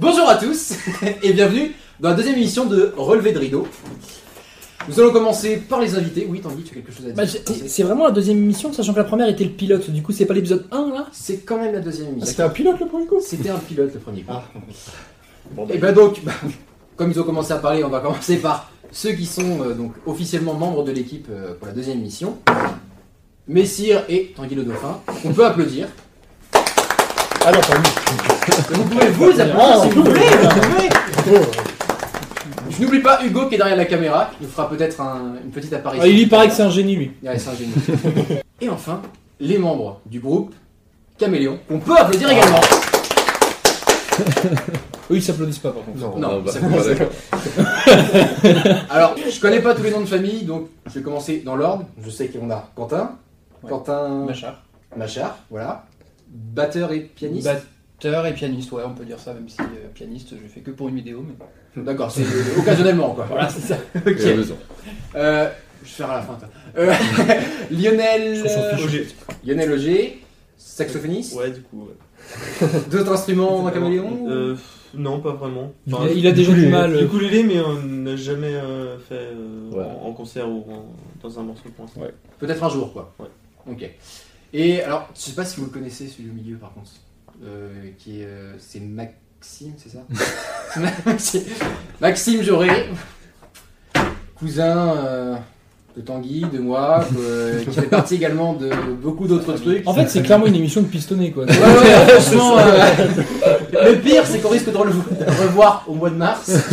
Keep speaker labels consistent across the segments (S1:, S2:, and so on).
S1: Bonjour à tous et bienvenue dans la deuxième émission de Relevé de Rideau. Nous allons commencer par les invités. Oui, Tanguy, tu as quelque chose à dire
S2: Bah, j'ai- c'est c'est vraiment la deuxième émission, sachant que la première était le pilote. Du coup, c'est pas l'épisode 1 là
S1: C'est quand même la deuxième émission.
S3: C'était un pilote le premier coup
S1: C'était un pilote le premier coup.
S3: Ah.
S1: Et ben donc, bah, comme ils ont commencé à parler, on va commencer par ceux qui sont euh, donc officiellement membres de l'équipe euh, pour la deuxième émission. Messire et Tanguy le Dauphin. On peut applaudir.
S3: Ah non, pardon.
S1: Vous pouvez vous applaudir
S3: Ah,
S1: si
S3: on
S1: vous
S3: peut.
S1: voulez. vous pouvez.
S3: Oh,
S1: Je n'oublie pas Hugo qui est derrière la caméra. Il fera peut-être un- une petite apparition.
S2: Ah, Il lui paraît que c'est un génie lui.
S1: Ouais, c'est un génie. Et enfin, les membres du groupe Caméléon. On peut applaudir également.
S4: Ah.
S2: Eux ils s'applaudissent pas par contre.
S3: non.
S1: Non,
S4: Non, bah,
S1: ça
S4: bah,
S1: commence.
S4: d'accord.
S1: Alors, je connais pas tous les noms de famille, donc je vais commencer dans l'ordre. Je sais qu'on a Quentin,
S2: Ouais.
S1: Quentin
S2: Machard.
S1: Machard, voilà. Batteur et pianiste.
S2: Batteur et pianiste, ouais, on peut dire ça, même si euh, pianiste, je fais que pour une vidéo. Mais...
S1: D'accord, c'est euh, occasionnellement quoi.
S2: Voilà, c'est ça.
S1: Ok.
S4: Il y a besoin.
S1: Euh, je vais faire à la fin. toi. Euh, Lionel, euh,
S5: Objet.
S1: Lionel Auger, saxophoniste.
S5: Ouais, du coup. ouais.
S1: D'autres instruments dans Caméléon
S5: Euh, pff, Non, pas vraiment. Enfin,
S2: il a déjà du mal.
S5: du
S2: euh,
S5: coup, l'élé, mais on n'a jamais euh, fait euh,
S4: Ouais.
S5: en, en concert ou en- dans un morceau pour l'instant.
S1: Peut-être un jour, quoi.
S5: Ouais.
S1: Ok. Et alors, je sais pas si vous le connaissez, celui au milieu, par contre. Euh, qui est. euh, c'est Maxime, c'est ça Maxime, Maxime Jauré, cousin euh, de Tanguy, de moi, euh, qui fait partie également de beaucoup d'autres trucs.
S2: En fait, c'est clairement une émission de pistonné quoi.
S1: Ouais, ouais, franchement, euh, le pire, c'est qu'on risque de relevo- de revoir au mois de mars.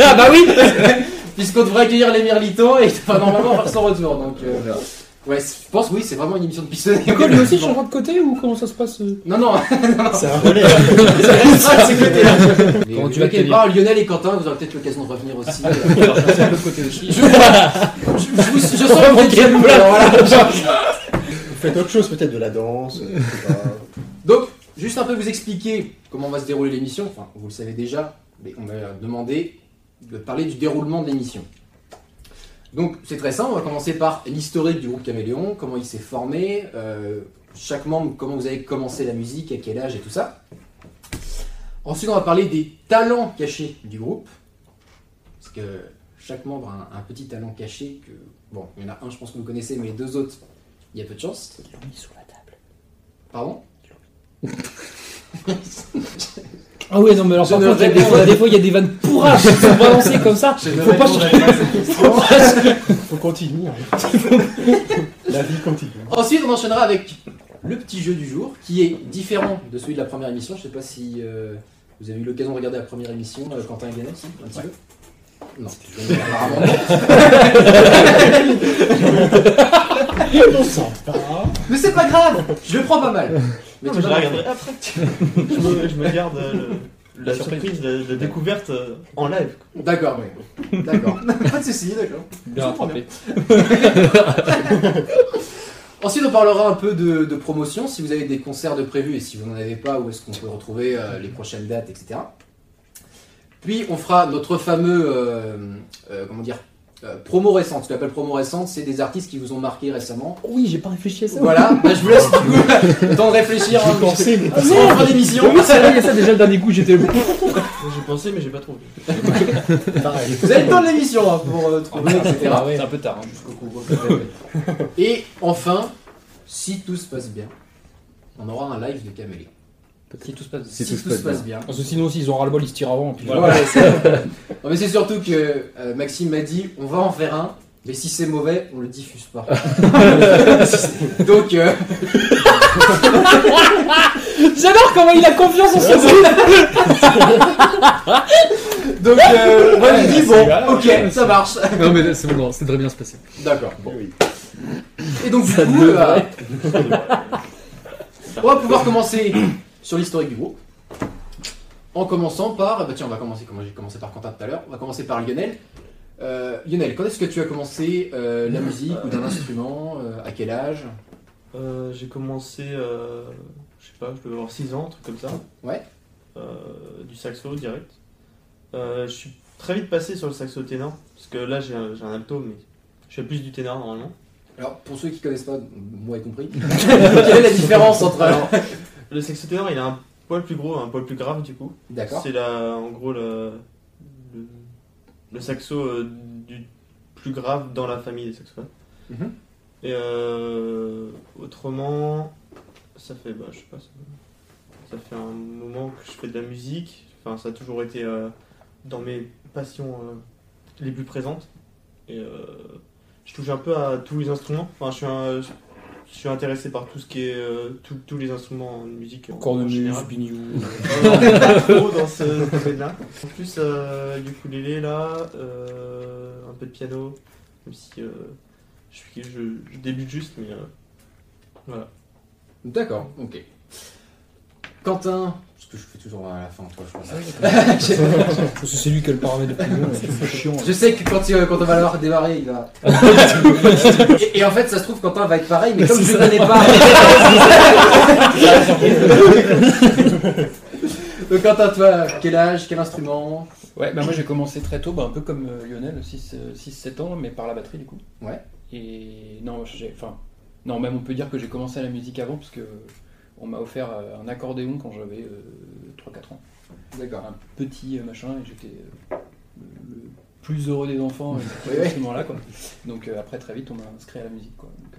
S1: ah bah oui Puisqu'on devrait accueillir les Mirlitons et enfin, normalement faire son retour. Donc, euh, ouais, c'est- je pense, oui, c'est vraiment une émission de pistonnée.
S2: Du coup, lui aussi, je suis de côté ou comment ça se passe euh
S1: Non, non,
S3: C'est un relais. hein.
S1: c'est ça, c'est côté là.
S2: Comment
S1: Mais
S2: tu vas
S1: t'inquiète
S2: te
S1: pas, Lionel et Quentin, vous aurez peut-être l'occasion de revenir aussi. euh,
S2: De l'autre côté
S1: je,
S2: aussi.
S1: je, je- je sens que vous êtes jaloux, alors, voilà.
S3: Vous faites autre chose peut-être de la danse. euh, je sais pas.
S1: Donc, juste un peu vous expliquer comment va se dérouler l'émission. Enfin, vous le savez déjà, mais on m'a demandé de parler du déroulement de l'émission. Donc, c'est très simple. On va commencer par l'historique du groupe Caméléon, comment il s'est formé, euh, chaque membre, comment vous avez commencé la musique, à quel âge et tout ça. Ensuite, on va parler des talents cachés du groupe. Parce que chaque membre a un, un petit talent caché. Que, bon, il y en a un, je pense que vous connaissez, mais les deux autres, il y a peu de chance.
S2: Ils l'ont mis sous la table.
S1: Pardon
S2: Ah ouais, non, mais alors
S1: Je
S2: par
S1: ne
S2: contre, il y a des
S1: réponds-
S2: fois, des fois, il y a des vannes pourrages qui sont balancées comme ça.
S1: Je ne
S2: Faut pas
S1: réponds
S2: changer.
S3: Faut continuer. hein. La vie continue.
S1: Ensuite, on enchaînera avec le petit jeu du jour, qui est différent de celui de la première émission. Je sais pas si euh, vous avez eu l'occasion de regarder la première émission, euh, Quentin et Ganet, si, un petit peu. Non, apparemment non.
S3: On s'en va.
S1: Mais c'est pas grave, je le prends pas mal. Mais
S5: Non,
S1: tu
S5: mais je la
S1: vois,
S5: regarderai après. je, me, je me garde euh, le- la, surprise, la, la découverte euh, en live.
S1: D'accord, oui. D'accord. pas de soucis, d'accord.
S2: Bien rattrapé.
S1: Ensuite, on parlera un peu de, de promotion, si vous avez des concerts de prévus et si vous n'en avez pas, où est-ce qu'on peut retrouver euh, les prochaines dates, etc. Puis, on fera notre fameux, euh, euh, comment dire, euh, promo récente. Ce qu'on appelle promo récente, c'est des artistes qui vous ont marqué récemment.
S2: Oui, j'ai pas réfléchi à ça.
S1: Voilà, bah, je vous laisse du coup le temps de réfléchir. hein,
S3: Je pensais, mais
S2: Ah,
S1: parce que c'est en fin d'émission.
S2: Oui, c'est vrai, il y a ça déjà le dernier coup, j'étais.
S5: J'ai pensé, mais j'ai pas trouvé.
S3: pareil.
S1: Vous avez le temps de l'émission hein, pour euh, trouver, etc.
S2: Ah ouais. C'est un peu tard. hein.
S1: Et enfin, si tout se passe bien, on aura un live de Camélé.
S2: Si tout se passe.
S1: Si, tout, se passe bien.
S2: Parce que sinon, s'ils ont ras-le-bol, ils se tirent avant. et puis voilà.
S1: Voilà, c'est- non, mais c'est surtout que euh, Maxime m'a dit on va en faire un, mais si c'est mauvais, on le diffuse pas. Donc, euh,
S2: J'adore comment il a confiance en son groupe.
S1: donc euh, moi je dis bon, ok, ça marche.
S6: Non mais c'est bon, non, ça devrait bien se passer.
S1: D'accord.
S3: Bon, oui.
S1: Et donc, du coup, euh, on va pouvoir commencer sur l'historique du groupe. En commençant par. Bah tiens, on va commencer comme j'ai commencé par Quentin tout à l'heure. On va commencer par Lionel. Euh, Lionel, quand est-ce que tu as commencé euh, la musique ou d'un instrument euh, À quel âge
S5: Euh, j'ai commencé, euh, je sais pas, je devais avoir 6 ans, un truc comme ça.
S1: Ouais.
S5: Euh, du saxo direct. Euh, je suis très vite passé sur le saxo ténor, parce que là j'ai un, j'ai un alto, mais je fais plus du ténor normalement.
S1: Alors, pour ceux qui connaissent pas, moi y compris, quelle est la différence entre.
S5: Alors, le saxo ténor il a un poil plus gros, un poil plus grave du coup.
S1: D'accord.
S5: C'est la, en gros la- le, le saxo euh, du plus grave dans la famille des saxophones.
S1: Mhm.
S5: Et euh, autrement, ça fait, bah, je sais pas, ça, ça fait un moment que je fais de la musique. Enfin, ça a toujours été euh, dans mes passions euh, les plus présentes. Et euh, je touche un peu à tous les instruments. Enfin, je suis, un- je suis intéressé par tout ce qui est euh, tout- tous les instruments en musique. en- en
S2: Cornemuse,
S5: général.
S2: biniou.
S5: Euh, on est pas trop dans ce domaine-là. En plus, euh, ukulélé là, euh, un peu de piano, même si euh, je, suis- je- je débute juste, mais euh, voilà.
S1: D'accord, ok. Quentin, parce que je fais toujours à la fin, toi, je pense.
S2: Parce que c'est lui qui a le paramètre depuis long, c'est chiant.
S1: Je sais que quand, il- quand on va l'avoir démarré, il va. et, et en fait, ça se trouve, Quentin va être pareil, mais comme je ne connais pas. Donc, Quentin, toi, quel âge, quel instrument
S7: Ouais, bah moi j'ai commencé très tôt, bah, un peu comme euh, Lionel, 6-7 ans, mais par la batterie du coup.
S1: Ouais.
S7: Et non, j'ai, enfin, non, même on peut dire que j'ai commencé la musique avant, parce que euh, on m'a offert euh, un accordéon quand j'avais euh, 3-4 ans.
S1: D'accord.
S7: Un petit euh, machin, et j'étais euh, le le plus heureux des enfants avec
S1: Oui, oui.
S7: cet instrument-là, quoi. Donc euh, après, très vite, on m'a inscrit à la musique, quoi. Donc,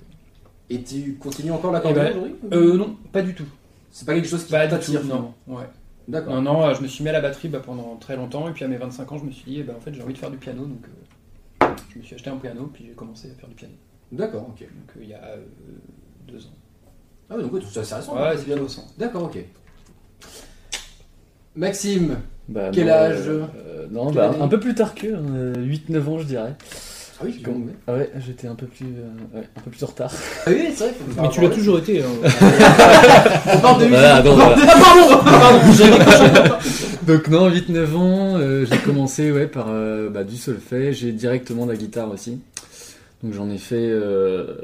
S1: Et tu continues encore l'accordéon
S7: Eh ben,
S1: aujourd'hui
S7: euh, euh, non, pas du tout.
S1: C'est pas quelque chose qui
S7: Pas du
S1: t'attire
S7: tout,
S1: finalement.
S7: non. Ouais.
S1: D'accord.
S7: Non, non, euh, je me suis mis à la batterie bah, pendant très longtemps, et puis à mes 25 ans, je me suis dit, eh ben, en fait, j'ai envie de faire du piano, donc euh, je me suis acheté un piano, puis j'ai commencé à faire du piano,
S1: D'accord,
S7: donc
S1: ok.
S7: euh, il y a euh, deux ans.
S1: Ah, oui, donc, ouais, c'est intéressant.
S7: Ouais, c'est bien au sens.
S1: D'accord, ok. Maxime,
S6: Bah,
S1: Quel
S6: moi,
S1: âge
S6: euh, euh, Non,
S1: Quelle
S6: bah,
S1: année
S6: un peu plus tard que 8-9 ans, je dirais.
S1: Ah oui,
S6: Comme- Ah ouais, j'étais un peu plus, euh, ouais, un peu plus en retard.
S1: Ah oui, c'est vrai. faut faire
S2: Mais tu l'as
S1: parler.
S2: toujours été. hein.
S1: On parle de
S6: Voilà,
S1: musique.
S6: donc,
S1: Ah, pardon, pardon, j'ai décroché.
S6: Donc non, 8-9 ans, euh, j'ai commencé ouais, par euh, bah, du solfège, j'ai directement de la guitare aussi. Donc j'en ai fait euh,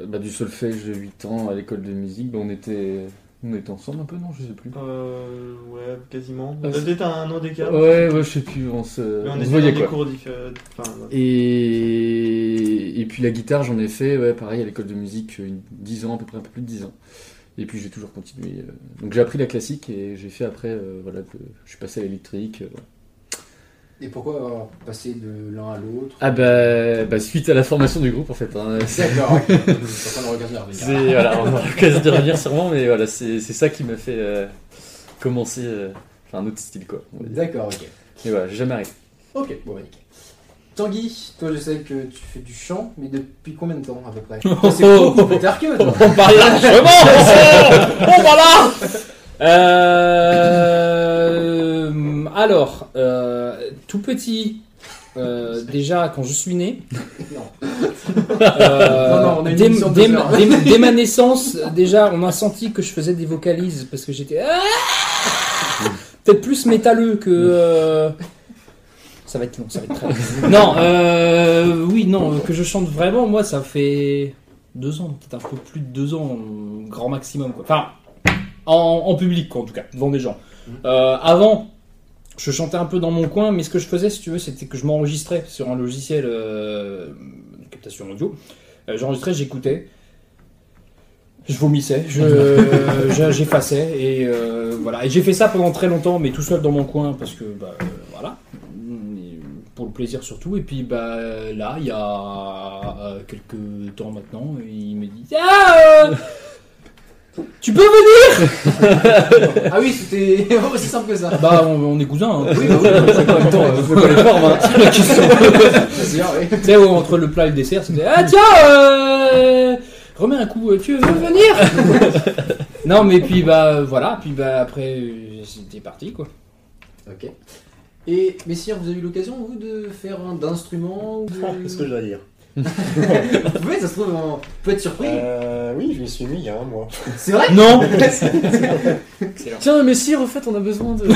S6: euh, bah, du solfège de 8 ans à l'école de musique. Bah, on, était, on était ensemble un peu, non Je sais plus.
S5: Euh, ouais, quasiment.
S6: Ah,
S5: On a
S6: c'est-
S5: peut-être un an d'écart.
S6: Ouais, ouais, je sais plus, on se,
S5: mais
S6: on
S5: on
S6: se
S5: était
S6: voyait
S5: dans des
S6: quoi.
S5: cours différents. Enfin, ouais.
S6: Et, et puis la guitare, j'en ai fait, ouais, pareil, à l'école de musique, euh, une- 10 ans, à peu près un peu plus de 10 ans. Et puis j'ai toujours continué. euh. Donc j'ai appris la classique et j'ai fait après, euh, voilà, que je suis passé à l'électrique. euh, voilà.
S1: Et pourquoi avoir passé de l'un à l'autre
S6: Ah bah, bah, suite à la formation du groupe en fait. hein. C'est
S1: D'accord, ok. Je suis en train de regarder la regarde.
S6: c'est- voilà, on aura l'occasion d'y revenir sûrement, mais voilà, c'est c'est ça qui m'a fait euh, commencer euh, enfin, un autre style quoi. on va dire.
S1: D'accord, ok.
S6: Mais voilà, j'ai jamais arrêté.
S1: Ok, bon, bah, nickel. Tanguy, toi je sais que tu fais du chant, mais depuis combien de temps à peu près Toi, C'est beaucoup plus tard que toi.
S6: On parle largement, on parle
S2: Euh, alors, euh, tout petit, euh, déjà quand je suis né,
S1: Non.
S2: euh,
S1: Non, non, on a une
S2: dès,
S1: émission de
S2: dès-
S1: deux heures.
S2: dès- dès ma naissance, déjà on a senti que je faisais des vocalises parce que j'étais Ah peut-être plus métalleux que. euh, Ça va être long, ça va être très long. Non, euh, oui, non, que je chante vraiment, moi ça fait deux ans, peut-être un peu plus de deux ans, grand maximum quoi. Enfin, en, en public quoi, en tout cas, devant des gens. Euh, avant, je chantais un peu dans mon coin, mais ce que je faisais, si tu veux, c'était que je m'enregistrais sur un logiciel euh, de captation audio. Euh, J'enregistrais, j'écoutais, je vomissais, je- je- j'effaçais, et euh, voilà. Et j'ai fait ça pendant très longtemps, mais tout seul dans mon coin, parce que, bah, euh, voilà, Et pour le plaisir surtout. Et puis, bah, là, il y a euh, quelques temps maintenant, il me dit Ah euh, Tu peux venir
S1: Ah oui, c'était aussi simple que ça.
S2: Bah, on, on est cousins, hein.
S1: Oui, bah oui, oui,
S6: En même temps, euh, je fais pas les formes, hein.
S2: la question.
S1: c'est sûr, oui.
S2: Tu sais, entre le plat et le dessert, c'était Ah tiens, euh, remets un coup, euh, tu veux venir Non, mais puis bah voilà, puis bah après euh, c'était parti quoi.
S1: Ok. Et messire, vous avez eu l'occasion, vous, de faire un d'instrument ou de...
S3: Qu'est-ce que je dois dire
S1: Vous pouvez, ça se trouve, on peut être surpris.
S3: Euh, Oui, je me suis mis il y a un mois.
S1: C'est vrai
S2: Non
S6: Tiens, mais si, en fait, on a besoin de.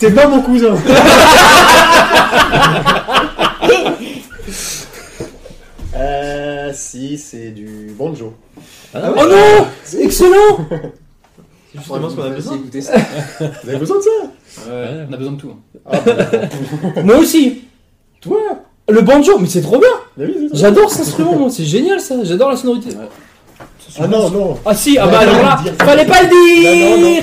S3: T'es pas mon cousin Euh, si, c'est du banjo.
S6: Ah
S2: Oh non Excellent
S5: C'est justement ce qu'on a besoin.
S1: Écoutez ça.
S3: Vous avez besoin de ça
S7: Ouais, on a besoin de tout. hein.
S3: Ah, bah,
S2: Moi aussi
S3: Toi
S2: Le banjo, mais c'est trop bien
S3: Bah oui, c'est ça.
S2: J'adore cet instrument, moi, c'est génial ça, j'adore la sonorité.
S3: Ah non, non
S4: Ah si, ah bah
S3: Fallait pas
S4: alors là,
S3: le dire.
S4: fallait pas
S3: Non, non,
S4: le dire,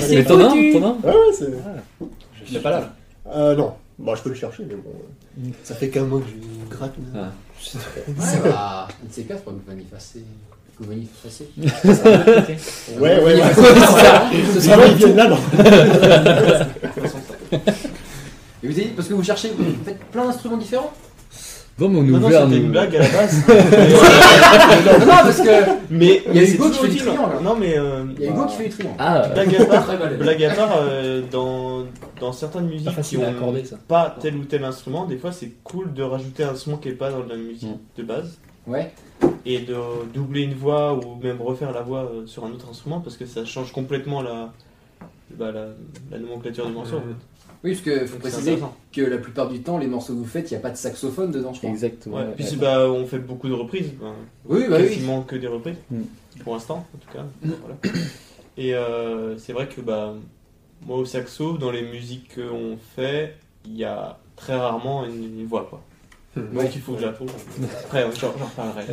S3: fallait
S4: c'est
S6: Mais t'en as un
S4: foutu.
S6: T'en as un
S3: Ah ouais, c'est...
S2: Je l'ai pas là.
S3: Euh, non. Bon, je peux le chercher, mais bon... euh, Ça fait qu'un mois que je gratte.
S6: Ah.
S1: Ah, une de ces quatre, pour que vous veniez passer. Que vous veniez passer.
S3: Ouais, ouais, ouais.
S1: Ce
S3: C'est
S1: sera
S3: vrai,
S1: bon.
S3: ils viennent là, non
S1: Et vous avez dit, parce que vous cherchez, vous faites plein d'instruments différents
S6: Dans mon
S5: Non, non,
S6: ouvert,
S5: c'était
S6: nous-
S5: une blague à la base.
S1: Non, non, parce que.
S5: mais
S1: Il y a
S5: mais
S1: Hugo
S5: c'est
S1: qui fait du
S5: toujours utile.
S1: triangle.
S5: Non, mais. euh,
S1: Il y a Hugo
S5: bah,
S1: qui fait les triangles.
S6: Ah,
S2: euh,
S5: Blague à part,
S2: Très mal.
S5: blague à part euh, dans, dans certaines musiques qui
S2: euh,
S5: ont
S4: ça.
S5: pas tel ou tel instrument, des fois c'est cool de rajouter un instrument qui est pas dans la musique
S1: Mm.
S5: de base
S1: Ouais.
S5: et de doubler une voix ou même refaire la voix euh, sur un autre instrument parce que ça change complètement la, bah, la, la nomenclature du morceau. en fait.
S1: Oui, parce que Euh, faut
S5: Donc, c'est
S1: préciser
S5: intéressant.
S1: que la plupart du temps, les morceaux que vous faites, il n'y a pas de saxophone dedans, je crois.
S6: exactement.
S5: Ouais. Puis c'est, bah, on fait beaucoup de reprises, bah,
S1: Oui, bah oui.
S5: quasiment que des reprises
S6: Mm.
S5: pour l'instant en tout cas. voilà. Et euh, c'est vrai que bah, moi au saxo, dans les musiques qu'on fait, il y a très rarement une, une voix quoi.
S3: Hmm.
S5: Donc il faut que je la trouve. Après, euh, j'en j'en reparlerai.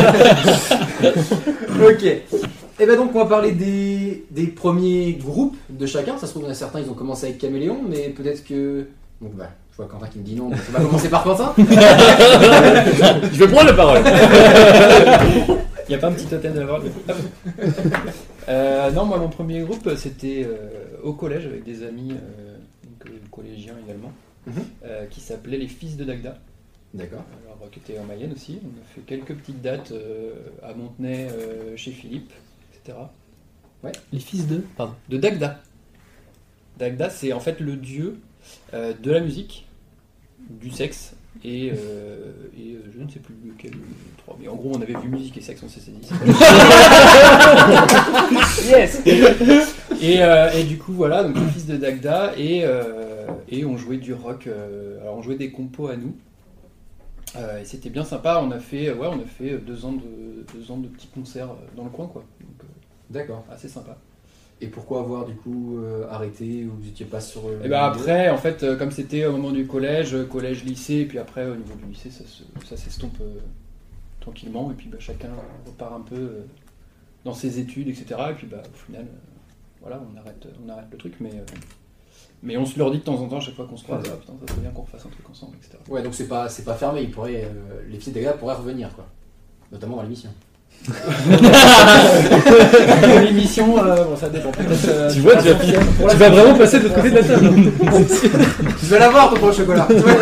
S1: ok. Et ben donc on va parler des, des premiers groupes de chacun. Ça se trouve, il y en a certains, ils ont commencé avec Caméléon, mais peut-être que. Donc bah, je vois Quentin qui me dit non, donc on va commencer par Quentin.
S6: Je vais prendre la parole.
S2: Il y a pas un petit totem de la parole Euh, Non, moi, mon premier groupe, c'était euh, au collège avec des amis, euh, donc, euh, collégiens également,
S1: Mhm.
S2: euh, qui s'appelaient les Fils de Dagda,
S1: D'accord.
S2: alors, euh, qui étaient en Mayenne aussi. On a fait quelques petites dates euh, à Montenay, euh, chez Philippe, etc.
S4: Les fils de. Pardon.
S2: De Dagda. Dagda, c'est en fait le dieu euh, de la musique, du sexe, et, euh, et, euh, je ne sais plus lequel, euh, trois. Mais en gros, on avait vu musique et sexe, on s'est saisi. yes et, euh, et du coup, voilà, donc le fils de Dagda, et, euh, et on jouait du rock. euh, alors, on jouait des compos à nous. Euh, et c'était bien sympa, on a fait, euh, ouais, on a fait deux ans de, deux ans de petits concerts euh, dans le coin, quoi. Donc,
S1: D'accord.
S2: euh, assez sympa.
S1: Et pourquoi avoir du coup euh, arrêté ou vous étiez pas sur. euh,
S2: Et ben après, en fait, euh, comme c'était au moment du collège, euh, collège-lycée, et puis après au niveau du lycée, ça se- ça s'estompe euh, tranquillement, et puis bah, chacun repart un peu euh, dans ses études, etc. Et puis bah, au final, euh, voilà, on arrête, on arrête le truc, mais, euh, mais on se leur dit de temps en temps, à chaque fois qu'on se croise, Ah, putain, ça serait bien qu'on refasse un truc ensemble, etc.
S1: Ouais, donc c'est pas, c'est pas fermé, il pourrait, euh, les petits dégâts pourraient revenir, quoi. Notamment dans l'émission.
S2: L'émission, euh, bon, ça dépend. Peut-être, euh,
S6: Tu vois, tu vas, tu vas vraiment passer de l'autre côté de la table.
S1: Je vais l'avoir, ton pain au chocolat Tu vois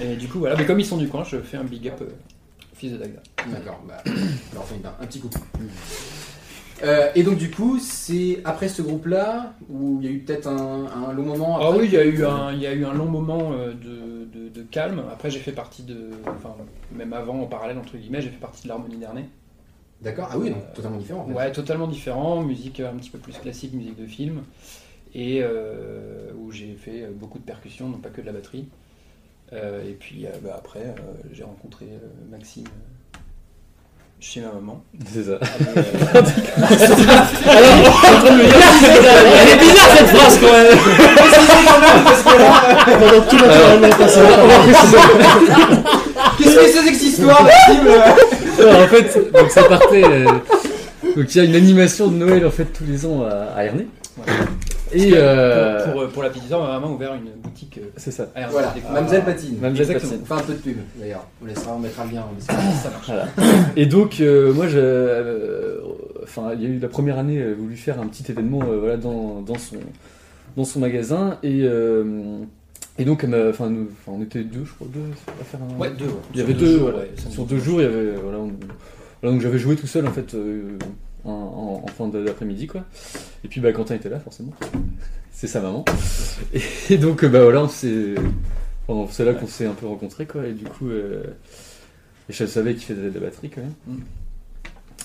S2: Et du coup, voilà, mais comme ils sont du coin, je fais un big up, euh, fils de Dagda.
S1: D'accord, bah, je leur fais une- un petit coup. Euh, et donc du coup, c'est après ce groupe-là, où il y a eu peut-être un, un long moment
S2: Ah
S1: après
S2: oui, il y a eu un, il y a eu un long moment euh, de, de- de calme. Après, j'ai fait partie de, enfin, même avant, en parallèle entre guillemets, j'ai fait partie de l'harmonie dernier.
S1: D'accord, ah oui, donc totalement différent. en fait.
S2: Ouais, totalement différent, musique euh, un petit peu plus classique, musique de film, et euh, où j'ai fait euh, beaucoup de percussions, non pas que de la batterie. Euh, et puis euh, bah, après, euh, j'ai rencontré euh, Maxime euh, chez ma maman.
S6: C'est ça.
S4: Ah, euh, Elle est bizarre cette phrase quand même
S3: Pendant tout
S6: Alors-
S3: naturellement, ça, c'est-
S6: On va préciser.
S1: Qu'est-ce que c'est que cette histoire, Maxime euh,
S6: Alors, en fait, donc ça partait. euh, donc il y a une animation de Noël en fait tous les ans à, à Ernée.
S2: Voilà.
S6: Et euh,
S2: Pour, pour, euh, pour la petite histoire, ma maman a ouvert une boutique. euh,
S6: c'est ça.
S2: à Hermès
S1: Voilà,
S2: Déco.
S1: Mamzelle Patine.
S6: Mademoiselle
S2: Exactement.
S6: Patine.
S1: On fait un peu de pub, d'ailleurs. On laissera, on mettra le lien. mais c'est-
S2: Ça marche.
S6: Et donc euh, moi, je, euh, enfin, il y a eu la première année euh, voulu faire un petit événement, euh, voilà, dans, dans son dans son magasin et euh, et donc, elle m'a- enfin, nous- enfin, on était deux, je crois, deux à faire un.
S2: Ouais, deux. ouais.
S6: Il y
S2: Sur
S6: avait deux,
S2: jours,
S6: voilà.
S2: ouais, samedi,
S6: sur deux
S2: dimanche.
S6: jours, il y avait voilà, on- voilà, donc j'avais joué tout seul en fait euh, en, en- en fin d'après-midi quoi. Et puis bah Quentin était là forcément, c'est sa maman. Et donc euh, bah voilà, on s'est- enfin, c'est là qu'on s'est un peu rencontrés quoi. Et du coup, euh, et je savais qu'il faisait de la batterie quand même.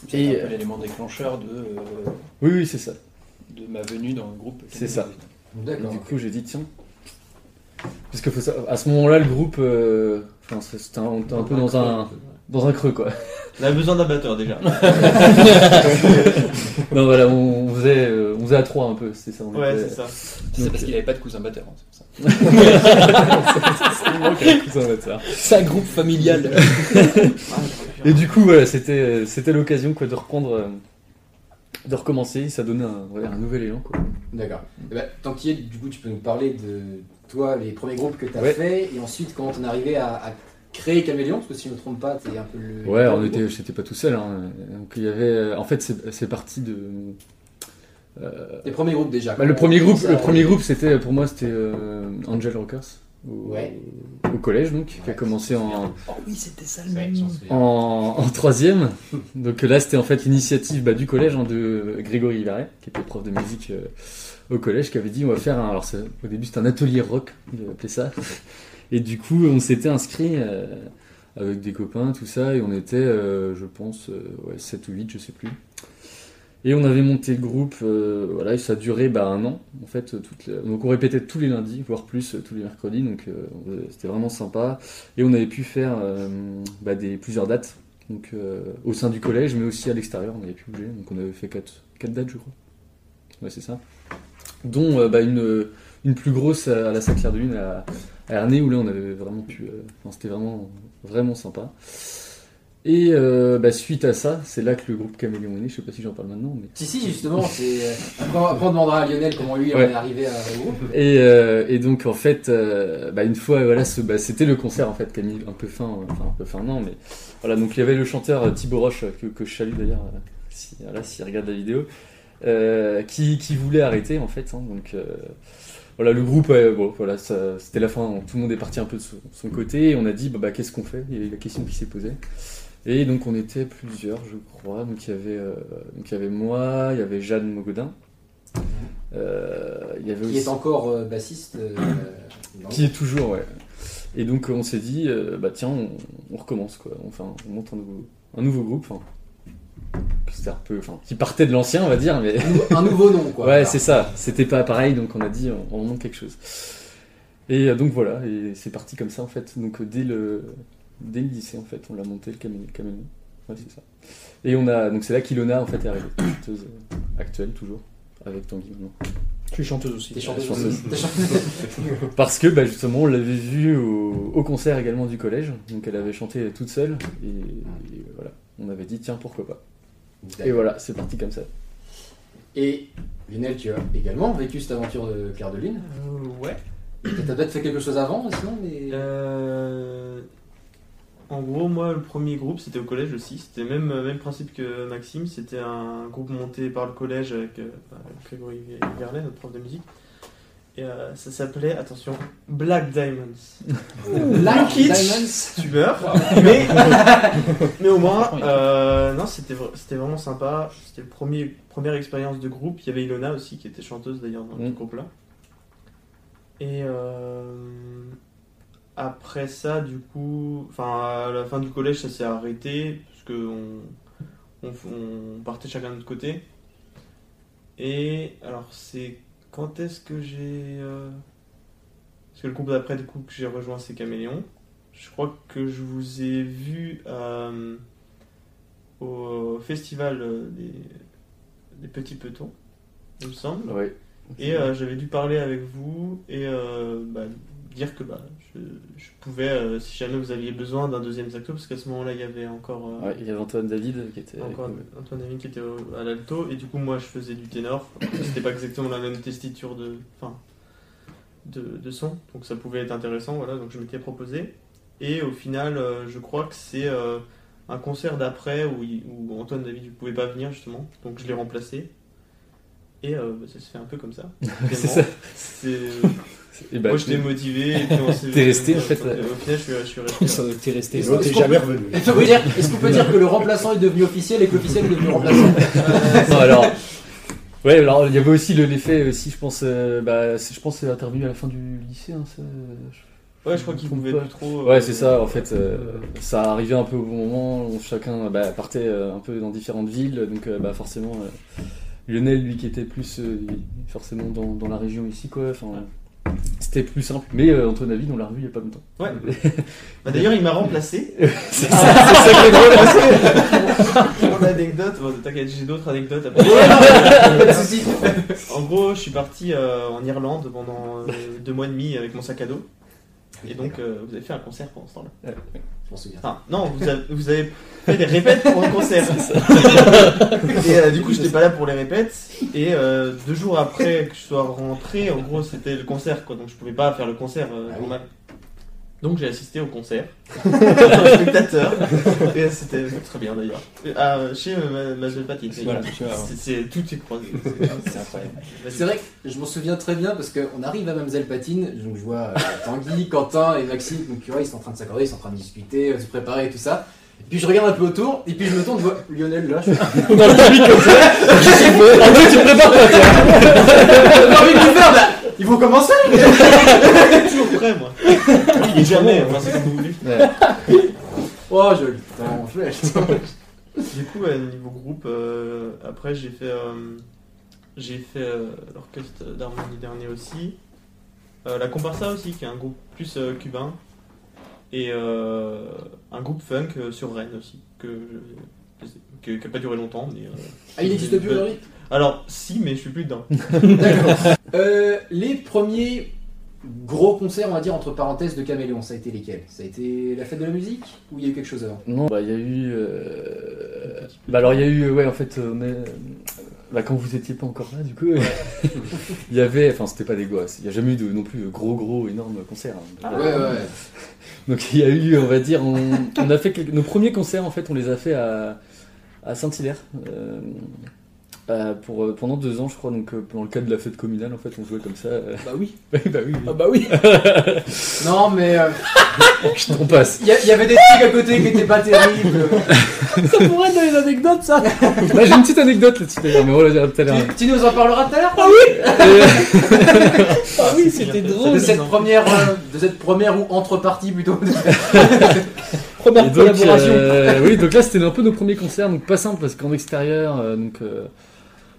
S2: C'est
S6: Et,
S2: un peu
S6: euh,
S2: l'élément déclencheur de, euh,
S6: Oui oui c'est ça.
S2: de ma venue dans le groupe.
S6: C'est ça. Et
S1: D'accord.
S6: du coup j'ai dit tiens, parce que faut sa- à ce moment-là le groupe, euh, enfin, c'était un, on était un peu dans un dans un creux quoi.
S5: On a besoin d'un batteur déjà.
S6: Non voilà, on, on faisait euh, on faisait à trois un peu, c'est ça. on
S5: Ouais,
S6: était-
S5: c'est ça.
S2: C'est
S6: Donc, euh,
S2: parce qu'il avait pas de cousin batteur. hein, c'est pour ça.
S6: Il manque un cousin bâtard.
S4: C'est un groupe familial.
S6: Et du coup, voilà, c'était, euh, c'était l'occasion quoi, de reprendre, euh, de recommencer. Ça donnait un, ouais, un nouvel élan. Quoi.
S1: D'accord. Eh ben, tant qu'il y est, du coup, tu peux nous parler de toi, les premiers groupes que tu as
S6: Ouais.
S1: fait, et ensuite comment t'en es arrivé à, à créer Caméléon, parce que si je ne me trompe pas, t'es un peu le.
S6: Ouais, on était, j'étais pas tout seul. hein. Donc il y avait, en fait, c'est, c'est parti de. euh,
S1: Les premiers groupes déjà.
S6: bah, le premier groupe,
S1: Ça,
S6: le premier groupe, c'était pour moi, c'était euh, Angel Rockers. Au,
S1: Ouais.
S6: au collège donc, qui a
S1: Ouais,
S6: commencé en,
S4: Oh oui, c'était ça le
S1: Ouais,
S4: même.
S1: j'en souviens.
S6: en, en troisième. Donc euh, là, c'était en fait l'initiative bah, du collège hein, de Grégory Hilaret, qui était prof de musique euh, au collège, qui avait dit on va faire un. Alors, c'est- au début, c'était un atelier rock, il appelait ça. Et du coup, on s'était inscrit euh, avec des copains, tout ça, et on était, euh, je pense, euh, ouais, 7 ou 8, je sais plus. Et on avait monté le groupe, euh, voilà, et ça a duré bah, un an, en fait. euh, toute la- Donc on répétait tous les lundis, voire plus, euh, tous les mercredis, donc euh, on- c'était vraiment sympa. Et on avait pu faire euh, bah, des, plusieurs dates, donc euh, au sein du collège, mais aussi à l'extérieur, on avait pu bouger. Donc on avait fait 4, dates, je crois. Ouais, c'est ça. Dont euh, bah, une, une plus grosse à la Sainte-Claire de Lune à, à Ernée, où là on avait vraiment pu. euh, enfin, c'était vraiment, vraiment sympa. Et euh, bah, suite à ça, c'est là que le groupe Caméléon est né. Je sais pas si j'en parle maintenant, mais.
S1: Si, si, justement, c'est. euh, Après, on- après, on demandera à Lionel comment lui
S6: Ouais.
S1: en est arrivé à au groupe.
S6: Et, euh, et donc en fait, euh, bah, une fois, voilà, ce- bah, c'était le concert en fait qui a mis un peu fin, euh, enfin un peu fin, non, mais voilà, donc il y avait le chanteur euh, Thibaut Roche euh, que, que je salue d'ailleurs, euh, si, voilà, s'il regarde la vidéo, euh, qui, qui voulait arrêter en fait, hein, donc euh, voilà, le groupe, euh, bon, voilà, ça- c'était la fin, tout le monde est parti un peu de son, son côté, et on a dit, bah, bah, qu'est-ce qu'on fait Il y a eu la question qui s'est posée. Et donc on était plusieurs, je crois. Donc il y avait, euh, donc, il y avait moi, il y avait Jeanne Mogodin. Euh, il y avait
S1: Qui est encore euh, bassiste. euh, dans le
S6: qui est toujours, ouais. Et donc euh, on s'est dit, euh, bah tiens, on, on recommence quoi. Enfin, on monte un nouveau, un nouveau groupe. hein. C'était un peu, enfin, qui partait de l'ancien, on va dire, mais
S1: groupe. Un nouveau nom, quoi.
S6: ouais,
S1: Voilà.
S6: c'est ça. C'était pas pareil, donc on a dit, on, on monte quelque chose. Et euh, donc voilà, et c'est parti comme ça en fait. Donc euh, dès le, dès le lycée en fait, on l'a monté le camé- caméléon. Ouais, c'est ça. Et on a, donc c'est là qu'Ilona en fait est arrivée, chanteuse euh, actuelle toujours, avec Tanguy maintenant.
S4: Tu es chanteuse aussi.
S1: T'es chanteuse.
S6: Chanteuse.
S1: T'es chanteuse.
S6: Parce que bah, justement, on l'avait vue au, au concert également du collège, donc elle avait chanté toute seule, et, et voilà, on avait dit tiens pourquoi pas. Et voilà, c'est parti comme ça.
S1: Et Lionel, tu as également vécu cette aventure de Claire de Lune.
S5: Euh, ouais.
S1: T'as peut-être fait quelque chose avant, sinon, mais.
S5: Euh, En gros, moi, le premier groupe, c'était au collège aussi. C'était même euh, même principe que Maxime. C'était un groupe monté par le collège avec euh, avec Grégory Verlet, notre prof de musique. Et euh, ça s'appelait, attention, Black Diamonds.
S6: Euh,
S1: Black
S5: Kitsch.
S1: Diamonds.
S5: tu meurs, mais, mais au moins, euh, non, c'était vra- c'était vraiment sympa. C'était le premier première expérience de groupe. Il y avait Ilona aussi qui était chanteuse d'ailleurs dans
S6: Mm.
S5: ce groupe-là. Et euh, après ça, du coup, enfin à la fin du collège, ça s'est arrêté parce que on, on, f- on partait chacun de notre côté. Et alors c'est quand est-ce que j'ai euh, parce que le groupe d'après du coup que j'ai rejoint c'est Caméléon. Je crois que je vous ai vu euh, au festival euh, des, des petits petons, il me semble.
S6: Ouais.
S5: Et euh, j'avais dû parler avec vous et euh, bah, dire que bah, je, je pouvais, euh, si jamais vous aviez besoin d'un deuxième saxo, parce qu'à ce moment-là, il y avait encore, euh,
S6: Ouais, il y avait Antoine David qui était.
S5: encore
S6: avec nous.
S5: Antoine Amin qui était au- à l'alto, et du coup, moi, je faisais du ténor. C'était pas exactement la même testiture de, enfin, de, de son, donc ça pouvait être intéressant, voilà, donc je m'étais proposé. Et au final, euh, je crois que c'est euh, un concert d'après où, il- où Antoine David ne pouvait pas venir, justement, donc je l'ai remplacé. Et euh, bah, ça se fait un peu comme ça.
S6: c'est ça.
S5: C'est- euh,
S6: Et bah,
S5: moi j'étais motivé et puis on s'est
S6: T'es resté, en fait,
S5: Au final, je suis, je suis resté.
S4: Ça, T'es resté.
S1: Et
S3: Et l'autre
S1: est-ce
S3: est
S1: qu'on
S3: jamais
S1: peut-
S3: revenu.
S1: Est-ce qu'on peut dire- est-ce qu'on peut dire que le remplaçant est devenu officiel et que l'officiel est devenu remplaçant
S6: Non, alors. Ouais, alors il y avait aussi le- l'effet aussi, je pense, euh, bah, c'est- je pense, c'est intervenu à la fin du lycée. hein, ça, je-
S5: Ouais, je crois qu'il pouvait plus trop. euh,
S6: Ouais, c'est ça. En fait, euh, ça arrivait un peu au bon moment. Où chacun bah, partait euh, un peu dans différentes villes, donc euh, bah, forcément, euh, Lionel, lui, qui était plus euh, forcément dans, dans la région ici, quoi. Enfin, c'était plus simple. Mais euh, Antoine David, on l'a revu il y a pas longtemps. Ah
S5: Ouais. Bah, D'ailleurs, il m'a remplacé.
S6: c'est ça, c'est ça qui est drôle.
S5: Pour l'anecdote, bon, t'inquiète, j'ai d'autres anecdotes après.
S1: Pas de soucis.
S5: En gros, je suis parti euh, en Irlande pendant euh, deux mois et demi avec mon sac à dos. Et donc, euh, vous avez fait un concert pendant ce temps-là.
S1: Je m'en souviens.
S5: Enfin, non, vous avez, vous avez fait des répètes pour un concert. et euh, du coup, j'étais pas là pour les répètes. Et euh, deux jours après que je sois rentré, en gros, c'était le concert, quoi. Donc je pouvais pas faire le concert euh,
S1: Ah oui.
S5: normal. Donc j'ai assisté au concert, en spectateur, et euh, c'était très bien d'ailleurs. Et, Ah, chez euh, ma, ma jeune patine.
S2: Voilà, tu vois,
S5: C'est- c'est- tout est croisé.
S2: c'est incroyable.
S1: C'est vrai que je m'en souviens très bien parce qu'on arrive à Mamselle Patine, donc je vois euh, Tanguy, Quentin et Maxime, donc tu vois, ils sont en train de s'accorder, ils sont en train de discuter, euh, se préparer et tout ça. Et puis je regarde un peu autour, et puis je me tourne, je vois Lionel là. Je fais,
S4: Dans le public comme ça. En fait, tu te prépares quoi, toi
S1: J'ai envie de le faire là Ils vont commencer
S5: toujours prêt, moi. Il est jamais, hein. enfin, c'est comme vous voulez.
S1: Oh, je le Putain, je l'ai.
S5: Du coup, ouais, niveau groupe, euh, après j'ai fait, euh, j'ai fait euh, l'orchestre d'harmonie dernier aussi. Euh, la Comparsa aussi, qui est un groupe plus euh, cubain. Et euh, un groupe funk euh, sur Rennes aussi, que je- que- qui n'a pas duré longtemps. Mais, euh,
S1: Ah, il existe plus aujourd'hui
S5: Alors, si, mais je suis plus
S4: Ah
S5: dedans.
S1: D'accord. Euh, les premiers gros concerts, on va dire, entre parenthèses, de Caméléon, ça a été lesquels Ça a été la fête de la musique Ou il y a eu quelque chose avant
S6: Non, bah il y a eu. euh, Bah alors il y a eu, ouais, en fait, on est- euh, Bah quand vous étiez pas encore là, du coup, euh, il y avait, enfin c'était pas des gosses, il y a jamais eu de non plus de gros gros énorme concert. hein.
S1: ouais.
S6: Donc il y a eu, on va dire, on, on a fait quelques- nos premiers concerts en fait, on les a fait à, à Saint-Hilaire euh, euh, pour euh, pendant deux ans, je crois. Donc euh, dans le cadre de la fête communale, en fait, on jouait comme ça. euh.
S4: Bah oui.
S6: Oui, bah oui.
S4: Ah bah oui.
S1: Non, mais euh,
S6: On passe.
S1: il y, a- il y avait des trucs à côté qui n'étaient pas terribles.
S4: Ça pourrait être dans les anecdotes, ça.
S6: Là j'ai une petite anecdote là-dessus d'ailleurs, mais on la dira tout à l'heure.
S1: tu, tu nous en parleras tout à l'heure
S6: Et-
S4: Ah oui, c'était
S6: Oh,
S4: drôle.
S1: de cette première euh, de cette première ou entre parties plutôt
S6: Et
S4: Première
S6: donc,
S4: collaboration.
S6: euh, oui, donc là c'était un peu nos premiers concerts, donc pas simple parce qu'en extérieur, euh, donc, euh,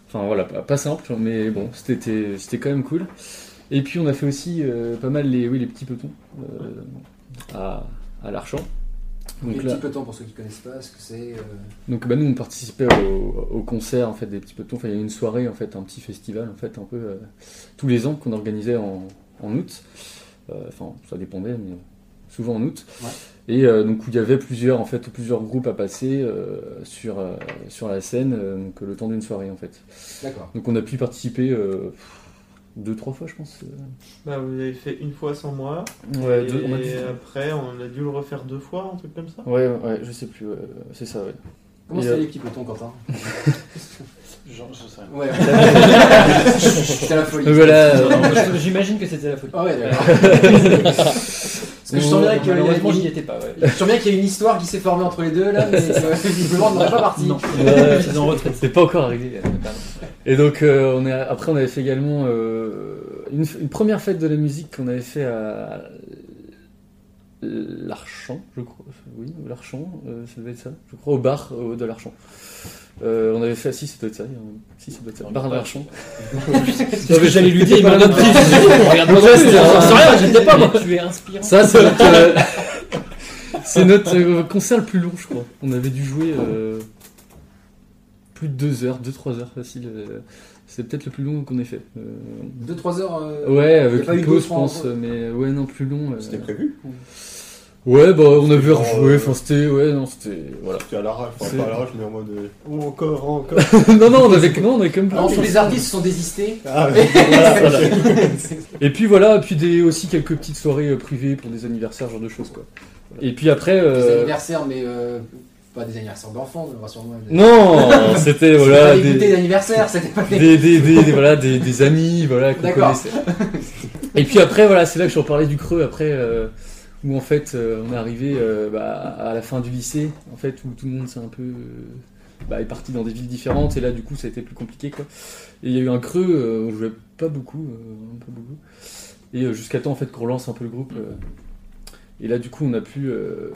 S6: enfin voilà, pas, pas simple, mais bon, c'était c'était quand même cool. Et puis on a fait aussi euh, pas mal les, oui, les petits petons euh, à, à l'Archamp.
S1: les
S6: Donc là,
S1: petits petons pour ceux qui connaissent pas ce que c'est euh,
S6: donc bah, nous on participait au, au concert en fait des petits petons. Enfin, il y a eu une soirée en fait, un petit festival en fait un peu euh, tous les ans qu'on organisait en, en août. Euh, Enfin ça dépendait, mais souvent en août.
S1: Ouais.
S6: Et euh, donc où il y avait plusieurs en fait plusieurs groupes à passer euh, sur euh, sur la scène euh, donc, le temps d'une soirée en fait.
S1: d'accord
S6: Donc on a pu y participer euh, deux trois fois je pense. euh.
S5: Bah, vous avez fait une fois sans moi,
S6: Ouais,
S5: et
S6: deux- on a dû-
S5: après on a dû le refaire deux fois, un truc comme ça.
S6: Ouais, ouais, je sais plus, ouais, c'est ça, ouais.
S1: comment
S6: Et,
S1: c'est
S6: euh,
S1: les petits petons Quentin
S2: Genre, je sais rien.
S1: ouais c'est la folie
S6: Donc voilà, euh,
S2: Non, J'imagine que c'était la folie.
S1: ah ouais d'accord parce que je sens bien qu'il y a
S2: Malheureusement, j'y
S1: une-
S2: étais pas. Ouais.
S1: je sens bien qu'il y a une histoire qui s'est formée entre les deux là mais euh, visiblement on n'en est pas parti
S2: Non,
S6: Ouais.
S2: ils euh, en retraite.
S6: C'est pas encore arrivé. Et donc, euh, on est, après, on avait fait également euh, une, une première fête de la musique qu'on avait fait à l'Archamp, je crois. Oui, l'Archamp, euh, ça devait être ça. Je crois au bar euh, de l'Archamp. Euh, on avait fait, ah, si, ça doit être ça. il y a un- Si, ça doit être ça. Bar de l'Archamp.
S4: C'est ce que j'allais lui dire, il m'a noté. Regarde-moi,
S6: Donc là,
S4: c'est
S6: c'était un-
S4: j'en sais rien, j'étais pas moi.
S2: Mais Tu es inspirant.
S6: Ça, c'est notre, euh, c'est notre, euh, concert le plus long, je crois. On avait dû jouer euh, plus de 2 heures, 2-3 heures facile. euh, c'est peut-être le plus long qu'on ait fait. Euh,
S1: 2-3 heures euh,
S6: Ouais,
S1: y a
S6: avec
S1: pas eu
S6: une pause,
S1: d'autres
S6: je pense,
S1: en-
S6: mais ouais, non, plus long. euh.
S3: C'était prévu
S6: Ouais, bah, on avait
S3: genre,
S6: rejoué,
S3: euh,
S6: enfin, c'était. Ouais, non, c'était. Voilà.
S3: C'était à l'arrache, enfin
S6: C'est-
S3: pas à l'arrache, mais en mode. euh,
S5: Ou encore, encore.
S6: non, non, on avait. Non, on avait quand même pas-
S1: alors, tous les artistes se sont désistés
S3: Ah, ouais.
S6: Et puis voilà, puis des, aussi quelques petites soirées euh, privées pour des anniversaires, genre de choses, quoi. Et puis après.
S1: des
S6: euh,
S1: anniversaires mais euh, pas des anniversaires d'enfants rassure-moi
S6: Non, c'était, voilà,
S1: voilà, des goûters
S6: des.
S1: d'anniversaire c'était pas des
S6: Des, des, des- des- voilà, des, des amis voilà, qu'on
S1: D'accord.
S6: connaissait. Et puis après, voilà, c'est là que je reparlais du creux, après, euh, où en fait, euh, on est arrivé euh, bah, à la fin du lycée, en fait, où tout le monde s'est un peu. euh, bah, est parti dans des villes différentes, et là, du coup, ça a été plus compliqué, quoi. Et il y a eu un creux, euh, on jouait pas beaucoup, euh, vraiment pas beaucoup. Et euh, jusqu'à temps, en fait, qu'on relance un peu le groupe. euh, et là, du coup, on a pu, euh,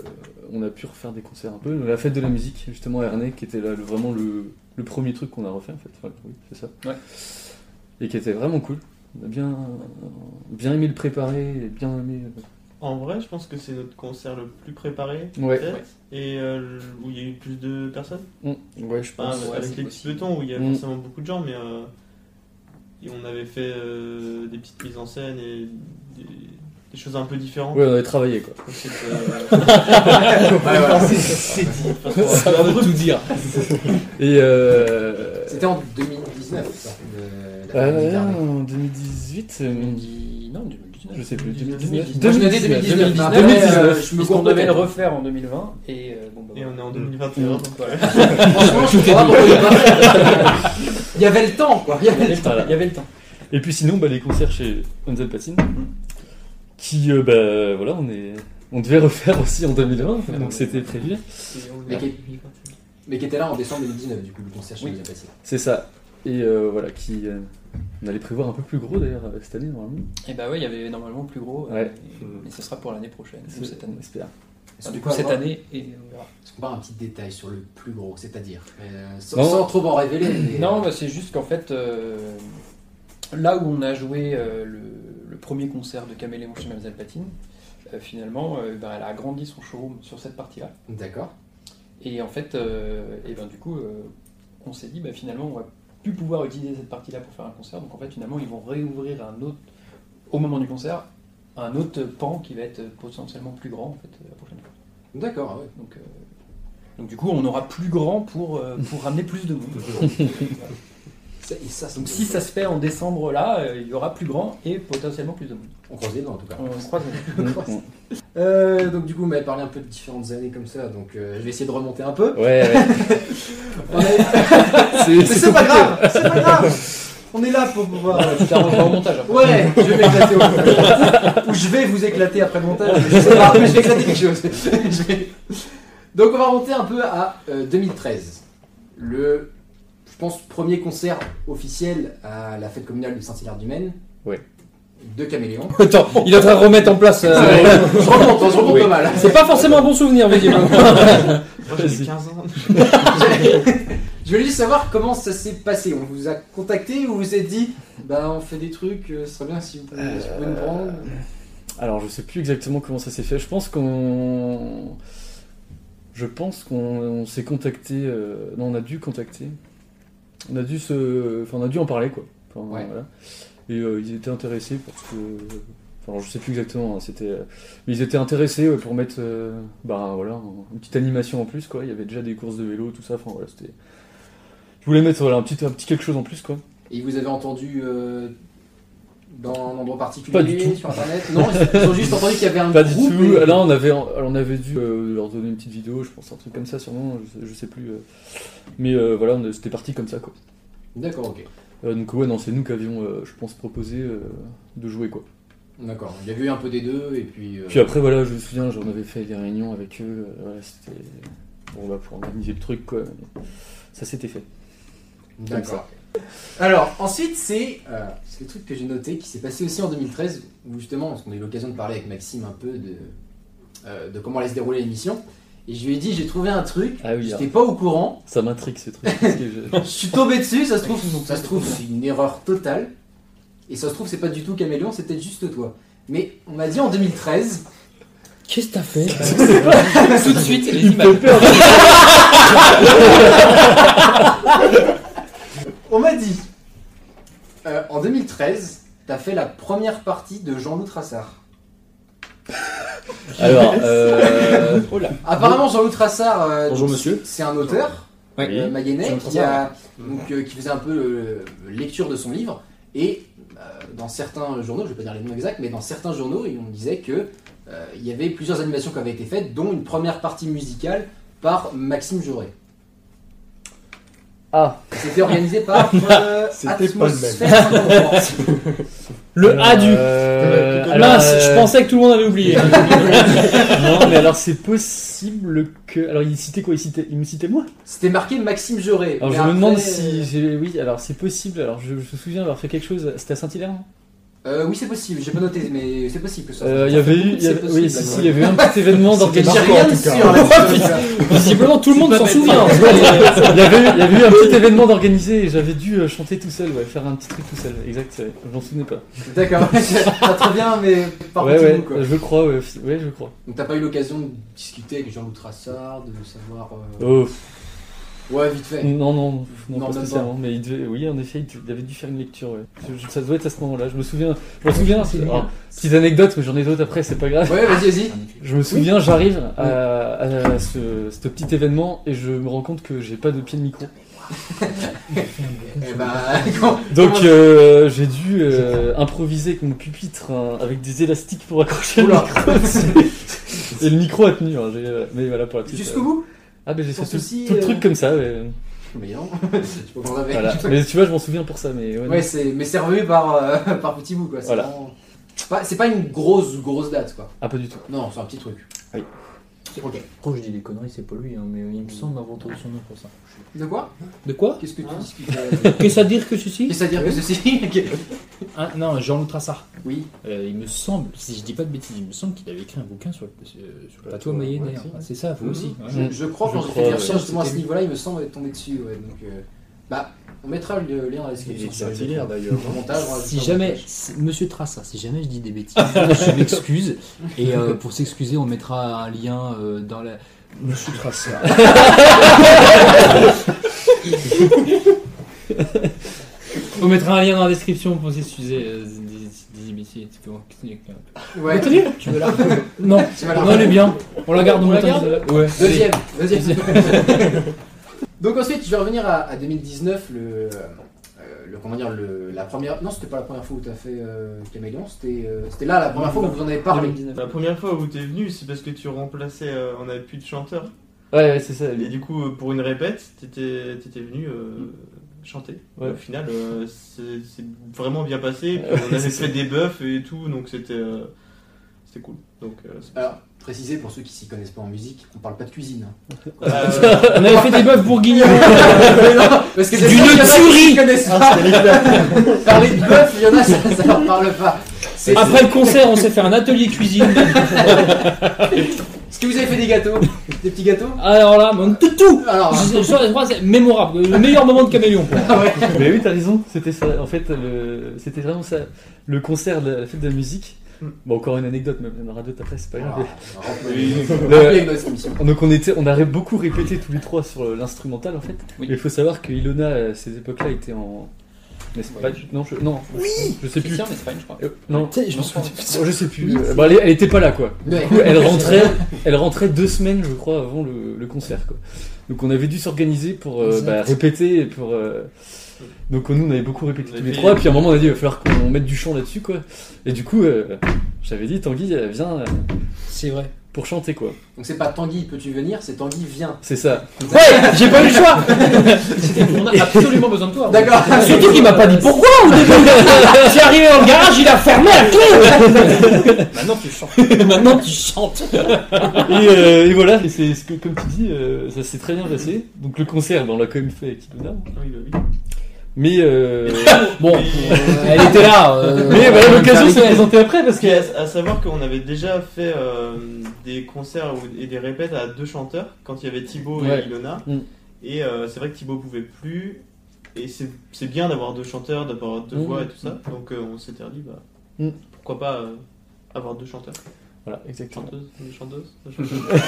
S6: on a pu refaire des concerts un peu. La fête de la musique, justement, à Ernay, qui était là, le- vraiment le, le premier truc qu'on a refait, en fait. Enfin, oui, c'est ça.
S2: Ouais.
S6: Et qui était vraiment cool. On a bien, bien aimé le préparer, et bien aimé. euh,
S5: En vrai, je pense que c'est notre concert le plus préparé.
S6: Ouais.
S5: peut-être, Et euh, le- où il y a eu plus de personnes.
S6: Mm. Ouais, je
S5: Enfin,
S6: pense.
S2: ouais,
S5: avec
S2: c'est
S5: les petits
S2: possible.
S5: petons où il y a
S6: Mm.
S5: forcément beaucoup de gens, mais euh, et on avait fait euh, des petites mises en scène et des, des choses un peu différentes.
S6: Ouais, on avait travaillé quoi.
S5: Donc, c'est, euh,
S1: C'est dit.
S5: parce qu'on-
S6: Ça veut tout dire. Et euh.
S1: C'était en 2019. ça, de- la
S6: Ah,
S1: fin de l'année dernière.
S6: en 2018 euh,
S2: Non, 2019.
S6: Je sais plus.
S2: 2019.
S6: 2019
S1: Moi, je l'ai dit 2019.
S6: 2019.
S1: Après, euh,
S6: 2019.
S1: je me
S2: qu'on
S1: gourde
S2: devait le
S1: peut-être.
S2: refaire en 2020 et euh, bon bah
S5: Et
S2: voilà.
S6: Mm.
S5: on est en 2021. donc voilà.
S1: Franchement, je comprends pas pourquoi il est pas fait. Il y avait le temps, quoi. Il y
S2: il y
S1: avait
S2: avait
S1: le
S2: le temps. Il y avait le temps.
S6: Et puis sinon, bah, les concerts chez Unzel Patine, qui, euh, bah, voilà, on est, on devait refaire aussi en 2020, donc c'était prévu.
S5: Et on
S1: Mais
S5: est-
S1: Mais qui était là en décembre 2019, du coup, le concert chez
S6: Oui.
S1: Mia Passy.
S2: Ah,
S6: C'est ça. Et euh, voilà, qui, euh, on allait prévoir un peu plus gros d'ailleurs euh, cette année normalement.
S2: Et bah ouais, il y avait normalement plus gros. euh,
S6: Ouais.
S2: Mais ce sera pour l'année prochaine, ou cette année.
S6: On espère.
S1: Est-ce
S2: Enfin,
S1: qu'on
S2: du
S1: peut
S2: coup, cette
S1: avoir-
S2: année et on verra.
S1: est-ce qu'on peut avoir un petit détail sur le plus gros, c'est-à-dire euh, sans,
S6: Non.
S1: sans trop en révéler. mais-
S2: Non, bah, c'est juste qu'en fait, euh, là où on a joué euh, le, le premier concert de Caméléon chez Mademoiselle Patine, euh, finalement, euh, bah, elle a agrandi son showroom sur cette partie-là.
S1: D'accord.
S2: Et en fait, euh, et ben, du coup, euh, on s'est dit, bah, finalement, on va plus pouvoir utiliser cette partie-là pour faire un concert. Donc en fait, finalement, ils vont réouvrir un autre, au moment du concert, un autre pan qui va être potentiellement plus grand en fait, euh, la prochaine fois.
S1: D'accord, ah ouais.
S2: Donc, euh, donc du coup, on aura plus grand pour, euh, pour ramener plus de monde. Voilà.
S1: Ça- et ça, c'est-
S2: Donc si ça se fait en décembre là, euh, il y aura plus grand et potentiellement plus de monde.
S1: On croise les doigts en tout cas.
S2: On se croise.
S6: ouais,
S1: Euh, donc du coup, on m'avait parlé un peu de différentes années comme ça, donc euh, je vais essayer de remonter un peu.
S6: ouais.
S1: On est-
S6: C'est-
S1: Mais
S6: c'est
S1: c'est pas
S6: compliqué.
S1: grave, c'est pas grave. On est là pour pouvoir. euh,
S2: Tu la referas au montage. hein. après.
S1: Ouais, je vais m'éclater au montage. Ou je vais vous éclater après le montage. Je sais pas, mais je vais éclater quelque chose. Je vais- Donc on va remonter un peu à euh, 2013. Le, je pense, premier concert officiel à la fête communale de Saint-Hilaire du Maine.
S6: Ouais.
S1: De Caméléon.
S4: Attends, il est en train de remettre en place.
S1: Je
S4: euh,
S1: remonte, hein, je remonte
S6: Oui.
S1: pas mal.
S4: C'est pas forcément un bon souvenir, visiblement.
S5: Moi j'avais
S6: Vas-y.
S5: 15 ans.
S1: Je voulais juste savoir comment ça s'est passé. On vous a contacté ou vous vous êtes dit, bah on fait des trucs, euh, ce serait bien si vous pouvez, si vous pouvez nous prendre.
S6: Alors je sais plus exactement comment ça s'est fait. Je pense qu'on, je pense qu'on on s'est contacté. euh, Non, on a dû contacter. On a dû se, enfin on a dû en parler quoi. Enfin,
S1: Ouais.
S6: voilà. Et euh, ils étaient intéressés parce que. Enfin, alors, je sais plus exactement. hein, c'était. euh, Mais ils étaient intéressés ouais, pour mettre, euh, bah voilà, un- une petite animation en plus quoi. Il y avait déjà des courses de vélo, tout ça. Enfin voilà, c'était. Je voulais mettre voilà, un petit, un petit quelque chose en plus quoi.
S1: Et vous avez entendu euh, dans un endroit particulier
S6: Pas du tout.
S1: sur internet Non, ils ils ont juste entendu qu'il y avait un
S6: Pas du
S1: groupe.
S6: tout.
S4: euh,
S1: et-
S6: Là, on avait, alors, on avait dû euh, leur donner une petite vidéo, je pense, un truc comme ça, sûrement, je sais, je sais plus. euh. Mais euh, voilà, on- c'était parti comme ça, quoi.
S1: D'accord, ok.
S6: Euh, donc, ouais, non, c'est nous qui avions, euh, je pense, proposé euh, de jouer, quoi.
S1: D'accord. Il y avait eu un peu des deux et puis. euh,
S6: Puis après, voilà, je me souviens, j'en avais fait des réunions avec eux. euh, voilà, c'était. Bon, là, pour organiser le truc, quoi. mais Ça s'était fait.
S1: D'accord. Alors, ensuite, c'est euh, c'est le truc que j'ai noté qui s'est passé aussi en 2013, où justement, on a eu l'occasion de parler avec Maxime un peu de, euh, de comment allait se dérouler l'émission. Et je lui ai dit, j'ai trouvé un truc,
S6: Ah oui,
S1: j'étais pas au courant.
S6: ça m'intrigue, ce truc. parce que je-
S1: Je suis tombé dessus, ça se trouve, ça se trouve, c'est une erreur totale. Et ça se trouve, c'est pas du tout Caméléon, c'est peut-être juste toi. Mais on m'a dit en 2013.
S4: Qu'est-ce que t'as fait
S1: Euh,
S2: Tout de suite les images.
S1: On m'a dit. euh, en 2013, t'as fait la première partie de Jean-Loup Trassard.
S6: Alors, euh,
S2: Oh là.
S1: Apparemment, Jean-Loup Trassard. euh,
S6: Bonjour,
S1: donc,
S6: monsieur.
S1: C'est un auteur,
S6: oui.
S1: euh, Mayennais,
S6: Jean-Loup
S1: qui, a, donc, euh, qui faisait un peu euh, lecture de son livre. Et euh, dans certains journaux, je vais pas dire les noms exacts, mais dans certains journaux, on disait que euh, il y avait plusieurs animations qui avaient été faites, dont une première partie musicale par Maxime Jauré.
S6: Ah,
S1: C'était organisé par euh,
S3: C'était pas le même.
S1: Atmosphère 53.
S4: Le A du.
S6: euh, alors,
S4: Mince, je
S6: euh,
S4: pensais que tout le monde avait oublié.
S6: non, mais alors c'est possible que. Alors il citait quoi il, citait... il me citait moi
S1: C'était marqué Maxime Jauré.
S6: Alors
S1: Mais
S6: je
S1: après,
S6: me demande
S1: euh,
S6: si. j'ai- Oui, alors c'est possible. Alors je, je me souviens avoir fait quelque chose. C'était à Saint-Hilaire non
S1: Euh, oui, c'est possible, j'ai pas noté, mais c'est possible que ça.
S6: Euh, Il y avait eu. il y avait- Oui, si, si, il y avait eu un petit événement
S1: J'ai
S6: d'organisation.
S1: rien de
S6: en tout
S1: sûr.
S6: cas.
S1: là, c'est ça.
S4: Visiblement, tout le monde
S2: pas
S4: s'en
S2: bête.
S4: souvient.
S6: Il y avait eu- il y avait eu un petit événement d'organiser et j'avais dû euh, chanter tout seul, ouais, faire un petit truc tout seul. Exact, c'est vrai. je m'en souvenais pas.
S1: D'accord, pas très bien, mais par
S6: ouais,
S1: contre,
S6: ouais,
S1: quoi.
S6: je crois, ouais, fi- ouais, je crois.
S1: Donc t'as pas eu l'occasion de discuter avec Jean-Loup Trassard, de savoir. euh,
S6: Oh,
S1: Ouais, vite fait.
S6: Non, non, non,
S1: Non,
S6: pas
S1: même
S6: spécialement. Mais il devait, oui, en effet, il devait- il avait dû faire une lecture. ouais. Je- je- ça doit être à ce moment-là. Je me souviens. Je me souviens.
S4: c'est lui,
S6: alors,
S4: là.
S6: petite anecdote, mais j'en ai d'autres après. C'est pas grave.
S1: Ouais, vas-y, vas-y.
S6: Je me souviens, j'arrive à, à ce, ce petit événement et je me rends compte que j'ai pas de pied de micro.
S1: Eh bah, quand-
S6: Donc euh, j'ai dû euh, improviser avec mon pupitre hein, avec des élastiques pour accrocher le
S1: Oula.
S6: micro. et le micro a tenu. hein, j'ai- euh, mais voilà pour la petite.
S1: jusqu'au
S6: euh,
S1: bout
S6: Ah mais j'ai fait
S1: Sans
S6: tout,
S1: souci,
S6: tout le
S1: euh,
S6: truc comme ça. ouais.
S1: Mais non, je sais pas comment on avait.
S6: Voilà. mais tu vois, je m'en souviens pour ça. Mais ouais, non.
S1: Ouais, c'est, mais c'est revenu par, euh, par petits bouts, quoi. C'est,
S6: Voilà.
S1: vraiment- c'est pas, c'est pas une grosse, grosse date, quoi.
S6: ah pas du tout.
S1: Non, c'est un petit truc.
S6: Oui.
S1: Ok.
S8: Pourquoi je dis des conneries, c'est pas lui, hein, mais il me semble avoir entendu son nom pour ça.
S1: De quoi
S4: De quoi
S1: Qu'est-ce que tu
S5: Hein
S1: discutes euh,
S4: Qu'est-ce à dire que ceci
S1: Qu'est-ce à dire que ceci Ok.
S8: Ah non, Jean-Luc Trassard.
S1: Oui.
S8: Euh, il me semble, si je dis pas de bêtises, il me semble qu'il avait écrit un bouquin sur le, euh, sur le
S4: Pas toi, Maillé,
S8: Ouais,
S4: d'ailleurs.
S8: c'est- C'est ça,
S4: Mhm.
S8: vous aussi.
S1: Je,
S6: Mm.
S1: je crois,
S6: Je
S1: quand j'ai
S6: crois,
S1: fait des
S6: ouais.
S1: recherches, justement, à ce
S4: C'était-
S1: niveau-là, il me semble être tombé dessus, ouais. Donc, euh, bah, on mettra le lien dans la description. sur le-
S8: d'ailleurs.
S1: au montage, on va
S8: Si
S1: faire
S8: jamais,
S1: montage.
S8: si- Monsieur Trassard, si jamais je dis des bêtises, je m'excuse. Et euh, pour s'excuser, on mettra un lien euh, dans la. Monsieur Trassard.
S4: On mettra un lien dans la description pour s'excuser euh, des des imbéciles. Tu peux en continuer avec, euh.
S1: Ouais.
S4: Tu veux la Non, non,
S1: Tu vas la
S4: elle est bien. On la garde,
S1: On
S4: on
S1: la
S4: la garde. Ouais.
S1: Deuxième, deuxième. Donc ensuite, je vais revenir à, à 2019, le, euh, le- comment dire, le, la première. Non, c'était pas la première fois où tu as fait euh, Caméléon, c'était euh, c'était là la première fois où vous en avez parlé.
S4: 2019.
S5: La première fois où t'es venu, c'est parce que tu remplaçais, euh, on avait plus de chanteur.
S6: Ouais, ouais, c'est ça.
S5: Et du coup, euh, pour une répète, t'étais t'étais venu euh, chanter.
S6: Ouais.
S5: Au final, euh, c'est c'est vraiment bien passé. puis
S6: Ouais,
S5: on avait
S6: c'est
S5: fait
S6: ça.
S5: des buffs et tout, donc c'était euh, c'était cool. Donc, euh, c'est-
S1: Alors, préciser pour ceux qui s'y connaissent pas en musique, on parle pas de cuisine. hein.
S5: Euh,
S4: On avait fait des bœufs bourguignons.
S1: Mais non, parce que c'est
S4: D'une
S1: sûr qu'il y en a qui
S4: tuerie.
S1: s'y connaissent
S3: Ah,
S1: pas. Parler de bœuf, il y en a, ça, ça leur parle pas. C'est-
S4: Après le concert, on s'est fait un atelier cuisine.
S1: Est-ce que vous avez fait des gâteaux Des petits gâteaux
S4: Alors là, mon toutou
S1: Alors, euh,
S4: Je- je- je- c'est mémorable, le meilleur moment de Caméléon pour moi.
S6: Mais oui, t'as raison, c'était ça. En fait, le- c'était vraiment ça. Le concert, la, la fête de la musique.
S5: Mm.
S6: Bon, encore une anecdote, mais il y en aura d'autres après, c'est pas
S1: Ah.
S6: grave.
S1: oui,
S6: Le-
S1: notre émission.
S6: donc, on, était, on a ré- beaucoup répété tous les trois sur euh, l'instrumental en fait.
S8: Oui.
S6: Mais il faut savoir que Ilona, à ces époques-là, était en. N'est-ce pas du- Non, je, non, je sais plus.
S2: en Espagne, je crois.
S6: Euh, Non,
S8: Putain, je me souviens
S6: Oh, je sais plus. Euh, bon, elle, elle était pas là quoi.
S1: Ouais.
S6: Du coup, elle rentrait, elle rentrait deux semaines, je crois, avant le, le concert. Quoi. Donc, on avait dû s'organiser pour euh,
S8: Exact.
S6: bah, répéter. et Pour, euh, Donc, nous, on avait beaucoup répété
S5: On
S6: tous
S5: avait
S6: les
S5: fait-
S6: trois. Puis, à un moment, on a dit, il va falloir qu'on mette du chant là-dessus. quoi. Et du coup, euh, j'avais dit, Tanguy, euh, viens euh,
S4: C'est vrai.
S6: pour chanter. quoi.
S1: Donc c'est pas Tanguy, peux-tu venir C'est Tanguy, viens.
S6: C'est ça.
S4: Ouais, j'ai pas eu le choix Ah,
S2: On a absolument besoin de toi.
S1: D'accord.
S4: Surtout qu'il m'a pas dit pourquoi au début J'ai arrivé dans le garage, il a fermé la clé
S2: Maintenant, tu chantes.
S4: Maintenant tu chantes
S6: Et, euh, et voilà, et c'est ce que, comme tu dis, euh, ça s'est très bien passé. Donc, le concert, ben, on l'a quand même fait avec Ilona.
S5: oui, bah oui.
S6: Mais, euh,
S4: Bon,
S5: Et-
S4: elle était là. euh,
S6: mais voilà,
S4: elle me
S6: l'occasion s'est
S4: parlait.
S6: présentée après parce
S5: Parce qu'il
S6: que.
S5: y a- à savoir qu'on avait déjà fait euh, des concerts ou- et des répètes à deux chanteurs quand il y avait Thibaut
S6: Ouais.
S5: et Ilona.
S6: Mm.
S5: Et euh, c'est vrai que Thibaut pouvait plus. Et c'est c'est bien d'avoir deux chanteurs, d'avoir deux
S6: Mm.
S5: voix et tout ça. Donc euh, on s'était dit, bah,
S6: Mm.
S5: pourquoi pas euh, avoir deux chanteurs
S6: Voilà, exactement.
S5: Chanteuses Deux chanteuses, deux chanteuses.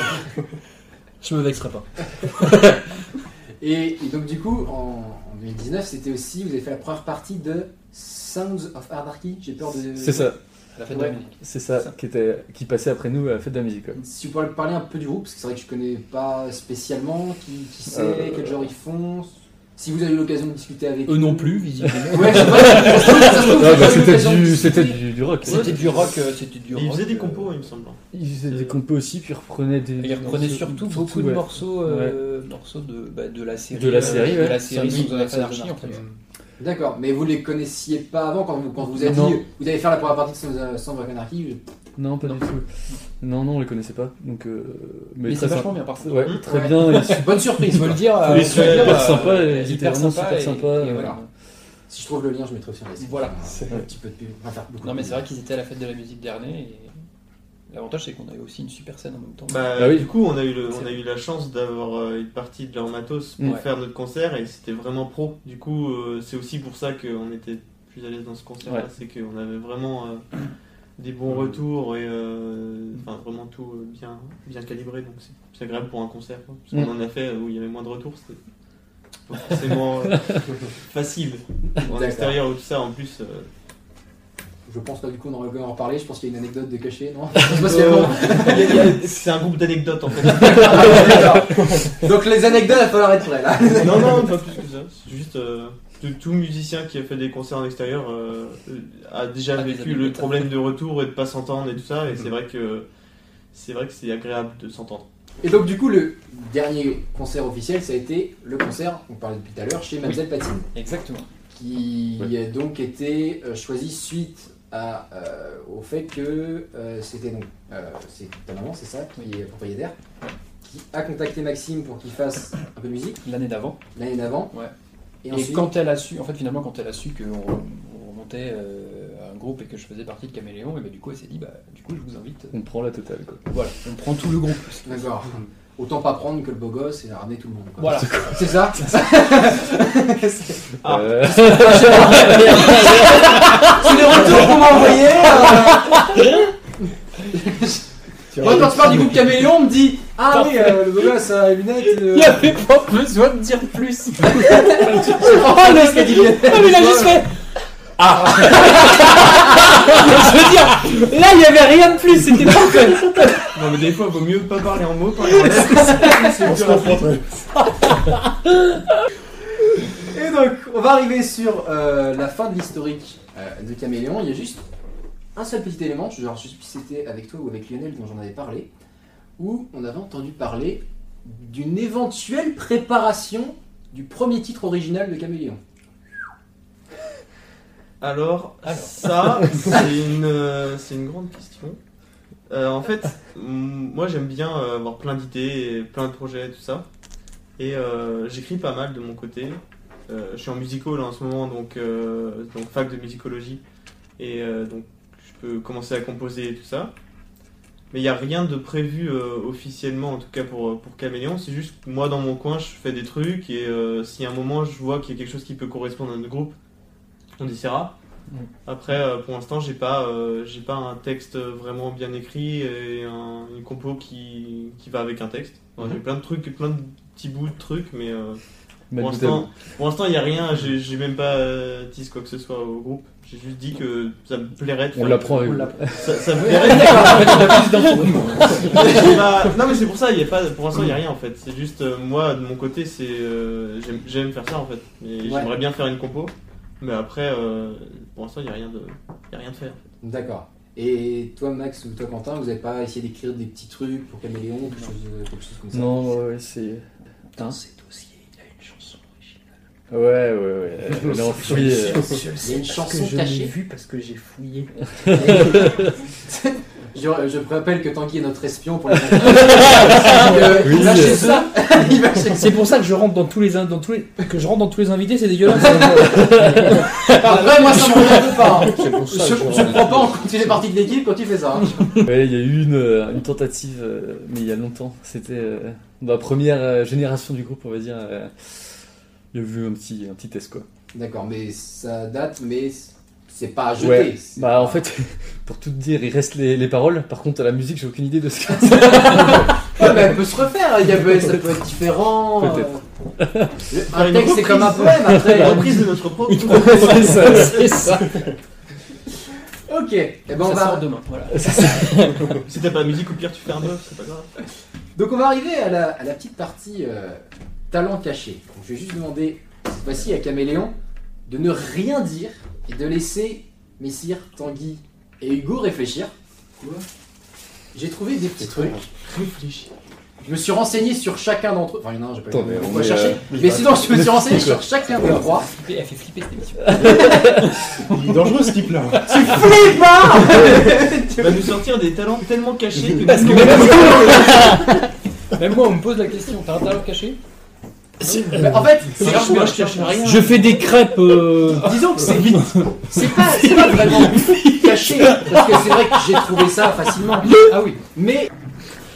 S4: Je me vexerai pas.
S1: Et, et donc du coup, en, en 2019, c'était aussi, vous avez fait la première partie de Sounds of Anarchy. J'ai peur de.
S6: C'est ça.
S2: La fête
S1: Ouais.
S2: de la musique.
S6: C'est ça, Qui, était, qui passait après nous à la fête de la musique. ouais.
S1: Si vous pouvez parler un peu du groupe, parce que c'est vrai que je connais pas spécialement qui, qui c'est,
S6: Euh,
S1: quel genre ils font. Si vous avez eu l'occasion de discuter avec
S4: Eux non plus, visiblement.
S1: Ouais, je sais pas, ça se trouve- ça se trouve, vous
S6: Ah,
S1: avez
S6: bah,
S1: eu
S6: c'était
S1: l'occasion de
S6: du,
S1: discuter.
S6: c'était du, du rock.
S2: C'était du rock, euh, c'était du
S5: Et
S2: rock.
S5: il faisait des
S2: euh,
S5: compos, il me semble. hein.
S6: Ils faisaient des compos aussi, puis ils reprenaient des.
S2: Il reprenait
S6: des-
S2: surtout
S6: des-
S2: beaucoup de
S6: ouais.
S2: morceaux, euh, morceaux de, bah, de la série.
S6: De la série,
S2: de
S6: ouais.
S2: la série
S6: Oui,
S2: Sons of Anarchy, en fait.
S1: D'accord, mais vous les connaissiez pas avant quand vous, quand vous avez
S6: Non.
S1: dit vous allez faire la première partie de Sounds of- Sounds of Anarchy. je-
S6: Non, pas du tout. Non, non, on les connaissait pas. Donc, euh,
S2: Mais c'est
S6: très
S2: vachement
S6: sympa.
S2: bien, par contre.
S6: Ouais,
S5: Hum,
S6: très
S1: ouais.
S6: bien. Ils, sont-
S1: Bonne surprise.
S2: Je veux
S1: quoi.
S2: le dire.
S6: ils
S2: euh,
S6: sont
S2: on peut le
S6: hyper
S2: dire,
S6: sympas,
S2: euh,
S6: ils étaient vraiment super
S2: et-
S6: sympas.
S2: et
S6: euh,
S2: voilà.
S1: Si je trouve le lien, je mettrai aussi sur la description.
S2: Voilà.
S1: Un petit peu de pub, on va faire beaucoup
S2: Non,
S1: de
S2: mais
S1: pub.
S2: c'est vrai qu'ils étaient à la fête de la musique dernier. Et l'avantage, c'est qu'on avait aussi une super scène en même temps.
S5: Bah,
S6: Ah oui.
S5: Du coup, on a eu, le-
S2: C'est
S5: on a eu la chance d'avoir euh, une partie de leur matos pour
S6: Mm.
S5: faire notre concert et c'était vraiment pro. Du coup, euh, c'est aussi pour ça qu'on était plus à l'aise dans ce concert
S6: Ouais.
S5: c'est qu'on avait vraiment euh, des bons retours et euh, enfin, vraiment Mm. tout euh, bien, bien calibré. Donc c'est c'est agréable pour un concert. quoi. Parce qu'on en a fait où il y avait moins de retours, c'était pas forcément euh, facile en
S1: D'accord.
S5: extérieur ou tout ça. En plus, euh,
S1: Je pense là du coup on aurait pu en reparler, je pense qu'il y a une anecdote de cachet, non
S5: euh, il y a- il y a- c'est un groupe d'anecdotes en fait.
S1: Donc les anecdotes, il va falloir être prêt là.
S5: non, non, pas plus que ça. C'est juste euh, tout, tout musicien qui a fait des concerts en extérieur euh, euh, a déjà
S2: Ah, des
S5: vécu le
S2: anecdotes.
S5: problème de retour et de pas s'entendre et tout ça. Et c'est vrai que c'est vrai que c'est agréable de s'entendre.
S1: Et donc du coup le dernier concert officiel, ça a été le concert, on parlait depuis tout à l'heure, chez Mademoiselle Patine,
S2: Exactement.
S1: qui a donc été euh, choisi suite à, euh, au fait que euh, c'était donc euh, c'est ta maman, c'est ça, qui est propriétaire, qui a contacté Maxime pour qu'il fasse un peu de musique
S2: L'année d'avant.
S1: l'année d'avant.
S2: Ouais.
S1: Et,
S2: Et,
S1: ensuite,
S2: quand elle a su, en fait, finalement, quand elle a su qu'on on remontait euh, à un groupe et que je faisais partie de Caméléon, et ben, du coup, elle s'est dit, bah, du coup, je vous invite.
S6: On prend la totale quoi.
S2: Voilà, on prend tout le groupe.
S1: d'accord. Autant pas prendre que le beau gosse et ramener tout le monde. quoi.
S2: Voilà.
S1: C'est ça
S5: Ah.
S6: Euh,
S1: Tous les retours qu'on m'a envoyés euh, Moi, quand tu parles du groupe Caméléon, on me dit Ah oui, euh, le beau gosse à lunettes. euh,
S4: avait pas besoin de dire plus. oh,
S1: le-
S4: le Non, mais il a juste fait. Ah Je veux dire, là il y avait rien de plus, c'était parfait.
S5: Non, mais des fois, vaut mieux pas parler en mots. Parler en lettres.
S3: On se confronte.
S1: Et donc, on va arriver sur euh, la fin de l'historique euh, de Caméléon. Il y a juste un seul petit élément, je ne sais plus si c'était avec toi ou avec Lionel dont j'en avais parlé, où on avait entendu parler d'une éventuelle préparation du premier titre original de Caméléon.
S5: Alors, ça, c'est une, euh, c'est une grande question. Euh, en fait, m- moi j'aime bien euh, avoir plein d'idées, et plein de projets, et tout ça. Et euh, j'écris pas mal de mon côté. Euh, je suis en musico là en ce moment, donc, euh, donc fac de musicologie. Et euh, donc je peux commencer à composer et tout ça. Mais il n'y a rien de prévu euh, officiellement, en tout cas pour, pour Caméléon. C'est juste que moi dans mon coin, je fais des trucs et euh, si à un moment je vois qu'il y a quelque chose qui peut correspondre à notre groupe, on essaiera. Après, euh, pour l'instant, j'ai pas, euh, j'ai pas un texte vraiment bien écrit et un- une compo qui, qui va avec un texte.
S6: Mhm.
S5: Enfin, J'ai plein de trucs, plein de petits bouts de trucs, mais euh,
S6: Matt
S5: pour
S6: Boutel.
S5: l'instant, pour l'instant, il n'y a rien. J'ai j'ai même pas euh, tease quoi que ce soit au groupe. J'ai juste dit que ça me plairait de
S6: on
S5: faire.
S6: l'apprend avec
S2: On
S6: vous.
S2: l'apprend.
S5: Ça, ça me plairait de J'ai pas- Non mais c'est pour ça, il y a pas, pour l'instant il n'y a rien en fait. C'est juste euh, moi de mon côté, c'est euh, j'aime- j'aime faire ça en fait. Et
S1: Ouais.
S5: J'aimerais bien faire une compo, mais après euh, pour l'instant il n'y a rien de, il y a rien de faire.
S1: D'accord. Et toi, Max ou toi, Quentin, vous n'avez pas essayé d'écrire des petits trucs pour Caméléon, quelque chose, euh, quelque chose comme ça
S6: Non, ouais, c'est.
S4: Dans ces dossiers, il y a une chanson originale.
S6: Ouais, ouais, ouais. Elle est enfouie. euh.
S1: Il y a une chanson
S4: que je l'ai
S1: cachée.
S4: vue parce que j'ai fouillé.
S1: je, je rappelle que Tanguy est notre espion pour la Euh, Il va chez ça Il va chez
S4: C'est pour ça que je rentre dans tous les, in- dans tous les, que je rentre dans tous les invités, c'est dégueulasse.
S1: Après, moi, ça me regarde pas. hein.
S3: C'est pour
S1: Je,
S3: ça que
S1: je prends pas en compte les parties de l'équipe quand tu fais ça. hein.
S6: Ouais, il y a eu une, euh, une tentative, euh, mais il y a longtemps. C'était euh, dans la première euh, génération du groupe, on va dire. euh, Il y a eu un petit, un petit test, quoi.
S1: D'accord, mais ça date, mais c'est pas à jeter.
S6: Ouais.
S1: C'est-
S6: Bah, en fait, pour tout te dire, il reste les, les paroles. Par contre, à la musique, j'ai aucune idée de ce que
S1: Ouais, mais elle peut se refaire, il y a peut- ça peut être différent. euh,
S6: Peut-être.
S1: le-
S5: Faire
S1: Un
S5: une
S1: texte, c'est
S5: reprise. Bah,
S1: comme un poème après.
S5: La reprise de notre propre.
S6: c'est. ça.
S4: c'est ça.
S1: Ok, et ben on
S2: ça
S1: va
S2: sort demain. Voilà.
S5: si t'as pas de musique, au pire tu fais un bœuf, c'est pas grave.
S1: Donc on va arriver à la, à la petite partie euh, talent caché. Donc, je vais juste demander cette fois-ci à Caméléon de ne rien dire et de laisser Messire, Tanguy et Hugo réfléchir. J'ai trouvé des petits trucs. Je me suis renseigné sur chacun d'entre eux. Enfin, il y en a un, j'ai pas
S6: Attends,
S1: eu le
S6: mais
S1: temps
S6: on
S1: de le
S6: est,
S1: chercher.
S6: euh,
S1: Mais sinon, je me suis renseigné sur
S6: D'accord.
S1: chacun des trois.
S2: Elle fait flipper cette émission.
S3: Il est dangereux ce type là.
S1: Tu flippes, hein
S5: Tu vas nous sortir des talents tellement cachés que.
S2: Parce que même- Même moi, on me pose la question. T'as un talent caché
S5: euh,
S1: Mais En fait, c'est
S5: Alors que
S1: moi,
S5: moi hein, je cherche rien.
S4: Je fais des crêpes. euh,
S1: Disons que c'est C'est pas, c'est pas vraiment caché, parce que c'est vrai que j'ai trouvé ça facilement. Ah oui. Mais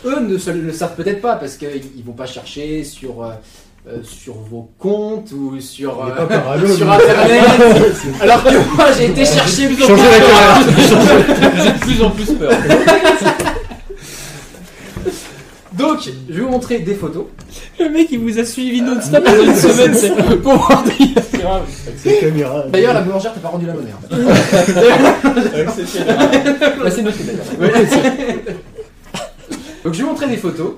S1: eux ne se- le savent peut-être pas, parce qu'ils vont pas chercher sur, euh, euh, sur vos comptes ou sur,
S3: Il est
S1: euh,
S3: pas parano. lui.
S1: sur Internet. Alors que moi, j'ai été chercher plus en plus.
S2: J'ai de plus en plus peur.
S1: Donc, Donc, je vais vous montrer des photos.
S6: Le mec, il vous a suivi non-stop
S2: Euh,
S6: pendant une semaine. c'est- Pour voir des-
S3: Avec ses caméras.
S1: D'ailleurs, la boulangère t'a pas rendu la monnaie. hein.
S5: Avec ses caméras.
S2: Là, c'est notre idée.
S1: Donc, je vais vous montrer des photos.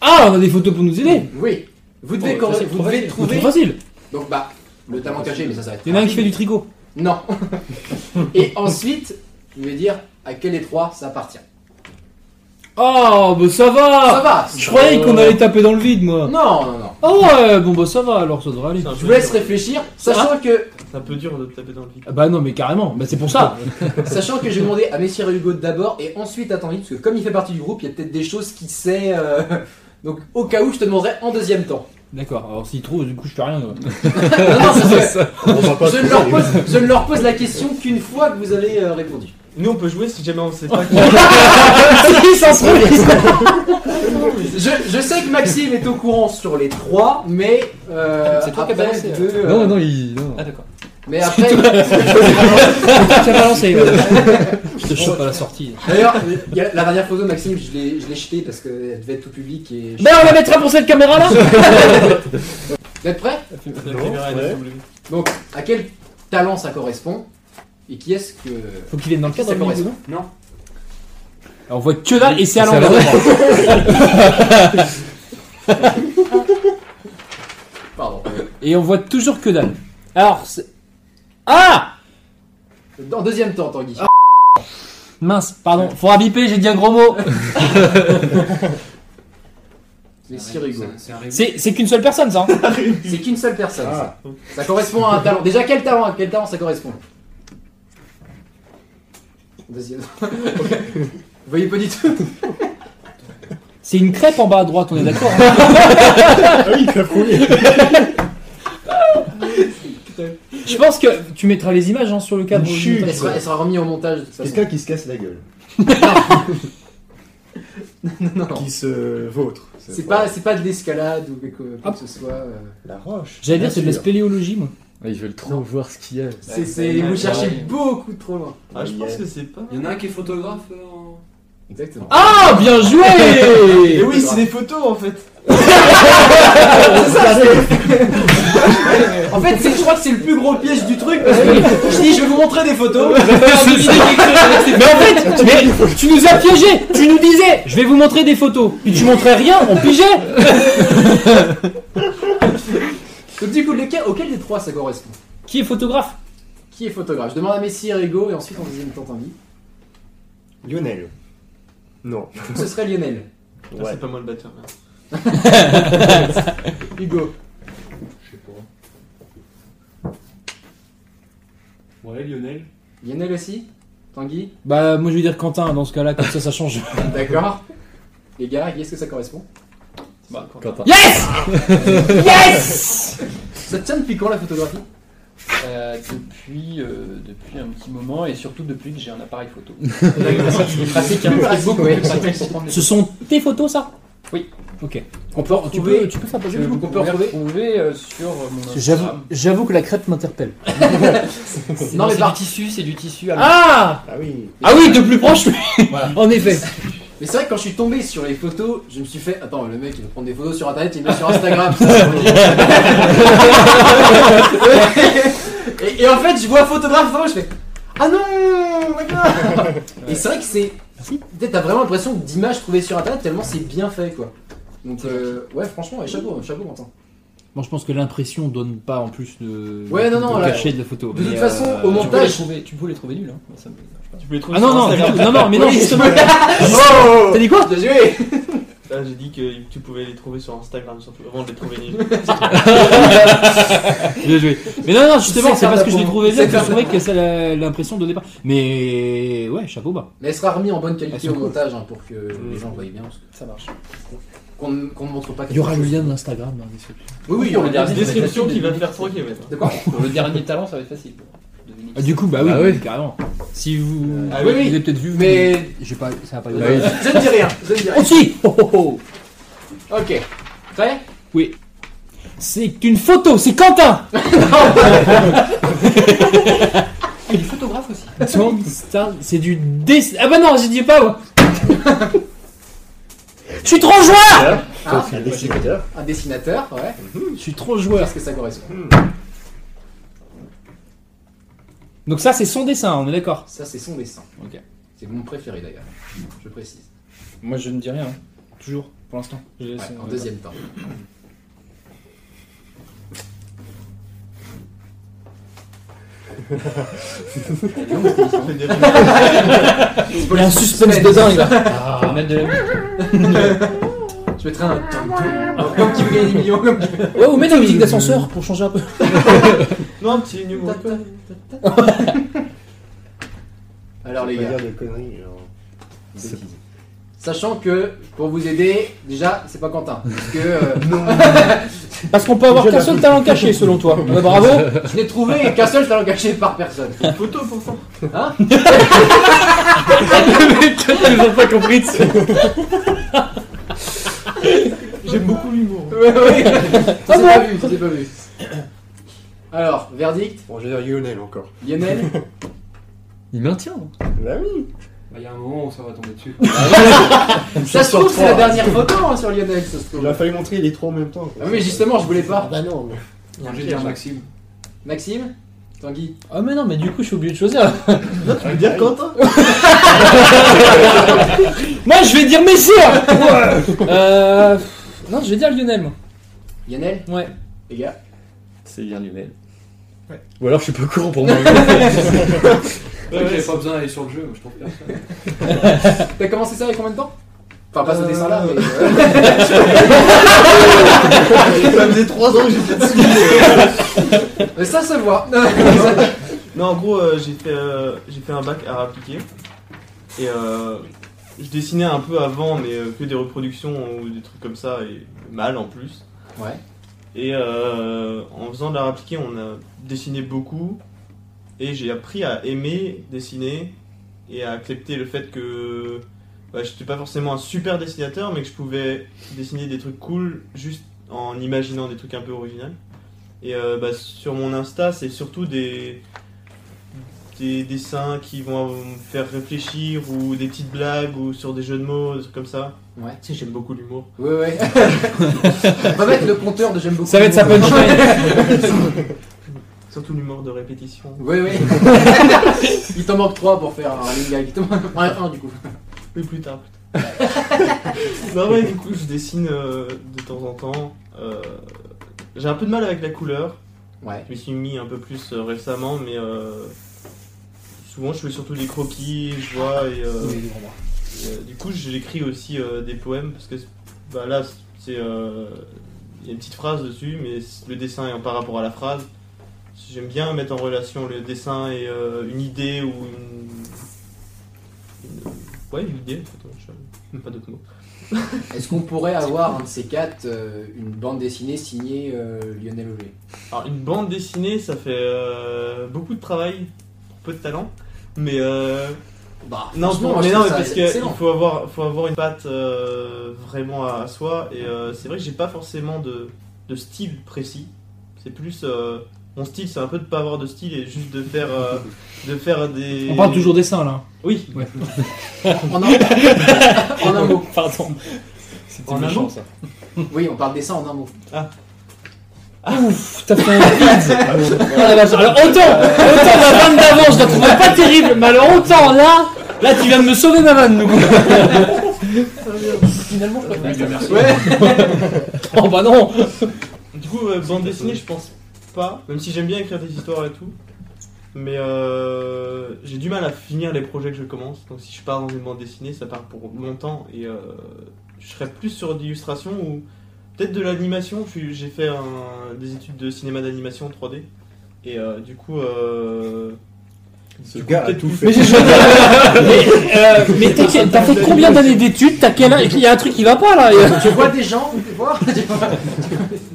S6: Ah, on a des photos pour nous aider.
S1: Oui. Vous devez,
S2: Oh,
S1: corre-
S2: ça, c'est
S1: vous
S2: trop
S1: devez
S2: facile.
S6: C'est
S1: trouver.
S6: trop facile.
S1: Donc, bah, le talent caché, mais ça, ça va être.
S6: Il y en a un qui
S1: rapide.
S6: fait du tricot.
S1: Non. Et ensuite, je vais dire à quel des trois ça appartient.
S6: Oh, bah ça
S1: Ça
S6: va.
S1: va euh,
S6: Je croyais qu'on allait taper dans le vide, moi.
S1: Non, non, non.
S6: Ah ouais, bon bah ça va, alors ça devrait aller.
S5: C'est un peu
S1: Je vous laisse
S5: dur.
S1: réfléchir, sachant que,
S5: C'est un peu dur de taper dans le vide.
S6: Ah Bah non, mais carrément, bah c'est pour ça.
S1: sachant que j'ai demandé à Messier Hugo d'abord et ensuite à Tanguy, parce que comme il fait partie du groupe, il y a peut-être des choses qu'il sait. euh, Donc, au cas où, je te demanderai en deuxième temps.
S6: D'accord, alors s'il trouve, du coup je fais rien. quoi.
S1: Non, non, parce que
S3: On va pas
S1: je,
S3: trop
S1: ne leur
S3: aller.
S1: pose, je ne leur pose la question qu'une fois que vous avez euh, répondu.
S5: Nous, on peut jouer si jamais on sait pas qui.
S6: Il s'en serait
S1: Je, je sais que Maxime est au courant sur les trois, mais euh,
S2: C'est toi qui as
S1: après,
S2: balancé,
S1: deux, euh,
S9: Non, non, il. non.
S2: Ah, d'accord.
S1: Mais après,
S6: Ça va lancer. Je te chope à la sortie.
S1: D'ailleurs, il y a la dernière photo de Maxime, je l'ai, je l'ai jetée parce qu'elle devait être tout public et.
S6: Bah on la mettra pour cette caméra là
S1: Vous êtes prêts
S5: La caméra, elle est
S3: ouais.
S5: doublée.
S1: Donc, à quel talent ça correspond Et qui est-ce que.
S6: Faut qu'il vienne dans le cadre
S1: Ça
S6: le
S1: correspond.
S6: vidéo, non Alors, on voit que dalle et c'est à
S9: C'est à
S6: l'envers.
S1: Pardon.
S6: Et on voit toujours que dalle. Alors, c'est- Ah
S1: En deuxième temps, Tanguy.
S6: Mince, pardon, faudra biper, j'ai dit un gros mot.
S2: Ah,
S1: Mais si rigolo.
S6: C'est c'est qu'une seule personne ça. hein.
S1: C'est qu'une seule personne.
S3: Ah.
S1: Ça. Ça correspond à un talent. Déjà, quel talent À quel talent ça correspond Deuxième. Ok. Vous voyez pas du tout
S6: C'est une crêpe en bas à droite, on est d'accord hein.
S3: Ah oui, il a promis.
S6: Je pense que tu mettras les images hein, sur le cadre.
S3: Une chute.
S1: elle sera, elle sera remise au montage de toute façon.
S3: Quelqu'un qui se casse la gueule.
S1: Non, non.
S3: Qui se vautre.
S1: C'est pas, c'est pas de l'escalade ou quelque- quoi
S6: Hop.
S1: que ce soit. euh,
S3: La roche.
S6: J'allais dire, c'est de la
S3: Bien sûr.
S6: spéléologie moi.
S9: Ah, ils veulent trop voir ce qu'il y a.
S1: C'est, c'est- vous cherchez
S2: ouais.
S1: beaucoup trop loin.
S5: Ah, je pense que c'est pas.
S10: Il y en a un qui est photographe euh, en.
S1: Exactement.
S6: Ah, bien
S5: Mais
S6: joué
S5: Eh oui, c'est des photos en fait.
S1: En fait, c'est- je crois que c'est le plus gros piège du truc parce que je dis je vais vous montrer des photos.
S6: Mais en
S9: Ah,
S6: fait, mais tu nous as piégés Tu nous disais, je vais vous montrer des photos. Puis tu montrais rien, on pigeait
S1: Donc, du coup, lesquels, auquel des trois ça correspond
S6: Qui est photographe
S1: Qui est photographe Je demande à Messi et Rigo et ensuite en deuxième temps Tanguy.
S3: Lionel. Non.
S1: Donc, ce serait Lionel.
S5: Ah,
S3: Ouais.
S5: C'est pas moi le batteur. merde.
S1: Hugo.
S10: Je sais pas. Ouais, Lionel.
S1: Lionel aussi Tanguy
S6: Bah, moi je vais dire Quentin, dans ce cas-là, comme ça, ça change.
S1: D'accord. Les gars, qui est-ce que ça correspond
S5: Bah,
S9: Quentin.
S6: Yes Yes
S1: Ça te tient depuis quand la photographie
S2: Euh, depuis, euh, depuis un petit moment et surtout depuis que j'ai un appareil photo.
S1: C'est pratique, hein. C'est beaucoup plus pratique.
S6: Ce sont tes photos, ça
S2: Oui.
S6: Ok.
S1: On peut
S6: Tu
S1: retrouver.
S6: peux, tu peux faire poser
S2: Je
S6: le
S2: vais
S6: bout
S1: vous
S2: Euh, vous
S1: qu'on peut retrouver
S2: retrouver euh, sur mon
S11: J'avoue,
S2: Instagram.
S11: j'avoue que la crêpe m'interpelle.
S1: Non, mais
S2: c'est
S1: par-
S2: du tissu, c'est du tissu. allemand.
S6: Ah
S3: Ah oui.
S6: Ah oui, de plus proche, oui
S2: Voilà.
S6: En effet.
S1: Mais c'est vrai que quand je suis tombé sur les photos, je me suis fait. Attends, le mec il veut prendre des photos sur internet, il met sur Instagram. ça, c'est horrible. et, et en fait, je vois photographe, vraiment, je fais. Ah non D'accord Et c'est vrai que c'est. Peut-être t'as vraiment l'impression d'images trouvées sur internet tellement c'est bien fait quoi. Donc, euh, ouais, franchement, ouais, chapeau, chapeau, Quentin.
S11: Bon, je pense que l'impression donne pas en plus de,
S1: Ouais, non, non,
S11: de
S1: là-
S11: cachet de la photo.
S1: De toute
S11: Mais,
S1: façon,
S11: euh,
S1: au
S2: Tu peux, les
S1: montage.
S2: trouver, tu peux les trouver nuls. Hein. Moi, ça me dérange pas.
S5: Tu peux les trouver
S6: Ah
S5: sur
S6: non, non,
S5: Instagram.
S6: non, non, mais non,
S1: Oui.
S6: justement.
S1: Oh
S6: T'as dit quoi
S1: Bien joué
S5: Ah, j'ai dit que tu pouvais les trouver sur Instagram surtout avant de les trouver.
S11: Bien joué. Mais non, non, justement,
S1: C'est
S11: c'est parce
S1: ça,
S11: que je l'ai
S1: pour-
S11: trouvé bien
S1: c'est
S11: que
S1: ça.
S11: je trouvais que c'est la- l'impression donnait pas. Mais ouais, chapeau bas.
S1: Mais elle sera remise en bonne
S11: Elles
S1: qualité
S11: sont
S1: au
S11: Ah, cool.
S1: montage hein, pour que les gens voient bien. parce que-
S2: Ça marche.
S1: Qu'on ne qu'on ne montre pas
S11: Il y aura
S1: quelque
S11: le
S1: chose.
S11: lien de l'Instagram dans la description.
S1: Oui, oui, il y aura le lien.
S5: Une description qui va te faire 3 km.
S1: De quoi
S2: Pour le dernier talent, ça va être facile. Devinez qui
S11: Ah, du coup, bah oui,
S9: Bah oui.
S11: carrément. Si
S2: Euh,
S11: vous,
S5: Ah
S1: oui,
S11: vous
S1: oui.
S11: avez peut-être vu, vous-
S1: Mais euh,
S11: j'ai pas, ça va pas.
S9: Bah oui.
S1: Je ne dis rien, je ne dis rien.
S6: Aussi oh, oh, oh.
S1: Ok. Prêt
S6: C'est une photo, c'est Quentin
S2: c'est. Il est photographe aussi.
S6: Donc, c'est un- c'est du dessin. Ah bah non, j'y dis pas moi.
S4: Je suis trop joueur
S1: Ah,
S3: un dessinateur.
S1: un dessinateur, ouais.
S4: Je suis trop joueur.
S1: Qu'est-ce que ça correspond
S4: Donc ça, c'est son dessin, on est d'accord.
S1: Ça, c'est son dessin.
S4: Ok.
S1: C'est mon préféré d'ailleurs, je précise.
S4: Moi, je ne dis rien. hein. Toujours, pour l'instant. Je laisse,
S1: Ouais, en
S4: euh,
S1: deuxième temps.
S5: Ça fait des rimes.
S4: Il y a un suspense dedans, il va.
S2: Ah, on va mettre de la musique.
S1: Je mettrai un tom tom comme qui veut gagner des millions. Comme qui...
S4: Ouais, ou mets de la musique d'ascenseur pour changer un peu.
S5: Non, un petit numéro.
S1: Alors les
S3: Faut pas
S1: gars,
S3: dire de conneries, genre.
S6: C'est-
S3: bêtises.
S1: sachant que pour vous aider, déjà, c'est pas Quentin. Parce que euh,
S4: Parce qu'on peut avoir qu'un seul talent caché, selon toi. Ouais, bravo.
S1: je n'ai trouvé qu'un seul talent caché par personne.
S5: Une photo pour ça.
S6: Ils ont pas compris. tu sais.
S5: J'aime beaucoup l'humour.
S1: Ça s'est pas vu, ça s'est pas vu. Alors, verdict,
S3: Bon, je vais dire Lionel encore.
S1: Lionel,
S6: Il maintient. hein.
S3: Bah oui
S12: Bah, y a un moment où ça va tomber dessus.
S1: ça se trouve, c'est la dernière photo hein, sur Lionel, ça se
S3: Il
S1: trouve.
S3: a fallu montrer les trois en même temps. quoi.
S1: Ah, mais justement, je voulais
S3: Ah
S1: pas.
S3: bah non, mais.
S12: J'ai dit à Maxime.
S1: Maxime Tanguy
S4: Ah, mais non, mais du coup, je suis obligé de choisir.
S5: Non, tu peux
S1: Ah
S5: dire Quentin
S4: Moi, je vais dire Messi hein. euh, Non, je vais dire Lionel, moi.
S1: Lionel
S4: Ouais.
S1: Les gars
S6: C'est bien Lionel.
S5: Ouais.
S6: Ou alors je suis peu courant pour moi.
S12: Ouais, J'avais pas besoin d'aller sur le jeu, moi, je trouve personne.
S1: T'as commencé ça avec combien de temps Enfin, pas ce
S5: Euh,
S1: dessin-là, mais.
S5: Ça faisait 3 ans que j'étais dessus.
S1: Mais euh, ça se voit
S5: Non, en gros, euh, j'ai fait, euh, j'ai fait un bac à appliquer. Et euh, je dessinais un peu avant, mais euh, que des reproductions ou des trucs comme ça, et mal en plus.
S1: Ouais.
S5: Et euh, en faisant de l'art appliqué, on a dessiné beaucoup. Et j'ai appris à aimer dessiner et à accepter le fait que bah, je n'étais pas forcément un super dessinateur, mais que je pouvais dessiner des trucs cool juste en imaginant des trucs un peu originaux. Et euh, bah, sur mon Insta, c'est surtout des, des dessins qui vont me faire réfléchir ou des petites blagues ou sur des jeux de mots, des trucs comme ça.
S1: Ouais.
S5: Tu sais, j'aime beaucoup l'humour.
S1: Ouais, ouais. On va mettre le compteur de J'aime beaucoup.
S4: Ça va être sa punchline.
S5: Surtout l'humour de répétition.
S1: Oui, oui. Il t'en manque 3 pour faire un running gag. Il t'en manque Prends un, un, du coup.
S5: Oui, plus tard. plus tard. non, ouais, du coup, je dessine euh, de temps en temps. Euh, J'ai un peu de mal avec la couleur.
S1: Ouais.
S5: Je me suis mis un peu plus euh, récemment, mais euh, souvent je fais surtout des croquis, je vois. Et, euh, et, euh, du coup, j'écris aussi euh, des poèmes parce que bah, là, c'est euh, il y a une petite phrase dessus, mais c- le dessin est en- par rapport à la phrase. J'aime bien mettre en relation le dessin et euh, une idée ou une, une- ouais une idée. en fait, je- pas d'autres mots.
S1: Est-ce qu'on pourrait avoir un de ces quatre, euh, une bande dessinée signée euh, Lionel Olé
S5: Alors une bande dessinée, ça fait euh, beaucoup de travail pour peu de talent, mais euh,
S1: Bah,
S5: Non,
S1: franchement, moi,
S5: mais
S1: je
S5: non,
S1: trouve
S5: mais
S1: ça
S5: parce que il
S1: excellent.
S5: faut avoir, faut avoir une patte euh, vraiment à, à soi. Et euh, c'est vrai que j'ai pas forcément de, de style précis. C'est plus euh, mon style, c'est un peu de pas avoir de style et juste de faire, euh, de faire des.
S4: On parle toujours dessin, là.
S5: Oui.
S1: En un, en un mot.
S4: Pardon.
S5: En
S2: C'était
S5: un
S2: méchant
S5: mot
S2: ça.
S1: Oui, on parle dessin en un mot.
S4: Ouf, t'as fait un vide.
S3: Ah
S4: Oh la vache. Alors, autant, autant ma vanne d'avant, je la trouvais pas terrible, mais alors autant là, là, tu viens de me sauver ma vanne, du coup. Finalement, je préfère.
S1: Ouais.
S4: Oh bah non
S5: Du coup, euh, bande dessinée, je pense pas. Même si j'aime bien écrire des histoires et tout. Mais euh, j'ai du mal à finir les projets que je commence. Donc si je pars dans une bande dessinée, ça part pour longtemps. Et euh, je serais plus sur l'illustration ou peut-être de l'animation. Je suis- J'ai fait un- des études de cinéma d'animation 3D. Et euh, du coup, euh,
S3: Ce gars a
S5: peut-être
S3: tout
S5: plus-
S3: fait.
S4: Mais j'ai choisi. Mais, euh, mais t'es- t'as fait combien d'années d'études T'as quel âge Il y a un truc qui va pas là.
S1: Tu vois des gens, tu vois Tu vois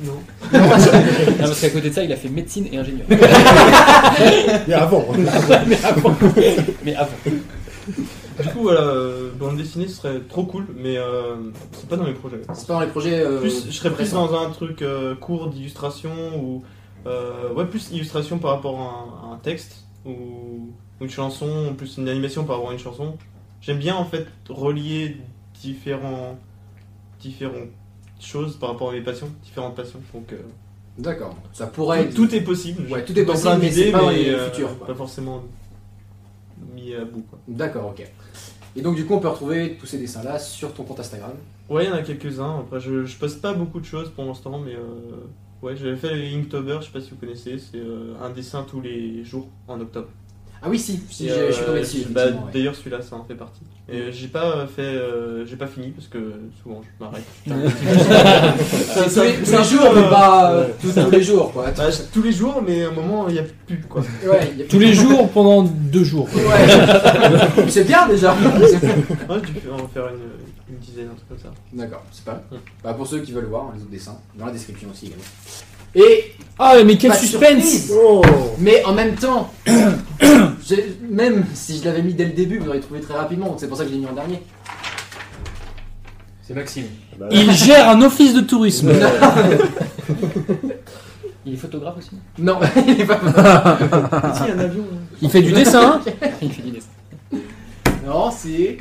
S5: non.
S2: Non, parce qu'à côté de ça, il a fait médecine et ingénieur.
S3: Mais avant
S2: mais avant. Mais avant.
S5: Du coup, voilà, euh, bande dessinée, ce serait trop cool. Mais euh, c'est pas dans mes projets.
S1: C'est pas dans les projets. euh,
S5: Plus, je serais plus
S1: récents.
S5: dans un truc euh, court d'illustration ou euh, ouais plus illustration par rapport à un, à un texte ou une chanson plus une animation par rapport à une chanson. J'aime bien en fait relier différents différentes choses par rapport à mes passions, différentes passions. Donc, euh,
S1: D'accord. Ça pourrait être.
S5: tout, tout est possible.
S1: Ouais, tout est
S5: Dans
S1: possible,
S5: plein
S1: mais c'est
S5: d'idées,
S1: pas dans
S5: mais,
S1: les
S5: euh,
S1: futurs, quoi.
S5: pas forcément mis à bout. Quoi.
S1: D'accord, ok. Et donc, du coup, on peut retrouver tous ces dessins-là sur ton compte Instagram.
S5: Ouais, il y en a quelques-uns. Après, je, je poste pas beaucoup de choses pour l'instant, mais euh, ouais, j'avais fait les Inktober, je sais pas si vous connaissez, c'est euh, un dessin tous les jours en octobre.
S1: Ah oui, si, si
S5: Et,
S1: j'ai- je suis
S5: euh,
S1: tombé dessus.
S5: je- bah,
S1: effectivement, ouais.
S5: D'ailleurs, celui-là, ça en fait partie. Et euh, j'ai pas euh, fait, euh, j'ai pas fini parce que souvent je m'arrête.
S1: C'est tous les- tous les
S5: un peu,
S1: jours, mais
S5: euh,
S1: pas euh, tous tous les jours, quoi.
S5: bah, je- tous les jours, mais à un moment, il y a plus quoi.
S1: Ouais, y a-
S4: Tous les jours pendant deux jours.
S1: Ouais. c'est bien déjà.
S5: Ouais, tu peux en faire une, une dizaine, un truc comme ça.
S1: D'accord, c'est pas mal.
S5: Ouais.
S1: Bah, pour ceux qui veulent voir hein, les autres dessins, dans la description aussi également. Et
S4: Ah mais quel
S1: Pas de
S4: suspense
S1: surprise. mais en même temps, j'ai- même si je l'avais mis dès le début, vous auriez trouvé très rapidement, donc c'est pour ça que je l'ai mis en dernier.
S12: C'est Maxime.
S3: Bah,
S4: Il gère un office de tourisme.
S2: Il est photographe aussi
S1: Non, il est pas
S5: Si, un avion.
S4: Il fait du dessin. hein.
S2: Il fait des dessins.
S1: Non, c'est.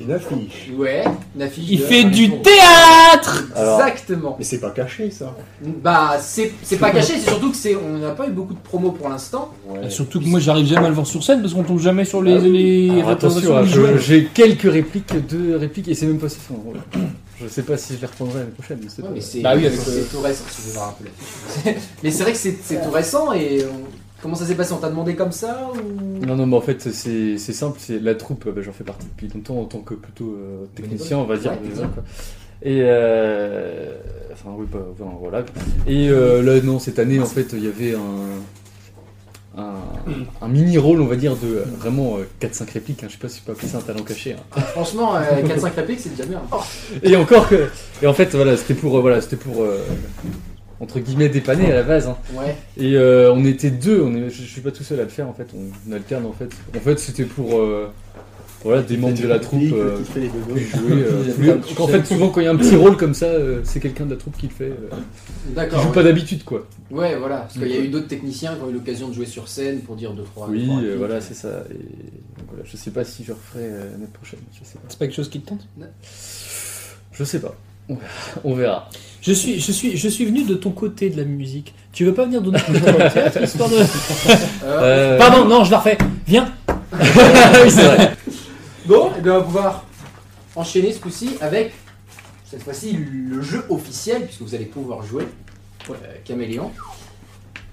S3: Une affiche.
S1: Ouais, une affiche.
S4: Il
S1: de-
S4: fait du
S1: Exactement.
S4: théâtre.
S1: Exactement.
S3: Mais c'est pas caché ça.
S1: Bah, c'est c'est pas caché, c'est surtout que c'est on n'a pas eu beaucoup de promos pour l'instant.
S3: Ouais.
S4: Surtout que moi j'arrive jamais à le voir sur scène parce qu'on tombe jamais sur les,
S6: Ah oui.
S4: les
S6: Alors, attention,
S4: représentations
S6: hein,
S4: du
S6: je-
S4: jouet.
S6: j'ai quelques répliques, deux répliques, et c'est même pas si fort. voilà. Je sais pas si je les reprendrai l'année prochaine. mais c'est
S1: Ouais,
S6: pas-
S1: mais c'est
S2: Bah oui, avec
S1: c'est
S2: le-
S1: tout récent, si je vais voir un peu l'affiche. mais c'est vrai que c'est c'est tout récent et on- comment ça s'est passé On t'a demandé comme ça ou...
S6: Non, non, mais en fait, c'est c'est simple. C'est la troupe. bah, J'en fais partie depuis longtemps en tant que plutôt euh, technicien, on va dire.
S1: Ouais,
S6: bénévole, quoi. Et euh, enfin, oui, bah, enfin, voilà. Et euh, là, non, cette année, en fait, il y avait un un, mini rôle, on va dire, de euh, vraiment euh, 4-5 répliques. hein, je sais pas si je peux appeler ça un talent caché. hein.
S1: Franchement, euh, 4-5 répliques, c'est déjà bien.
S6: Et encore que. Et en fait, voilà, c'était pour euh, voilà, c'était pour euh, entre guillemets dépanner à la base. hein.
S1: Ouais,
S6: Et euh, on était deux, on est, je, je suis pas tout seul à le faire en fait, on, on alterne en fait. En fait c'était pour euh, voilà, des membres de la troupe euh,
S3: Qui fait les
S6: qui
S3: dodos.
S6: puissent jouer. euh,
S3: Il y a
S6: tous les-
S3: pas de
S6: en fait souvent quand il y a un petit rôle comme ça, euh, c'est quelqu'un de la troupe qui le fait. euh, qui
S1: d'accord.
S6: joue
S1: ouais.
S6: pas d'habitude quoi.
S1: Ouais, voilà, parce qu'il y a eu d'autres techniciens qui ont eu l'occasion de jouer sur scène pour dire 2-3.
S6: Oui, euh, voilà c'est ça. Et donc, voilà, je sais pas si je referai euh, l'année prochaine, je sais pas.
S4: C'est pas quelque chose qui te tente
S6: Je sais pas. On verra. On verra.
S4: Je suis, je suis, je suis venu de ton côté de la musique. Tu veux pas venir donner ton côté au théâtre histoire de
S1: Ah,
S6: Euh,
S4: Pardon, non, je la refais. Viens.
S6: oui, c'est vrai.
S1: Bon, et bien on va pouvoir enchaîner ce coup-ci avec cette fois-ci le jeu officiel, puisque vous allez pouvoir jouer euh, Caméléon.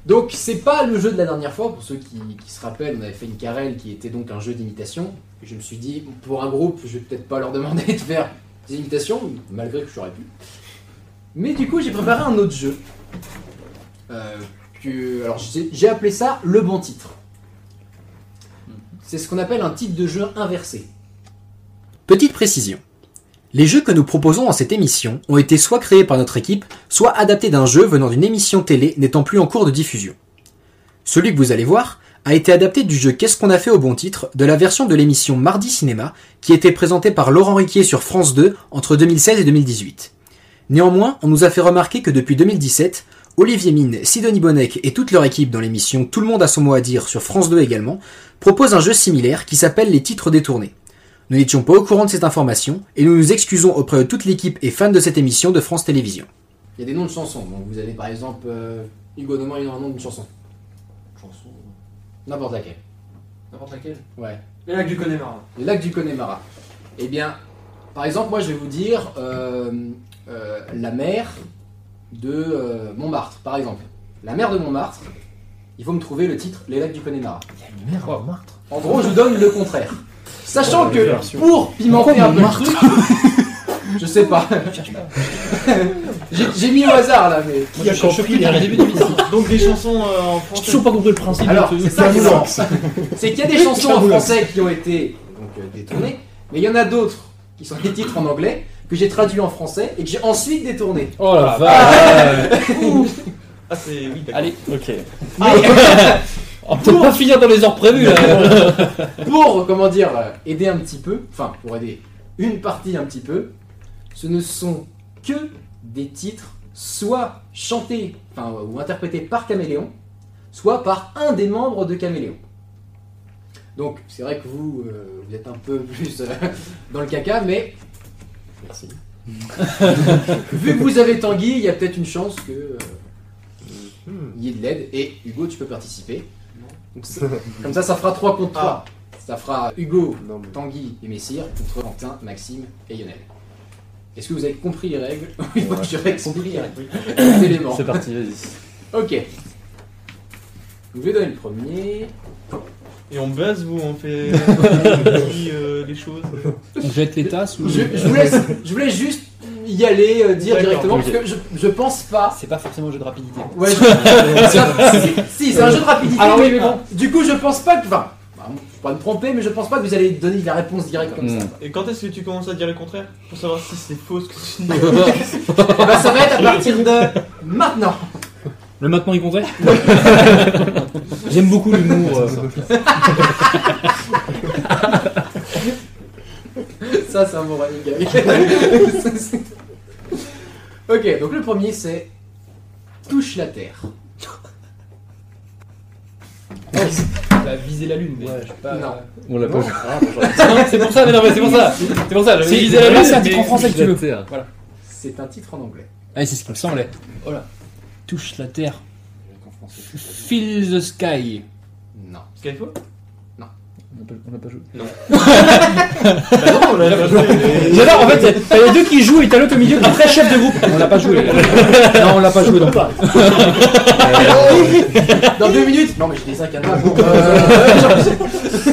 S1: Donc c'est pas le jeu de la dernière fois, pour ceux qui, qui se rappellent, on avait fait une carrelle qui était donc un jeu d'imitation. Et Je me suis dit, pour un groupe, je vais peut-être pas leur demander de faire des imitations, malgré que j'aurais pu. Mais du coup j'ai préparé un autre jeu. Euh, que, alors j'ai j'ai appelé ça le bon titre. C'est ce qu'on appelle un titre de jeu inversé.
S13: Petite précision. Les jeux que nous proposons dans cette émission ont été soit créés par notre équipe, soit adaptés d'un jeu venant d'une émission télé n'étant plus en cours de diffusion. Celui que vous allez voir a été adapté du jeu Qu'est-ce qu'on a fait au bon titre de la version de l'émission Mardi Cinéma qui était présentée par Laurent Riquier sur France 2 entre 2016 et 2018. Néanmoins, on nous a fait remarquer que depuis 2017, Olivier Mine, Sidonie Bonnec et toute leur équipe dans l'émission Tout le monde a son mot à dire sur France 2 également proposent un jeu similaire qui s'appelle Les titres détournés. Nous n'étions pas au courant de cette information et nous nous excusons auprès de toute l'équipe et fans de cette émission de France Télévisions.
S1: Il y a des noms de chansons. Donc vous avez par exemple euh, Hugo Noman, il a un nom d'une chanson. Chanson N'importe laquelle.
S12: N'importe laquelle.
S1: Ouais.
S12: Les lacs du Connemara.
S1: Les lacs du Connemara. Eh bien, par exemple, moi je vais vous dire euh, euh, la mer de euh, Montmartre, par exemple. La mer de Montmartre, il faut me trouver le titre Les lacs du Connemara. En gros, je vous donne le contraire. Sachant que pour pimenter un peu le truc, je sais pas. J'ai j'ai mis au hasard là, mais.
S3: Qui a compris les répliques
S5: Donc des chansons euh, en
S4: J'ai
S5: français.
S4: toujours pas compris le principe.
S1: Alors,
S4: de-
S1: c'est ça qui est
S4: Camelot.
S1: marrant. C'est qu'il y a des chansons en français qui ont été donc, euh, détournées, mais il y en a d'autres qui sont des titres en anglais que j'ai traduits en français et que j'ai ensuite détournés.
S2: Oh la vache
S5: Ah c'est oui d'accord.
S2: Allez,
S6: Ok. Ah,
S2: on peut pas finir dans les heures prévues là
S1: Pour, comment dire, euh, aider un petit peu, enfin, pour aider une partie un petit peu, ce ne sont que des titres soit chantés enfin, ou interprétés par Caméléon, soit par un des membres de Caméléon. Donc, c'est vrai que vous, euh, vous êtes un peu plus euh, dans le caca, mais
S3: Merci.
S1: Vu que vous avez Tanguy, il y a peut-être une chance que euh,
S3: Hmm.
S1: il y ait de l'aide. Et Hugo, tu peux participer. Donc, ça- comme ça, ça fera 3 contre 3. Ça fera Hugo,
S3: Non, mais-
S1: Tanguy et Messire contre Quentin, Maxime et Lionel. Est-ce que vous avez compris les règles Oui, moi, je réexplique les éléments.
S6: C'est parti, vas-y.
S1: Ok. Je vais donner le premier.
S5: Et on base vous, on fait on dit, euh, les choses.
S8: On jette les tasses ou
S1: Je, je vous, laisse, je vous laisse juste y aller, euh, dire
S5: D'accord,
S1: directement,
S2: ok.
S1: parce que je, je pense pas.
S2: C'est pas forcément un jeu de rapidité.
S1: Ouais, je- c'est un- si, si, c'est un jeu de rapidité.
S2: Alors oui,
S1: mais ah,
S2: mais bon.
S1: Du coup, je pense pas que. Enfin, bah, je vais pas me tromper, mais je pense pas que vous allez donner la réponse directe comme ça.
S5: Et quand est-ce que tu commences à dire le contraire Pour savoir si c'est faux ce que tu dis.
S1: Et bah, ça va être à partir de maintenant.
S8: Le maintenant il comptait J'aime beaucoup l'humour. euh,
S1: Ça, c'est un bon running gag. Ça, c'est- ok, donc le premier, c'est. Touche la terre. Oh.
S2: Bah, viser la lune, mais je suis pas. euh,
S1: Non.
S6: On l'a pas joué.
S2: Non, c'est pour ça, mais non, mais c'est pour ça. C'est pour ça, j'avais
S8: Si,
S2: visé la
S8: là,
S2: lune.
S8: c'est un titre
S2: mais-
S8: en français que tu
S6: La
S8: veux.
S6: terre.
S1: C'est un titre en anglais.
S8: Ah, c'est ce qui me semblait.
S2: Oh là.
S8: Touche la terre.
S1: En français.
S8: Feel the sky.
S1: Non.
S5: Skyfall
S6: On l'a pas- on l'a pas joué.
S5: Bah non, on l'a pas fait.
S8: J'adore, en fait, t'as- t'as les deux qui jouent et t'as l'autre au milieu qui est très chef de groupe. On l'a pas joué. Non, on l'a pas joué. non.
S1: Dans deux minutes Ah, Non, mais j'ai des incannables. Bon, euh,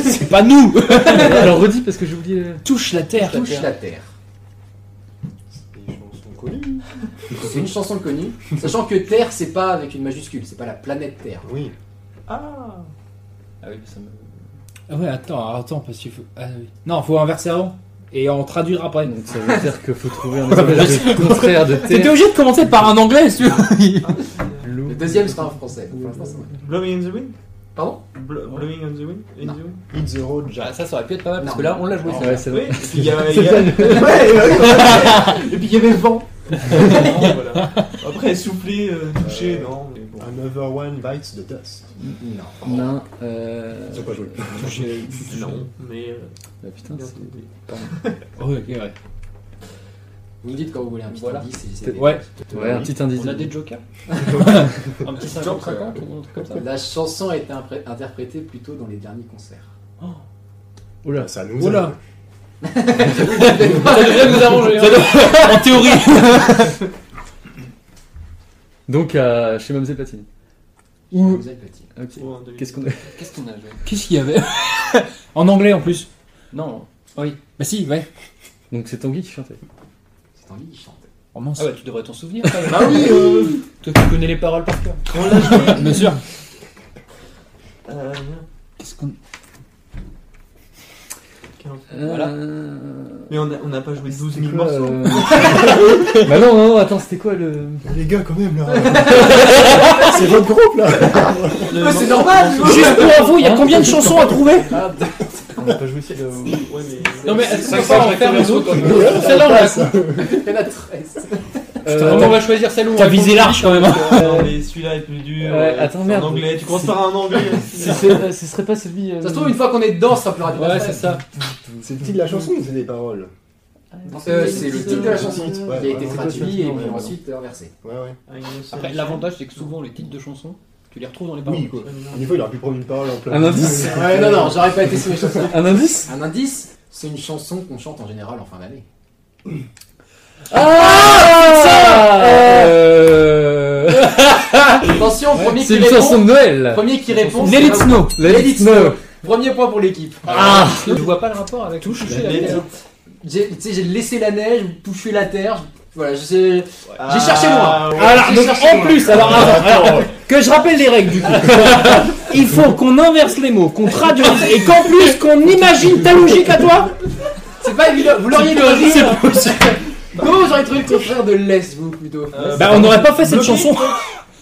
S8: C'est pas nous.
S6: Euh, Alors redis parce que j'ai oublié. euh,
S8: Touche la
S4: Euh,
S8: terre.
S1: Touche la terre. C'est une chanson connue. Sachant que Terre, c'est pas avec une majuscule, c'est pas la planète Terre.
S3: Oui.
S5: Ah
S2: Ah oui, mais ça me.
S8: Ah Ouais, attends, attends, parce qu'il faut. Ah, oui. Non, faut inverser avant. Et on traduira après.
S6: Donc ça veut dire qu'il faut trouver un espèce de contraire de
S8: T'étais
S6: terre.
S8: obligé de commencer par un anglais, si tu veux.
S1: Le deuxième sera en français. Pour l'instant, c'est vrai.
S5: Blowing in the wind
S1: Pardon
S5: Bl- Blowing on the wind In
S1: Non.
S5: the wind
S3: It's the road,
S2: Ah, ça, ça aurait pu être pas mal parce
S1: Non.
S2: que là, on l'a joué.
S6: Ouais,
S2: ça.
S6: c'est
S5: Oui,
S6: vrai.
S5: et puis il y a. il y a-
S1: Et puis il y avait le vent.
S5: voilà. Après, souffler, euh, toucher, non. Mais
S6: ah,
S5: bon.
S3: Another one bites the dust.
S1: Non.
S6: Non. Euh...
S3: Ils ont pas joué.
S6: Touché.
S5: Non, mais. euh,
S6: Ah, putain,
S5: bien
S6: c'est-
S5: tenté.
S8: Ah Ouais, ok, ouais.
S1: Vous me dites quand vous voulez un petit
S2: Voilà.
S1: indice. c'est- c'est-
S8: Ouais.
S6: Ouais, un petit indice.
S2: On a des jokers Un petit 50-50 ou un truc comme ça
S1: La chanson a été impré- interprétée plutôt dans les derniers concerts.
S3: Oula, ça nous
S8: Oula.
S3: aide.
S2: Ça devrait nous arranger. hein.
S8: En théorie.
S6: Donc euh, chez Mamselle Platini. Ou.
S1: Vous êtes petit.
S6: Ok.
S5: Pour un demi-
S6: Qu'est-ce qu'on a
S2: Qu'est-ce qu'on a joué
S8: Qu'est-ce qu'il y avait En anglais en plus.
S2: Non.
S8: Bah si, ouais.
S6: Donc c'est Tanguy qui chantait.
S1: C'est Tanguy qui chante.
S8: Oh mince.
S2: Ah ouais, tu devrais t'en souvenir. quand même. Toi qui connais les paroles par cœur.
S8: Bien sûr.
S5: Euh,
S8: Qu'est-ce qu'on.
S5: quel-
S2: Voilà.
S6: Euh,
S5: Mais on a- on n'a pas joué 12
S6: C'était
S5: 000
S6: quoi
S5: morceaux.
S6: euh... Bah non, non, non, attends, c'était quoi le.
S3: Les gars, quand même, là. c'est votre groupe, là.
S1: Euh, c'est normal
S8: Juste pour info, il y a combien de chansons à trouver
S3: On a pas joué si.
S6: Euh,
S5: Ouais, mais.
S2: Non, mais est-ce
S12: Cinq
S2: qu'on peut pas en
S12: cents
S2: faire une
S12: recommandations,
S2: autre
S3: toi.
S2: Celle-là, on la coupe.
S1: Il y en a 13.
S6: Euh,
S2: on va choisir celle où on
S8: T'as
S2: répond.
S8: visé large quand même.
S5: Euh, non, mais celui-là est plus dur. euh,
S6: Ouais, attends,
S5: c'est
S6: merde.
S5: En anglais, tu commences
S6: C'est-
S5: par un anglais. aussi.
S6: si c'est- euh, ce serait pas celui. euh,
S1: Ça se trouve, une fois qu'on est dedans, ça sera plus rapide.
S2: Ouais,
S1: après.
S2: c'est ça.
S3: C'est le titre de la chanson ou c'est des paroles
S1: Euh, c'est le titre de la chanson
S3: Ouais,
S1: qui a
S3: ouais,
S1: été
S3: ouais,
S1: traduit
S6: Ah, ouais,
S1: et
S6: ouais,
S1: puis
S6: ouais.
S1: ensuite euh, inversé.
S3: Ouais, ouais.
S5: Ah, une seule
S2: Après, l'avantage, c'est que souvent, les titres de chansons, tu les retrouves dans les paroles.
S3: Oui, quoi.
S5: Ouais, non.
S3: Des fois, il aurait pu prendre une parole en plein.
S6: Un indice
S1: Ouais, non, non, j'aurais pas été sur les chansons.
S6: Un indice
S1: Un indice, c'est une chanson qu'on chante en général en fin d'année. Ah,
S6: Euh,
S1: Attention, premier qui
S6: C'est une chanson
S1: répond.
S6: de Noël
S1: Premier qui répond.
S8: Let
S1: c'est
S8: it
S1: un-
S8: snow.
S1: Let it snow. Premier point pour l'équipe.
S6: Ah
S2: Je vois pas le rapport avec touche la
S5: lettre.
S2: terre.
S1: J'ai- Tu sais, j'ai laissé la neige, touché la terre. Voilà, je sais-
S5: Ah,
S1: cherché loin.
S5: ouais.
S8: Alors,
S1: J'ai
S8: donc,
S1: cherché
S8: en
S1: loin.
S8: plus, alors, alors, alors, que je rappelle les règles du coup. Il faut qu'on inverse les mots, qu'on traduise et qu'en plus qu'on imagine ta logique à toi.
S1: C'est pas évident, vous l'auriez euh, trouvé. Comment vous auriez trouvé le contraire de l'Est, vous plutôt
S5: Euh,
S8: Bah on n'aurait pas fait cette chanson.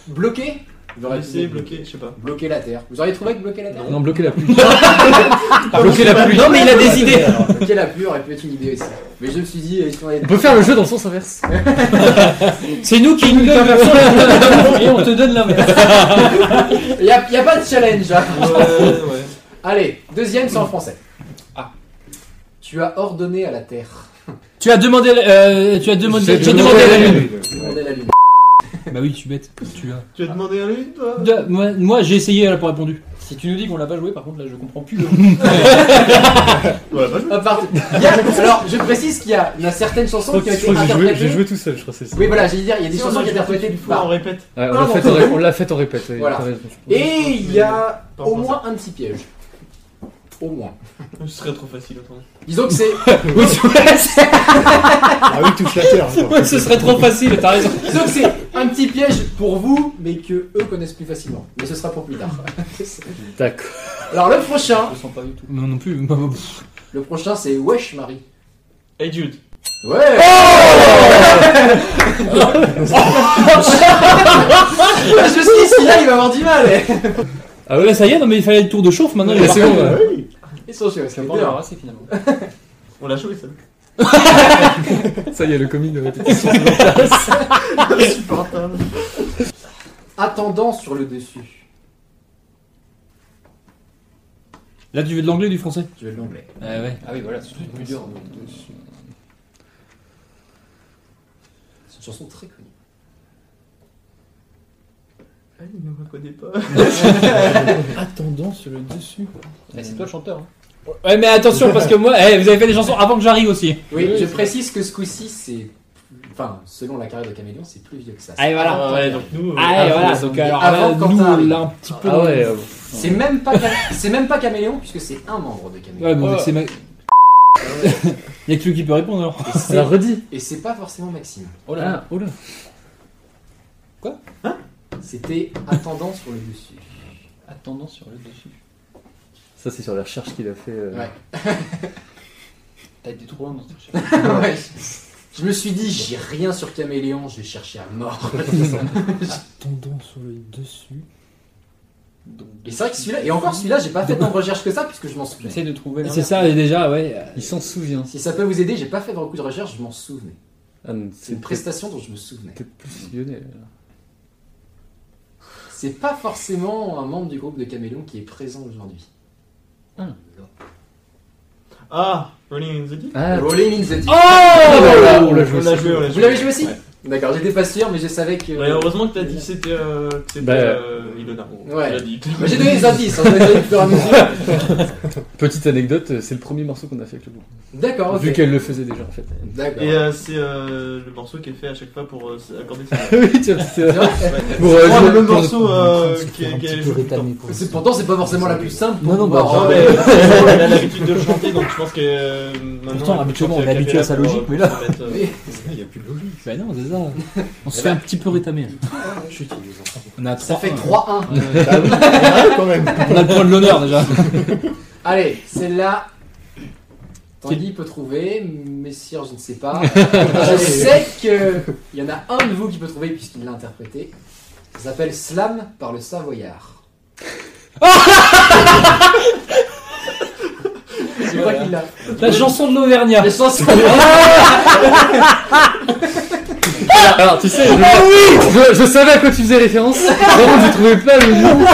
S1: Bloqué Vous auriez
S5: Blessé, bloqué, je sais pas.
S1: Bloquer la terre. Vous auriez trouvé que bloquer la terre
S6: Non, bloquer la pluie.
S8: Bloquer la pluie. Non mais il a des idées.
S1: Bloquer la pluie aurait pu être une idée aussi. Mais je me suis dit, euh, si on avait-
S6: On peut faire le jeu dans le sens inverse.
S8: C'est nous qui nous l'inversion.
S2: Et on te donne l'inverse.
S1: Y a, y a pas de challenge. hein.
S5: Ouais, ouais.
S1: Allez, deuxième, c'est en français.
S2: Ah.
S1: Tu as ordonné à la terre.
S8: Tu as demandé, euh, tu as demandé, j'ai demandé la
S6: demandé la
S8: lune.
S1: Demandez la lune.
S8: Bah oui, je suis bête. Tu l'as.
S5: Tu as demandé à lui, toi
S8: De- moi, moi, j'ai essayé, elle a pas répondu.
S2: Si tu nous dis qu'on l'a pas joué, par contre, là, je comprends plus. le-
S5: Ouais, bah, je-
S1: Ah, pardon. Il y a- alors, je précise qu'il y a, il y a certaines chansons qui ont
S6: Je
S1: été
S6: crois que j'ai joué, j'ai
S1: interprétées.
S6: joué tout seul, je crois que c'est ça.
S1: Oui, voilà, j'allais dire, il y a des
S5: Si,
S1: chansons
S5: moi,
S1: qui
S5: je
S1: ont été
S5: l'ai fait
S1: interprétées
S5: une fois,
S1: par-
S5: on répète.
S6: Ouais, on
S1: Pardon.
S6: l'a fait, en ré- on l'a fait en répète. ouais,
S1: Voilà.
S6: t'as raison, je pense.
S1: Et il y a
S5: Par
S1: au
S5: rapport à
S1: moins un petit piège. Au moins.
S5: ça. Ce serait trop facile, autrement.
S1: Disons que c'est.
S8: Oui, tu vois, c'est-
S3: Ah oui, touche la terre. quoi.
S8: ce serait trop facile, t'as raison.
S1: Disons que c'est un petit piège pour vous, mais que eux connaissent plus facilement. Mais ce sera pour plus tard.
S6: D'accord. Ah
S1: Alors le prochain,
S2: Je sens pas du tout.
S8: Non, non plus.
S1: le prochain c'est Wesh Marie.
S5: Hey Jude.
S1: Ouais.
S6: Oh
S1: Je sais celui-là il va avoir du mal.
S8: Ah ouais, là, ça y est, non, mais il fallait le tour de chauffe maintenant. il est
S6: C'est
S8: parti.
S6: bon, là.
S1: Ils sont chers, c'est
S2: Bon,
S1: bien.
S2: alors, c'est finalement.
S5: On l'a joué, ça.
S6: ça y est, le comique de répétition.
S5: Insupportable.
S1: Attendant sur le dessus.
S8: Là, tu veux de l'anglais ou du français
S1: Tu veux de l'anglais.
S8: Ah ouais.
S2: Ah oui, voilà, c'est plus dur.
S1: C'est une chanson très connue.
S5: Ah, il ne me reconnaît pas.
S2: Attendant sur le dessus.
S8: Eh,
S2: c'est toi le chanteur. hein.
S8: Ouais, mais attention, parce que moi, eh, vous avez fait des chansons avant que j'arrive aussi.
S1: Oui, je précise que ce coup-ci c'est, enfin selon la carrière de Caméléon c'est plus vieux que ça.
S8: Allez, voilà.
S5: ouais, donc nous. euh,
S8: Allez,
S1: avant
S8: voilà.
S1: les
S8: Donc,
S1: Anglais.
S8: alors,
S1: Avant
S8: là,
S1: quand
S8: nous,
S1: t'arrives.
S8: on l'a un petit peu.
S6: Ah ouais, euh,
S1: C'est même pas, Cam- c'est même pas Caméléon puisque c'est un membre de Caméléon.
S8: Ouais, bon, c'est ma. Y'a que lui qui peut répondre alors.
S1: Et c'est-
S6: alors redis.
S1: Et c'est pas forcément Maxime.
S2: Oh là là.
S6: Ah, oh là.
S1: C'était attendant sur le dessus.
S2: Attendant sur le dessus.
S6: Ça, c'est sur les recherches qu'il a fait. euh,
S1: Ouais.
S2: T'as été trop loin dans cette recherche.
S1: Ouais. Je me suis dit, j'ai rien sur Caméléon, je vais chercher à mort.
S4: Attendant sur le dessus.
S2: Donc,
S1: Et c'est vrai que celui-là, et encore celui-là, j'ai pas fait tant de recherche que ça puisque je m'en souvenais.
S2: Essaye de trouver.
S8: C'est
S2: l'inverse.
S8: ça, et déjà, ouais. euh,
S6: Il s'en souvient.
S1: Si ça peut vous aider, j'ai pas fait beaucoup de recherche, je m'en souvenais.
S6: Ah, non,
S1: C'est une prestation
S6: prestation.
S1: dont je me souvenais.
S6: Peut-être plus lyonnais. alors.
S1: C'est pas forcément un membre du groupe de Caméléon qui est présent aujourd'hui.
S5: Ah, Running in the Deep.
S6: Ah,
S1: Euh, Rolling in the Deep.
S6: voilà, on l'a joué.
S5: oh, On l'a joué, on l'a
S1: vous
S5: joué.
S1: l'avez Ah, joué aussi D'accord, j'étais pas sûr, mais je savais que.
S5: Ouais, Bah, heureusement que t'as dit que c'était euh, que c'était,
S6: Bah,
S5: euh, Ilona.
S1: ouais.
S5: Tu l'as dit.
S1: Bah, j'ai donné des indices, hein, j'en ai donné au fur et à mesure.
S6: Petite anecdote, c'est le premier morceau qu'on a fait avec le groupe.
S1: D'accord,
S6: Vu
S1: Ah, ok.
S6: qu'elle le faisait déjà en fait.
S1: D'accord.
S5: Et euh, c'est euh, le morceau qui est fait à chaque fois pour euh, accorder sa.
S6: oui, tiens, c'est
S1: C'est vrai
S6: Pour, euh,
S5: C'est vraiment
S6: jouer-
S5: le même
S6: pour-
S5: morceau euh,
S3: Se
S5: qui
S3: faire
S5: est
S3: un
S5: qui est
S3: petit peu
S5: joué tout le temps.
S3: rétamé pour
S1: C'est- pourtant, c'est pas forcément la plus simple. pour
S4: Non, non,
S1: pouvoir-
S5: Non,
S4: bah,
S5: mais euh, elle a l'habitude de le chanter, donc je pense que. euh, maintenant,
S4: Pourtant,
S5: elle peut
S4: habituellement,
S5: chanter
S4: on est habitué à sa
S5: cappella pour,
S4: logique,
S5: euh,
S4: mais là-
S5: pour se mettre, euh,
S1: Oui.
S3: Il n'y a plus de logique.
S8: Bah non, c'est ça. On
S4: Eh
S8: se fait
S4: ben.
S8: un petit peu rétamer.
S3: Chut, il les enfants.
S8: On a
S1: Ça fait 3-1.
S3: Ah ouais, quand même.
S8: On a le point de l'honneur déjà.
S1: Allez, celle-là. Tanguy peut trouver, Messire, je ne sais pas. je sais qu'il y en a un de vous qui peut trouver puisqu'il l'a interprété. Ça s'appelle Slam par le Savoyard. je crois qu'il l'a.
S8: La chanson de l'Auvergnat.
S1: Les chansons-
S6: Alors tu sais, je, je- je savais à quoi tu faisais référence. Vraiment, je trouvais pas le nom.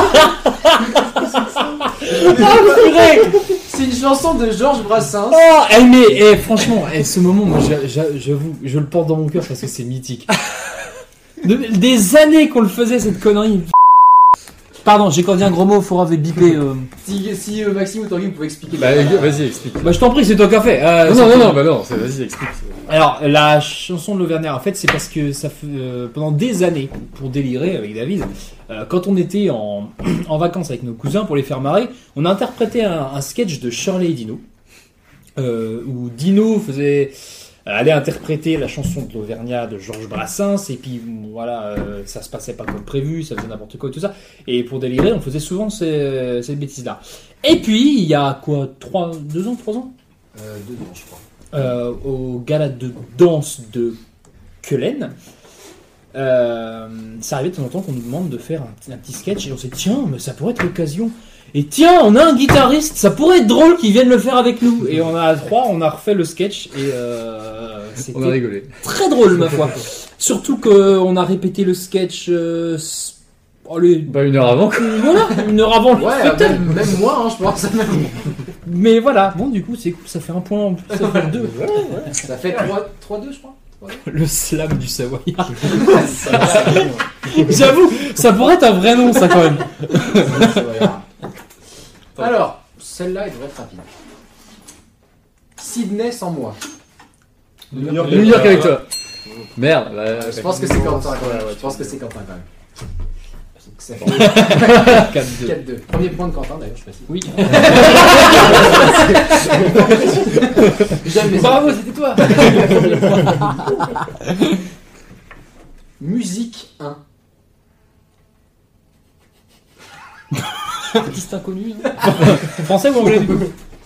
S1: C'est une chanson de Georges Brassens.
S8: Oh, eh, mais eh, franchement, eh,
S4: ce moment, moi, j'a- j'a- j'avoue, je le porte dans mon cœur parce que c'est mythique.
S8: de- des années qu'on le faisait cette connerie. Pardon, j'ai quand dit un gros mot, Faura avait bipé. euh.
S1: Si, si, euh, Maxime ou Tanguy, vous pouvez expliquer.
S6: Bah euh, vas-y explique.
S8: Bah je t'en prie, c'est toi qui as fait. euh,
S6: non
S8: c'est
S6: non non,
S8: toi.
S6: non, bah non, c'est- vas-y explique.
S4: Alors, la chanson de l'Auvergnat, en fait, c'est parce que ça fait, euh, pendant des années, pour délirer avec David, euh, quand on était en, en vacances avec nos cousins pour les faire marrer, on a interprété un, un sketch de Shirley et Dino, euh, où Dino faisait euh, allait interpréter la chanson de l'Auvergnat de Georges Brassens, et puis voilà, euh, ça se passait pas comme prévu, ça faisait n'importe quoi et tout ça. Et pour délirer, on faisait souvent ces, cette bêtise-là. Et puis, il y a quoi, 3, 2 ans, 3 ans
S1: Euh, deux ans, je crois.
S4: euh, au gala de danse de Köln. Euh, ça arrivait de temps en temps qu'on nous demande de faire un, un petit sketch et on s'est dit tiens mais ça pourrait être l'occasion et tiens on a un guitariste ça pourrait être drôle qu'il vienne le faire avec nous et on a trois on a refait le sketch et euh,
S6: On a
S4: c'était
S6: rigolé.
S4: très drôle ma foi surtout qu'on a répété le sketch euh, s- allez, Euh,
S6: Bah une heure avant quoi.
S4: voilà une heure avant le
S1: Ouais,
S4: spectacle
S1: même, même moi, hein, je pense.
S4: Mais voilà, bon, du coup, c'est cool, ça fait un point en plus, ça fait deux.
S1: Ça fait 3-2, je crois.
S4: Le slam du Savoyard. J'avoue, ça pourrait être un vrai nom, ça quand même.
S1: Alors, celle-là, elle devrait être rapide. Sydney sans moi.
S2: New
S6: New York avec toi. Merde, bah,
S1: Euh, Je pense que c'est Quentin quand même. Je pense que c'est Quentin quand même. Donc, Ça fait 4-2. Premier point de Quentin d'ailleurs, je précise.
S4: Oui.
S1: J'aime les
S4: Bravo, c'était toi.
S1: Musique 1.
S4: Artiste inconnu. hein. Français ou anglais du coup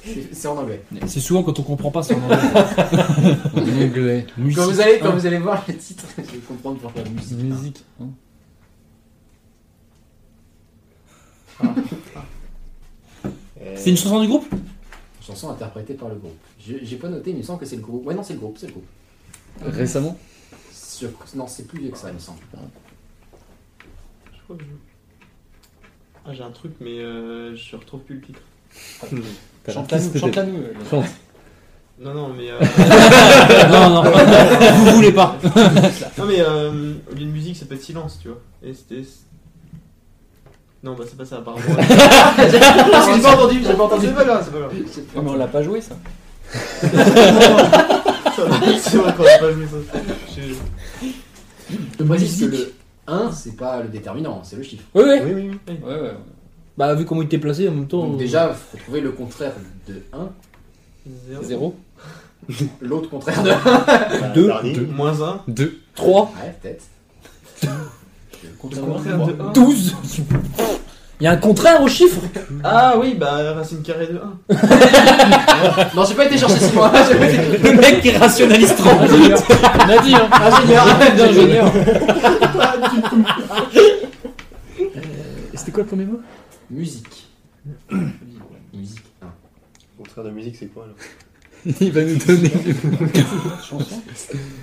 S1: C'est- C'est en anglais.
S4: C'est souvent quand on comprend pas son anglais.
S6: en anglais.
S1: Quand vous allez, quand vous allez voir les titres, vous allez comprendre pourquoi la musique.
S6: Musique. hein.
S3: Eh,
S4: C'est une chanson du groupe
S1: Chanson interprétée par le groupe. Je- J'ai pas noté, mais il me semble que c'est le groupe. Ouais, non, c'est le groupe, c'est le groupe.
S6: Récemment
S1: Sur- Non, c'est plus vieux que ça, il me semble.
S5: Je crois que je- Ah, j'ai un truc, mais euh, je retrouve plus le titre.
S2: Chante-la-nous, chante-la-nous. euh,
S6: Chante.
S5: Non, non, mais. euh,
S4: Non, non, vous voulez pas.
S5: non, mais euh, au lieu de musique, ça peut être silence, tu vois. Et c'était. Non, bah c'est pas ça, pardon. Ah,
S1: J'ai pas entendu, j'ai pas entendu.
S5: c'est pas grave, c'est pas grave.
S2: Non, mais on l'a pas joué ça.
S5: Putain, C'est vrai qu'on a pas joué ça. Je-
S1: Je précise que le 1, c'est pas le déterminant, c'est le chiffre.
S4: Oui, oui.
S3: Oui, oui, oui.
S2: Ouais, ouais.
S4: Bah, vu comment il était placé en même temps.
S1: Donc déjà, faut trouver le contraire de 1,
S5: Zéro.
S4: Zéro.
S1: l'autre contraire de 1.
S4: Deux.
S3: bah, Dernier.
S5: Moins un.
S6: 2.
S4: 3,
S1: Ouais, peut-être.
S5: Contraire de un.
S4: 12. Il y a un contraire au chiffre
S5: Ah oui, bah racine carrée de 1.
S1: Non, j'ai pas été chercher 6 mois. J'ai pas été...
S4: Le mec qui rationalise trop vite
S2: On a dit, hein.
S1: Ingénieur, ingénieur.
S6: C'était quoi le premier mot
S1: Musique. Musique 1.
S3: Contraire de musique, c'est quoi alors
S6: Il va nous donner.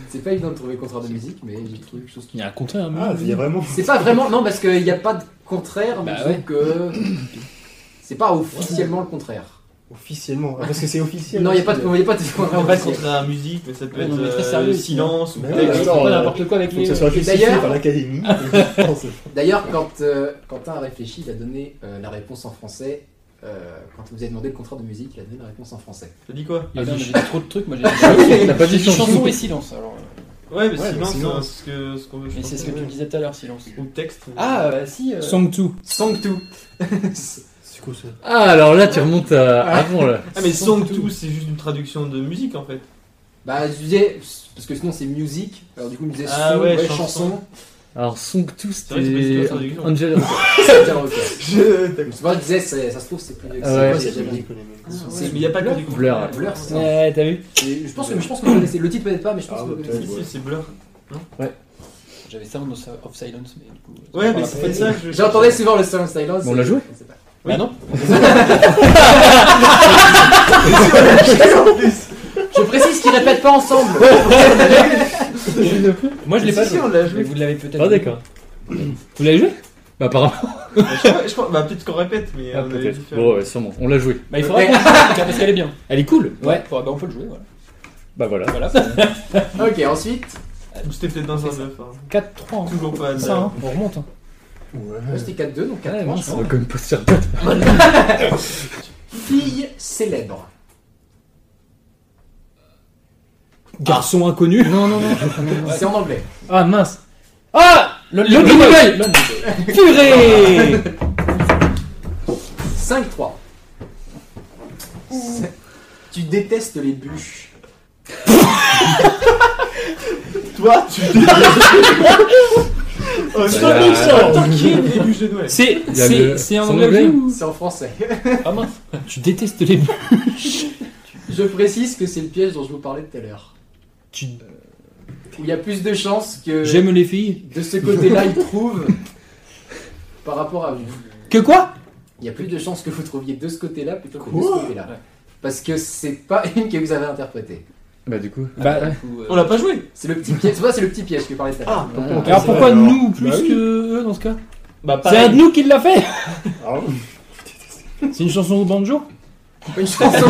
S1: C'est pas évident de trouver contraire de musique, mais j'ai trouvé quelque chose qui.
S4: Il y a un contraire, mais.
S3: Ah, il y a vraiment.
S1: C'est pas vraiment. Non, parce qu'il n'y a pas de contraire, mais
S4: Bah
S1: disons que. C'est pas officiellement le contraire.
S3: Officiellement. Ah, parce que c'est officiel.
S1: Non, il n'y a pas de il y a pas de
S5: On
S1: contraire
S5: va
S1: officiel.
S5: contraire à la musique, mais ça peut
S2: Ouais,
S5: être
S2: non, mais très
S5: euh,
S2: sérieux,
S5: silence ou
S3: Mais
S2: Ouais,
S3: ouais,
S5: texte.
S2: c'est
S3: attends,
S2: pas
S3: euh,
S2: n'importe quoi avec
S3: Faut que
S2: les.
S3: ça soit officiel
S1: d'ailleurs-
S3: par l'académie. Non, c'est-
S1: D'ailleurs, quand euh, Quentin a réfléchi, il a donné euh, la réponse en français. Euh, quand vous avez demandé le contraire de musique, il a donné la réponse en français.
S5: T'as dit quoi
S2: Ah, non, mais J'ai dit trop de trucs, moi j'ai dit.
S4: Ah
S6: T'as pas
S2: J'ai
S6: dit
S2: dit chanson
S6: chanson
S2: et silence alors. euh,
S5: Ouais, mais
S3: Ouais, mais
S5: silence,
S3: silence.
S5: hein, c'est ce que- ce qu'on veut. je
S2: Mais
S5: pense.
S2: c'est ce que tu disais tout à l'heure, silence.
S5: Ou texte.
S2: Ah, euh, si. euh,
S4: Song 2.
S1: Song 2.
S3: C'est quoi ça
S6: Ah, alors là, tu remontes à avant là.
S5: Ah, mais song to, c'est juste une traduction de musique en fait.
S1: bah, je disais. Parce que sinon, c'est musique. Alors, du coup, il me disait
S5: Ah
S1: song,
S5: ouais,
S1: ouais,
S5: chanson.
S1: chanson.
S6: Alors, Song 2,
S5: C'est vrai que c'est pas du tout la
S6: c'était.
S5: traduction.
S6: Angel.
S1: C'est un record.
S5: Je-
S1: Donc, c'est pour ça que je disais, c'est- ça se trouve, c'est plus vieux que
S6: Ah ouais.
S1: ça.
S3: Ouais,
S1: J'ai
S3: c'est
S1: jamais dit.
S3: musique, on est même.
S5: Mais il n'y a pas que du coup.
S6: Blur, ouais.
S1: Blur, c'est ça.
S4: Ouais, t'as vu
S1: Et Je pense que je pense que vous connaissez. Le titre peut-être pas, mais je pense
S3: Ah,
S1: que vous
S3: bah,
S1: connaissez.
S5: Si, si, c'est Blur.
S2: J'avais ça en of silence, mais du coup.
S5: Ouais, mais c'est pas ça. je-
S1: J'entendais souvent le Sound Silence.
S6: On l'a joué
S1: Je sais pas.
S2: Bah non.
S1: Je précise qu'ils répètent pas ensemble.
S4: Moi je l'ai pas
S5: Si, si,
S4: joué.
S5: on l'a
S4: Mais
S5: joué.
S4: vous l'avez peut-être.
S6: Ah, d'accord.
S4: Vous l'avez joué
S6: Bah, apparemment.
S5: Ouais, je crois, bah peut-être qu'on répète, mais
S6: Ah,
S5: on avait
S6: peut-être.
S5: dû faire-
S6: Bon, ouais, sûrement. On l'a joué.
S4: Bah, il faudra qu'on le joue, parce qu'elle est bien.
S6: Elle est cool.
S4: Ouais.
S2: Faudra- bah, on peut le jouer, voilà.
S6: Bah, voilà.
S2: Voilà.
S1: Ok, ensuite.
S5: Ou c'était peut-être dans un bœuf. hein.
S4: 4-3. hein.
S5: Toujours pas.
S4: Ça,
S5: de-
S4: hein, on remonte. hein.
S1: Moi,
S3: Ouais.
S1: C'était 4-2, donc hein. 4
S6: Ouais,
S1: points,
S6: mince,
S1: je
S6: on
S1: pense.
S6: va quand même pas se faire battre.
S1: Fille célèbre.
S4: Garçon inconnu. Non, non, non.
S1: C'est en anglais.
S4: Ah mince. Ah Le Boy Purée
S1: 5-3. C'est- Tu détestes les bûches.
S5: Toi, tu. Oh,
S6: Bah,
S5: ça
S6: là,
S5: Tranquille, début de Noël.
S4: C'est
S6: Il y a
S4: c'est-
S6: le-
S4: c'est en
S6: son
S4: anglais
S6: anglais.
S4: aussi ou
S1: C'est en français.
S4: Ah mince. Tu détestes les bœufs.
S1: Je précise que c'est le piège dont je vous parlais tout à l'heure.
S4: Tu-
S1: Où il y a plus de chances que
S4: J'aime les filles.
S1: de ce côté-là ils trouvent par rapport à vous.
S4: Que quoi
S1: Il y a plus de chances que vous trouviez de ce côté-là plutôt que de ce côté-là.
S2: Ouais.
S1: Parce que c'est pas une que vous avez interprétée.
S6: Bah, du coup.
S4: Bah,
S2: Du coup, euh,
S5: On l'a pas joué
S1: C'est le petit piège. C'est pas- c'est le petit piège que je parlais tout à l'heure.
S5: Ah,
S6: Ah,
S4: alors pourquoi
S3: alors.
S4: nous plus
S3: Bah oui.
S4: que eux dans ce cas
S5: bah
S4: C'est un de nous qui l'a fait
S3: Ah,
S4: C'est une chanson au banjo
S1: Une chanson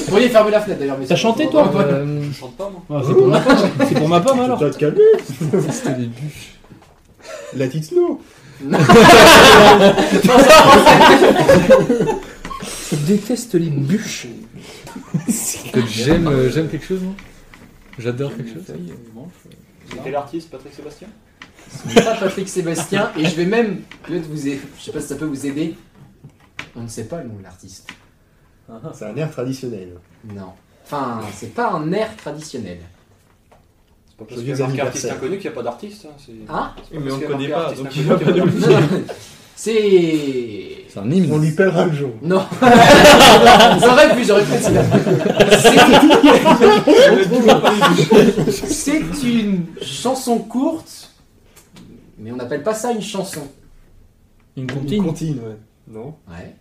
S1: Vous pourriez fermer la fenêtre d'ailleurs, mais
S4: T'as chanté toi
S12: Je chante pas, moi.
S8: Ah, c'est pour ma pomme. C'est pour ma pomme alors.
S3: T'as te calmer
S6: C'était des bûches.
S3: La petite snow
S4: Je déteste les bûches.
S6: Peut-être J'aime euh, j'aime quelque chose, non J'adore quelque chose.
S5: C'était l'artiste Patrick Sébastien
S1: Ça, Patrick Sébastien, et je vais même peut-être vous aider. Je sais pas si ça peut vous aider. On ne sait pas le nom de l'artiste.
S3: C'est un air traditionnel.
S1: Non. Enfin, c'est pas un air traditionnel.
S12: C'est pas
S3: Je
S12: parce
S3: dis
S12: qu'il y
S3: des
S12: a marqué artiste
S3: anniversaires.
S12: inconnu qu'il n'y a pas d'artiste. hein, c'est-
S1: Hein
S12: c'est pas
S5: Mais
S12: parce
S5: on
S12: qu'il y a
S5: connaît
S12: marqué
S5: pas,
S12: artiste
S5: donc il
S12: inconnu
S5: va
S12: qu'il y a
S5: pas nous
S12: pas
S5: le
S1: Non,
S5: dire.
S1: non, non. C'est.
S6: C'est un hymne.
S3: On lui paiera le jour.
S1: Non. j'aurais pu, j'aurais pu. C'est- C'est une chanson courte, mais on n'appelle pas ça une chanson.
S4: Une
S3: Une
S4: comptine.
S3: comptine, ouais. Non.
S1: Ouais.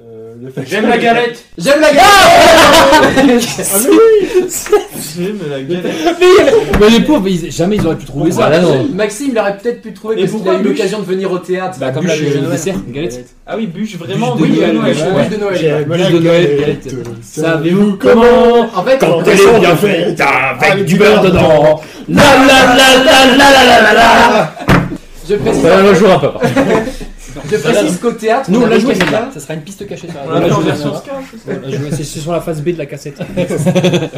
S3: Euh, le fait-
S5: J'aime la galette
S1: J'aime la gare
S8: Ah,
S5: J'aime la galette
S8: Mais les pauvres, ils- jamais ils auraient pu trouver ça.
S6: Bah là, non.
S1: Maxime l'aurait peut-être pu trouver
S5: Et
S1: parce qu'il
S5: pourquoi
S1: a eu
S5: Bûche
S1: l'occasion de venir au théâtre.
S8: Bah, comme la
S4: Bûche,
S8: bûche de
S4: euh,
S8: dessert, une galette.
S5: Ah oui, bûche vraiment,
S8: de
S5: oui,
S8: Noël,
S5: Noël,
S8: ouais.
S1: Bûche de Noël.
S3: J'aime
S8: Bûche
S3: la
S8: de Noël,
S3: galette.
S8: Savez-vous comment
S1: En fait, Ah,
S8: Quand elle est bien faite avec du beurre dedans. La la la la la la la la.
S1: je précise,
S6: Ça ne jouera pas, par contre.
S1: je précise qu'au théâtre,
S8: Nous on
S1: a
S8: l'a
S1: des
S8: joué
S1: quelqu'un-
S8: celle-là. Ça sera une piste cachée. ça.
S5: On
S8: On
S5: l'a
S8: l'a
S5: fait en
S8: joué,
S5: version
S8: ça.
S5: ska, c'est ça
S8: On l'a joué,
S4: C'est c'est sur la face B de la cassette.
S1: Je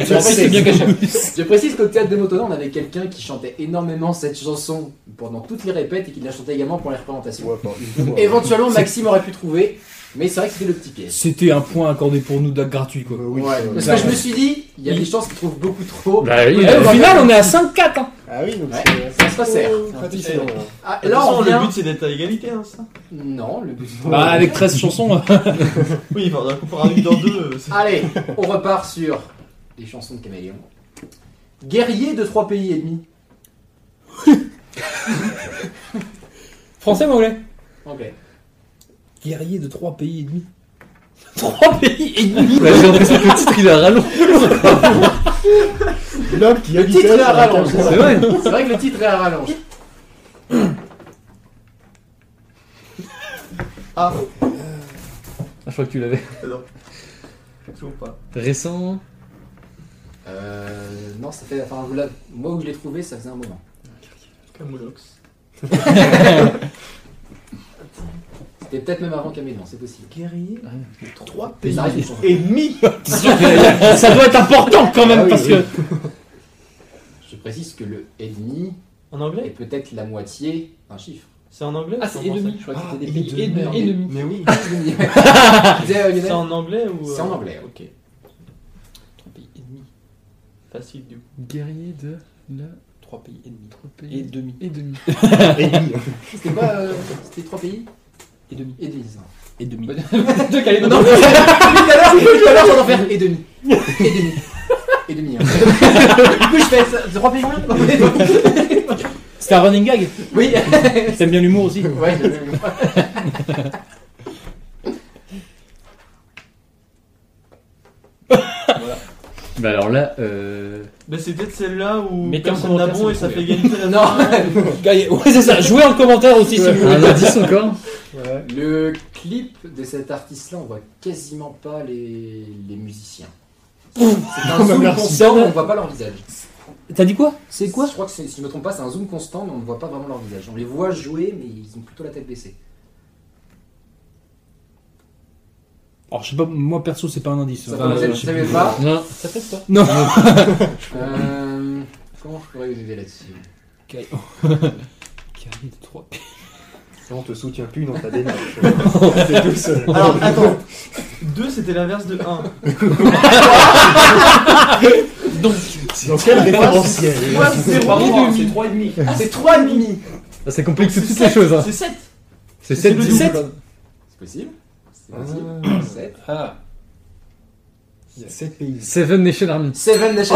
S8: C'est
S1: précise-
S8: bien caché.
S1: Je précise qu'au théâtre de Motodon, on avait quelqu'un qui chantait énormément cette chanson pendant toutes les répètes et qui la chantait également pour les représentations.
S3: Ouais, pas une fois.
S1: Éventuellement, Maxime aurait pu trouver, mais c'est vrai que c'était le petit piège.
S8: C'était un point accordé pour nous d'acte gratuit quoi.
S3: Euh, oui.
S1: Ouais,
S3: euh,
S1: parce
S8: ça,
S1: que je
S8: ouais.
S1: me suis dit, il y a des chances qu'il trouve beaucoup trop.
S6: Bah oui,
S8: Eh,
S6: euh,
S8: au final, on est à 5-4. hein.
S3: Ah oui, donc
S1: Ouais,
S3: c'est-
S1: ça se resserre.
S3: Oh, traditionnel.
S1: Ah,
S5: De toute
S1: là,
S5: façon,
S1: on
S5: le
S1: vient.
S5: but c'est d'être à égalité, hein, ça
S1: Non, le but.
S8: Bah, avec 13 chansons.
S5: Oui, enfin, d'un coup, pour arriver dans deux, euh, c'est-
S1: Allez, on repart sur les chansons de Caméléon. Guerrier de trois pays ennemis.
S8: Français ou anglais
S1: Anglais.
S4: Guerrier de trois pays et demi.
S8: 3 pays et demi.
S6: bah, J'ai l'impression que le titre il a rallongé.
S3: L'homme qui
S1: Le
S3: habitait
S1: titre est à
S3: sur la
S1: rallonge.
S3: carte.
S1: C'est vrai. C'est vrai que le titre est à rallonge. Ah,
S6: Ah, je crois que tu l'avais.
S5: toujours pas.
S6: Récent.
S1: Euh, non, ça fait. Enfin, vous l'avez- moi où je l'ai trouvé, ça faisait un moment.
S5: Camoulox.
S1: C'était peut-être même avant Caméléon, c'est possible.
S5: Guerrier Trois
S1: Mais
S5: pays
S1: ça reste une chanson.
S5: ennemis
S8: Ça doit être important quand même
S3: Ah oui,
S8: parce que.
S1: Je précise que le ennemi
S5: En
S1: est
S5: anglais
S1: peut-être la moitié d'un chiffre.
S5: C'est en anglais
S2: Ah,
S5: ou
S2: c'est
S5: en
S2: et
S5: français
S2: demi. Je crois que
S3: Ah,
S2: c'était des
S3: et
S2: pays
S3: de
S2: et
S3: merde.
S2: et demi.
S3: Mais oui.
S1: Tu disais, euh, Lionel
S5: C'est en anglais ou. euh,
S1: C'est en anglais, ouais.
S5: Ok,
S2: Trois pays et demi.
S5: facile du coup.
S6: Guerrier de la
S2: 3 pays et demi.
S6: pays
S2: Et demi.
S6: et demi.
S3: Et oui.
S1: C'était quoi euh, C'était trois pays
S2: Et demi.
S1: et demi. ça.
S2: Et demi. Deux Calédoniens.
S1: Non, mais tout à l'heure, tout à l'heure, j'en ai fait et demi. Et demi. Et demi. hein. Du coup, je fais ça- trois pays hein. moins
S8: C'était un running gag.
S1: Oui.
S8: T'aimes bien l'humour aussi.
S1: Ouais, je-
S6: Bah alors là, euh...
S5: Mais Ben, c'est peut-être celle-là où.
S8: Mettez en
S5: personne n'a
S8: commentaire
S5: bon et
S8: si
S5: ça
S8: vous
S5: fait
S8: pouvez.
S5: égalité là
S1: Non.
S8: Gag- Ouais, c'est ça. Jouez en commentaire aussi si vous voulez.
S6: un indice encore
S3: Ouais.
S1: Le clip de cet artiste-là, on voit quasiment pas les, les musiciens. C'est un zoom
S3: merci.
S1: constant, mais on voit pas leur visage.
S8: T'as dit quoi C'est
S1: Je crois que c'est- si je me trompe pas, c'est un zoom constant, mais on ne voit pas vraiment leur visage. On les voit jouer, mais ils ont plutôt la tête baissée.
S8: Alors, je sais pas, moi perso, c'est pas un indice.
S1: Ça,
S8: Enfin,
S1: vous
S8: je
S1: ne
S8: sais
S1: savez
S8: plus.
S1: pas.
S6: euh, Non.
S8: Ça fait pas
S1: Euh, comment je pourrais vous aider là-dessus
S8: Cahier de 3 pays.
S3: On te soutient plus dans ta démarche. T'es tout seul.
S5: Alors attends, 2 Ah, c'était l'inverse de 1.
S3: Dans quel référentiel
S5: Moi c'est
S12: Pas
S5: 3
S12: moi, c'est trois et demi.
S1: Ah, c'est 3,5
S6: Ah, ça complique tout de suite les choses. hein.
S5: C'est 7
S6: C'est
S5: C'est
S6: 7
S5: le
S6: dix.
S5: double.
S1: C'est possible C'est possible. Sept.
S2: Ah.
S3: Il y a 7 pays.
S6: Seven Nation Army.
S1: Seven Nation.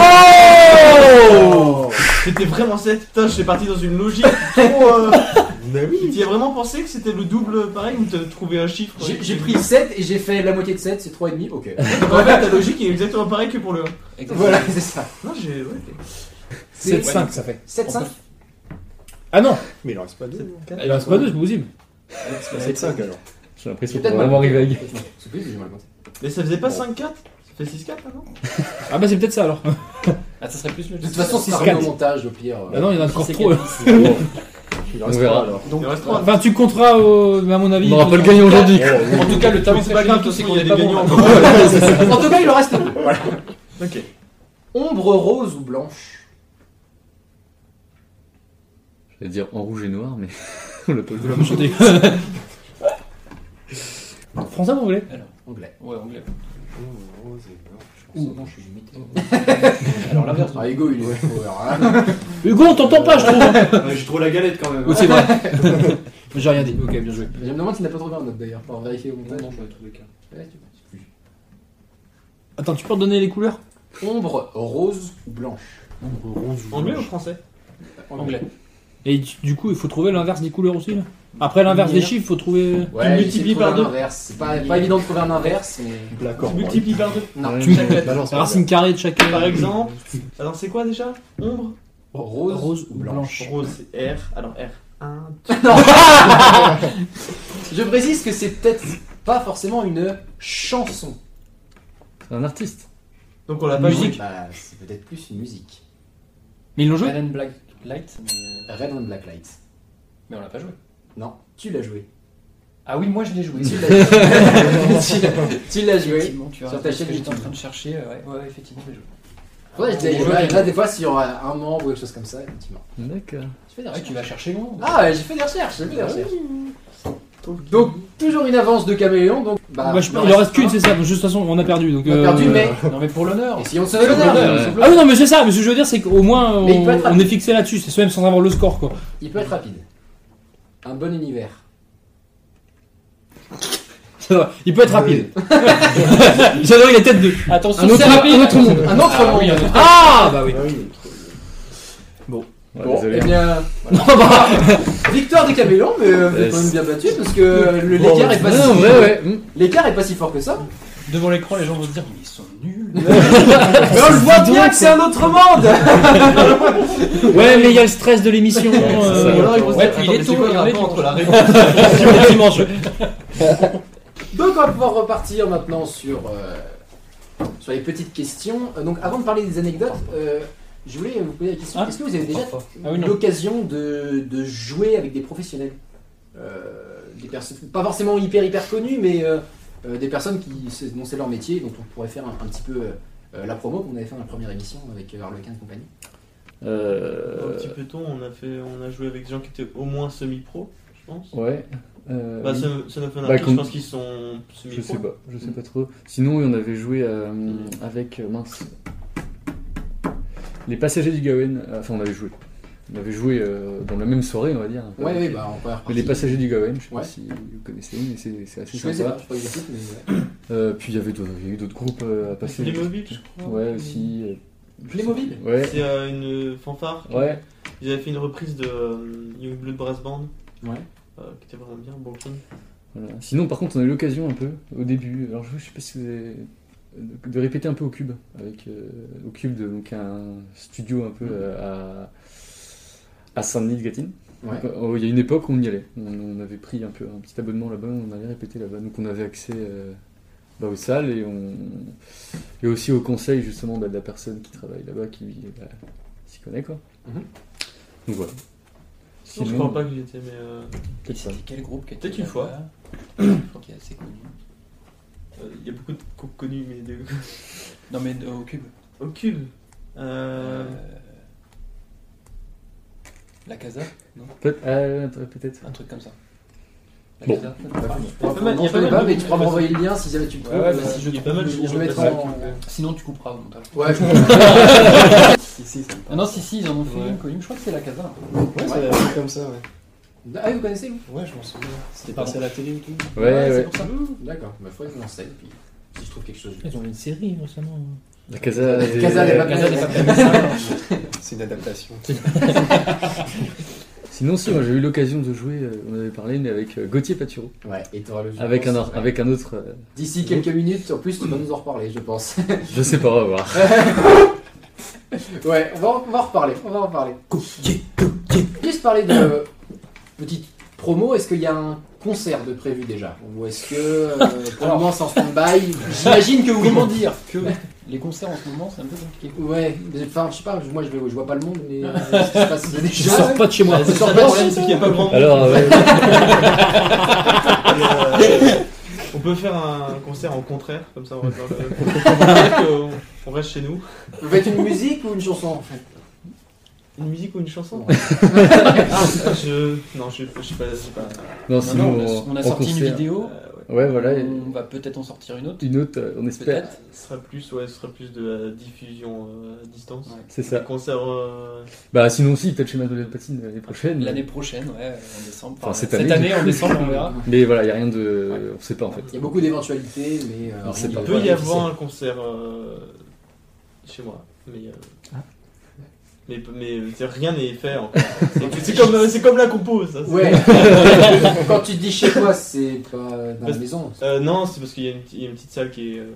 S5: C'était vraiment 7 Putain, j'étais parti dans une logique trop. euh,
S3: Mais oui
S5: T'y as vraiment pensé que c'était le double pareil ou t'as trouvé un chiffre
S1: J'ai j'ai pris 7 et j'ai fait la moitié de 7, c'est 3,5. Ok.
S5: En fait, ta logique est exactement pareille que pour le 1.
S1: voilà, c'est ça.
S5: Non, j'ai. Ouais,
S1: C'est
S8: 7-5, ça fait.
S1: 7,5
S8: Ah non
S3: Mais il en reste pas deux.
S6: Eh ben,
S8: Il reste pas deux, c'est possible.
S3: 7-5 alors.
S6: J'ai l'impression
S1: J'ai
S6: qu'on va
S1: peut-être
S6: vraiment
S1: mal.
S6: arriver à Guy.
S1: C'est plus, j'ai mal compté.
S5: Mais ça faisait pas 5-4 Ça fait 6-4 maintenant
S4: Ah bah c'est peut-être ça alors.
S2: Ah, ça serait plus le
S1: De toute façon, c'est Ah, un montage, au pire. euh,
S4: Bah non, il y en a encore
S2: C'est
S4: trop.
S3: Il
S6: On
S3: reste
S6: verra.
S3: pas, alors.
S5: Il reste 3.
S4: Enfin, tu compteras, euh, à mon avis.
S6: On n'aura pas le gagnant aujourd'hui.
S2: En tout cas, le tableau
S5: C'est pas grave, tout
S2: c'est
S5: c'est
S2: qu'on
S5: qu'il y a
S2: est
S5: des
S2: pas bon.
S5: gagnants
S1: en tout cas, il en reste deux.
S5: Ok.
S1: Ombre rose ou blanche
S6: Je vais dire en rouge et noir, mais on l'a pas vu.
S4: Français ou anglais
S1: Anglais.
S2: Ouais, anglais.
S3: Oh,
S1: Ouh, non, je suis humide.
S2: Alors l'inverse.
S1: Ah, Hugo, il est fou. hein.
S4: Hugo, on t'entend pas, je trouve.
S12: Ouais, J'ai trop la galette quand même.
S4: Oui, c'est vrai. J'ai rien dit. Ok, bien joué.
S1: Je me demande s'il n'a pas trouvé un autre d'ailleurs, pour vérifier au
S12: Non,
S1: montage.
S12: non, j'en ai trouvé qu'un.
S1: Ouais, tu vois, c'est plus.
S4: Attends, tu peux redonner les couleurs
S1: Ombre rose ou blanche
S5: Anglais ou français
S4: Anglais. Et tu- du coup, il faut trouver l'inverse des couleurs aussi. là. Après
S8: Mmh.
S4: l'inverse des chiffres, il faut trouver.
S1: Ouais,
S5: Tu
S1: j'essaie de
S5: multiplies
S1: trouver
S5: par
S1: un
S5: deux.
S1: inverse. C'est pas, pas évident de trouver un inverse, mais.
S3: L'accord.
S5: Tu multiplies par 2.
S3: hein.
S1: Non,
S6: Ouais.
S1: tu mets
S5: Claquette.
S3: Balance.
S4: La racine carrée de chaque.
S5: Par exemple. Alors c'est quoi déjà Ombre
S1: rose,
S4: Rose
S1: ou
S4: ou
S1: blanche.
S4: blanche.
S5: Rose, c'est R. Alors R. 1,
S1: Je précise que c'est peut-être pas forcément une chanson.
S6: C'est un artiste.
S5: Donc on l'a pas
S4: Musique.
S5: joué.
S1: Bah, c'est peut-être plus une musique.
S4: Mais ils l'ont joué
S2: Red and Black Light, mais,
S1: Red and Black Light.
S2: mais on l'a pas joué.
S1: Non, tu l'as joué.
S2: Ah oui, moi je l'ai joué.
S1: Tu l'as tu l'as- tu l'as joué.
S2: Effectivement, tu as
S1: Sur ta
S2: parce
S1: chaîne
S2: que J'étais en
S1: YouTube.
S2: train de chercher. euh, Ouais, ouais, ouais, effectivement, je l'ai joué.
S1: Ouais, je l'ai joué. Là, des fois, sur euh, un membre ou quelque chose comme ça, effectivement.
S6: D'accord.
S1: Tu fais des
S2: Ah ouais,
S1: recherches.
S2: tu vas chercher loin.
S1: Ah, ouais, j'ai fait des recherches, j'ai fait des recherches. Donc, euh, toujours une avance de caméléon. Donc, bah,
S4: Bah, je-
S1: il en
S4: Il en reste qu'une,
S1: un.
S4: c'est ça. De toute façon, on a perdu. Donc,
S1: On a perdu,
S4: euh,
S1: mais.
S2: Non, mais pour l'honneur.
S1: Et si on se donne l'honneur
S6: Ouais, ouais.
S4: Ah oui, non, mais c'est ça. Mais ce que je veux dire, c'est qu'au moins,
S1: Mais il
S4: on,
S1: peut être
S4: on est fixé là-dessus. C'est même sans avoir le score, quoi.
S1: Il peut être rapide. Un bon univers.
S4: Il peut être rapide. J'adore les têtes de.
S2: Attention,
S4: Un autre,
S2: c'est rapide.
S4: un autre monde.
S1: Un autre
S2: Ah
S1: monde.
S2: oui, un autre.
S4: Ah bah oui.
S6: Ouais,
S1: Bon,
S6: désolé.
S1: eh bien,
S4: Non, bah,
S1: victoire des Camélons, mais euh, vous êtes
S6: Euh,
S1: quand même bien battu parce que le- l'écart est pas
S6: Ah,
S1: si
S6: en vrai, ouais. hmm.
S1: l'écart est pas si fort que ça.
S2: Devant l'écran, les gens vont se dire Mais ils sont nuls.
S1: Mais on le voit bien que c'est un autre monde.
S4: ouais, mais il y a le stress de l'émission.
S6: c'est
S4: euh,
S6: ça.
S5: alors ils vont se
S2: Ouais,
S5: dire,
S2: puis il est
S5: attends, mais
S2: tôt,
S5: c'est quoi
S2: il
S5: le
S2: est
S5: rapport
S2: tôt.
S5: entre la réponse
S4: le dimanche.
S1: Donc on va pouvoir repartir maintenant sur euh, sur les petites questions. Euh, Donc avant de parler des anecdotes, euh, je voulais vous poser la question.
S4: Ah.
S1: Est-ce que vous avez déjà
S4: Ah oui, non.
S1: l'occasion de, de jouer avec des professionnels, Euh, des personnes pas forcément hyper hyper connues, mais euh, euh, des personnes qui c'est- dont c'est leur métier, donc on pourrait faire un, un petit peu euh, la promo qu'on avait fait dans la première émission avec euh, Harlequin et compagnie.
S5: Un
S6: Euh,
S5: petit peu tôt, on a, fait, on a joué avec des gens qui étaient au moins semi-pro, je pense.
S6: Ouais. euh,
S5: Bah,
S6: oui.
S5: Son- Son of
S6: Bah,
S5: Anarchy, je
S6: com-
S5: pense qu'ils sont
S6: Je sais
S5: semi-pro.
S6: pas, je sais pas trop. Sinon, on avait joué euh,
S1: Mm.
S6: avec euh, mince. Les passagers du Gawain. euh, Enfin, on avait joué. On avait joué euh, dans la même soirée, on va dire.
S1: Ouais, ouais, bah on va
S6: Mais
S1: repartir.
S6: les passagers du Gawain, je sais
S1: Ouais.
S6: pas si vous connaissez, mais c'est c'est assez
S1: Je connaissais pas,
S6: sympa.
S1: je crois que j'écoute, mais ouais.
S6: Euh, puis il y avait d'autres- il y a eu d'autres groupes euh, à passer.
S5: Playmobil, je crois.
S6: Ouais, aussi. euh, je sais
S1: Playmobil
S6: pas. Ouais.
S5: C'est euh, une fanfare.
S6: Ouais.
S5: Ils avaient fait une reprise de euh, Young Blood Brass Band.
S1: Ouais.
S5: euh, qui était vraiment bien, Brooklyn.
S6: Voilà. Sinon, par contre, on a eu l'occasion un peu au début. Alors, je je sais pas si vous avez de- de répéter un peu au cube avec euh, au cube de, donc un studio un peu euh, à à Saint-Denis de Gatine.
S1: Ouais.
S6: Donc, euh, Il y a une époque où on y allait. On, on avait pris un peu un petit abonnement là-bas, on allait répéter là-bas. Donc on avait accès euh, bah, aux salles et on et aussi au conseil justement bah, de la personne qui travaille là-bas qui bah, s'y connaît quoi.
S1: Mhm.
S6: Donc voilà.
S5: Non, je
S6: Sinon,
S5: crois pas que j'y étais, mais euh,
S6: peut-être pas.
S2: C'était quel groupe qui était
S5: Peut-être une
S2: là-bas
S5: fois.
S2: Je crois qu'il est assez connu.
S5: euh, il y a beaucoup de groupes connus, mais de...
S2: Non, mais euh, au cube.
S5: au cube. Euh,
S2: Euh, La Casa
S6: Peut- euh, attends, peut-être.
S2: Un truc comme ça. La
S6: Bon.
S2: Casa
S5: Il y a pas
S1: Non,
S5: mal- il y a
S1: je
S5: pas
S1: connais
S5: mal
S1: pas,
S5: de
S1: mais tu pourras
S5: groupes.
S1: m'envoyer le lien si jamais tu le trouves.
S2: Ouais, ouais,
S1: euh,
S2: bah, si je
S5: Il y a pas mal de
S1: je
S5: groupes
S1: vais mettre
S5: comme ça.
S1: en-
S2: Sinon, tu couperas au montage.
S1: Ouais, je-
S12: Si, si, ça me
S2: Ah
S12: parle.
S2: non, si, si, ils en ont fait
S3: Ouais.
S2: une connue. Je crois que c'est la Casa.
S3: Ouais, ça a fait comme ça, ouais.
S1: Ah, vous connaissez vous
S3: Ouais, je m'en souviens. C'était
S2: Pardon.
S3: passé à la télé ou tout
S6: Ouais,
S1: Ah,
S6: ouais.
S2: pour ça.
S1: D'accord, ma foi, je me renseigne, puis si je trouve quelque chose. je-
S4: Ils ont une série récemment.
S6: La Casa des-
S1: Casa des Papel.
S2: Casa des Papel.
S3: C'est une adaptation.
S6: Sinon, si, moi j'ai eu l'occasion de jouer, euh, on en avait parlé, mais avec euh, Gauthier Paturo,
S1: Ouais, et t'auras le jeu.
S6: avec
S1: je
S6: un,
S1: pense.
S6: or- avec un autre. euh,
S1: D'ici quelques minutes, en plus, tu vas nous en reparler, je pense.
S6: je sais pas, on va voir.
S1: ouais, on va, on va en reparler, on va en reparler. Juste parler de euh, petite promo, est-ce qu'il y a un concert de prévu déjà Ou est-ce que euh, pour le moment c'est en stand-by J'imagine que oui.
S2: Comment dire que les concerts en ce moment, c'est un peu compliqué.
S1: Ouais, mais, enfin je sais pas, moi je, vais- je vois pas le monde, mais euh, ce qui se passe
S4: Je
S1: déjà.
S4: sors pas de chez moi.
S1: Je sors
S5: Le
S1: pas
S5: problème, c'est qu'il n'y a pas grand monde.
S14: Alors, ouais.
S5: Euh, on peut faire un concert en contraire, comme ça on va faire le- on, on reste chez nous.
S1: Vous faites une musique ou une chanson en fait
S5: Une musique ou une chanson Ah, je... Non, je je sais pas. Je sais pas.
S6: Non,
S2: Non,
S6: sinon,
S2: non, on a, on a
S6: en
S2: sorti une
S6: concert.
S1: Oh.
S2: vidéo. Oh.
S5: Euh, ouais.
S6: Ouais, voilà. et-
S2: On va peut-être en sortir une autre.
S6: Une autre, euh, on espère.
S2: Peut-être.
S5: Ce sera plus, ouais, ce sera plus de la diffusion euh, à distance.
S2: Ouais.
S6: C'est ça.
S5: Des concerts. euh,
S6: Bah, sinon, si, peut-être chez Madeleine Patine l'année prochaine.
S2: L'année prochaine, ouais, en décembre.
S6: Enfin,
S2: Enfin,
S6: cette
S2: cette,
S6: année,
S2: année, en décembre, on verra.
S6: Mais voilà, il n'y a rien de. On sait pas en fait.
S1: Il y a beaucoup d'éventualités, mais euh,
S6: On sait
S1: rien
S6: pas.
S1: de-
S5: Il peut y
S1: voilà,
S5: avoir un concert euh, chez moi, mais. euh,
S6: Ah.
S5: Mais, mais euh, c'est- rien n'est fait encore. C'est- C'est comme, euh, c'est comme la compo, ça. c'est-
S1: Ouais. Quand tu te dis chez toi, c'est pas dans la
S5: Parce-
S1: maison.
S5: Euh, non, c'est parce qu'il y, a une petite- il y a une petite salle qui, est, euh,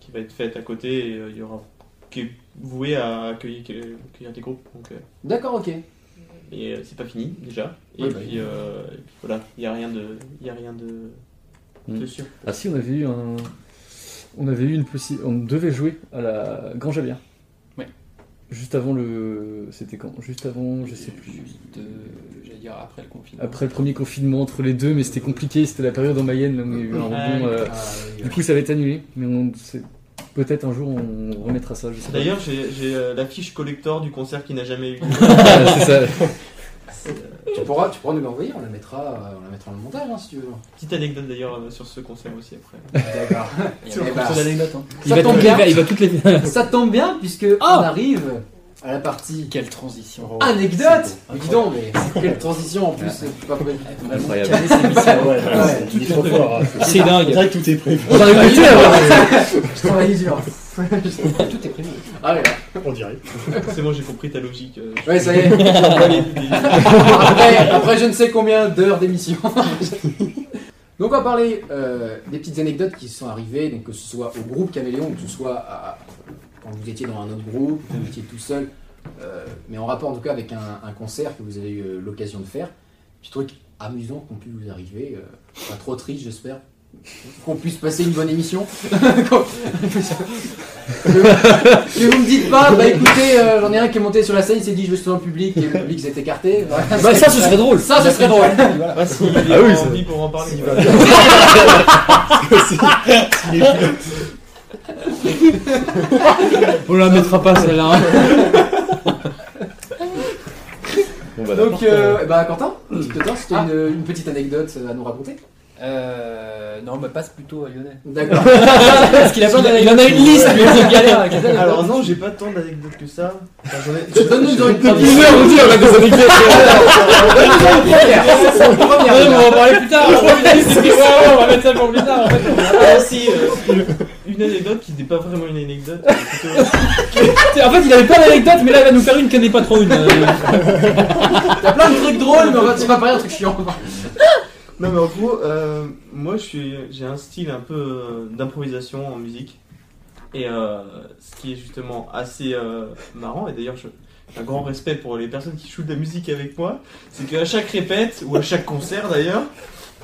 S5: qui va être faite à côté et euh, il y aura qui est vouée à accueillir, accueillir des groupes. Donc, euh,
S1: D'accord, ok.
S5: et euh, c'est pas fini déjà. Et,
S1: Ouais, bah,
S5: puis, euh, et puis voilà, il n'y a rien de, il y a rien de,
S6: Mm.
S5: de sûr.
S6: Ah, si, on avait eu un. On avait eu une possi- On devait jouer à la Grand Javier.
S2: Ouais.
S6: Juste avant le. C'était quand Juste avant, je sais plus.
S2: Juste, euh, j'allais dire après le confinement.
S6: Après le premier confinement entre les deux, mais c'était compliqué. C'était la période en Mayenne, là, où il y a eu un
S5: Ouais.
S6: rebond. euh,
S1: Ah, oui,
S6: Du
S1: ouais.
S6: coup, ça va être annulé. Mais on. c'est- Peut-être un jour, on remettra ça. Je sais pas.
S5: D'ailleurs, j'ai j'ai, euh, la fiche collector du concert qui n'a jamais eu. lieu.
S6: Ah, c'est ça.
S5: C'est, euh,
S1: tu, pourras, tu pourras nous l'envoyer, on la mettra, euh, on la mettra dans le montage hein, si tu veux.
S5: Petite anecdote d'ailleurs euh, sur ce concert aussi après.
S1: D'accord.
S2: Il y a
S1: Eh
S2: beaucoup
S1: bah,
S2: d'anecdotes, hein.
S1: Ça tombe bien.
S4: il va toutes les. Ah
S1: Ça tombe bien puisque on arrive à la partie
S2: Quelle
S3: Oh,
S2: transition.
S1: anecdote. Mais dis donc, mais quelle transition en plus. c'est pas vrai.
S14: Incroyable.
S3: ouais,
S1: Ouais.
S3: il est trop fort. hein.
S4: C'est
S3: On
S4: dingue.
S3: dirait que tout est prévu.
S4: J'en ai goûté alors.
S1: Je travaille dur.
S2: Tout est prévu.
S1: Ah ouais.
S3: On dirait.
S5: C'est bon, j'ai compris ta logique. euh, je-
S1: Ouais, ça y est. après, après je ne sais combien d'heures d'émission. Donc on va parler euh, des petites anecdotes qui sont arrivées, donc que ce soit au groupe Caméléon, que ce soit à- quand vous étiez dans un autre groupe, quand vous étiez tout seul, euh, mais en rapport en tout cas avec un, un concert que vous avez eu euh, l'occasion de faire. Petit truc amusant qu'on pu vous arriver, euh, pas trop triste j'espère, qu'on puisse passer une bonne émission. Qu'on- que vous me dites pas, bah écoutez, euh, j'en ai un qui est monté sur la scène, il s'est dit je veux sur un public, et le public s'est écarté. Voilà.
S4: Bah ça, ce serait drôle.
S1: Ça, ce serait drôle.
S5: Ah, si, il est
S6: Ah oui,
S5: en
S6: ça-
S5: vie pour en parler.
S4: On la mettra pas celle-là.
S6: Bon, bah,
S1: Donc, euh, eh ben, Quentin, petit Quentin, si
S2: Ah.
S1: t'as une, une petite anecdote à nous raconter.
S2: Euh, non, mais passe plutôt à Lyonnais.
S1: D'accord.
S4: Parce qu'il a plein d'anecdotes. Il en a une liste, mais il galère avec les
S5: Alors non, j'ai pas tant d'anecdotes que ça. Enfin, j'en ai-
S1: Donne-nous une première.
S6: on dit, on a des anecdotes.
S1: Donne-nous une première. Une
S4: Ouais, mais
S1: première.
S4: on va en parler plus tard. On va mettre- ouais, ouais, on va mettre ça pour plus tard. en fait.
S5: Ah, si, euh, une anecdote qui n'est pas vraiment une anecdote. mais plutôt-
S4: En fait, il avait plein d'anecdotes, mais là, il va nous faire une qui n'est pas trop une. euh.
S1: T'as plein de trucs drôles, mais on va- c'est pas pareil, un truc chiant.
S5: Non mais en gros, euh, moi je suis, j'ai un style un peu euh, d'improvisation en musique. Et euh, ce qui est justement assez euh, marrant, et d'ailleurs je- j'ai un grand respect pour les personnes qui jouent de la musique avec moi, c'est qu'à chaque répète, ou à chaque concert d'ailleurs,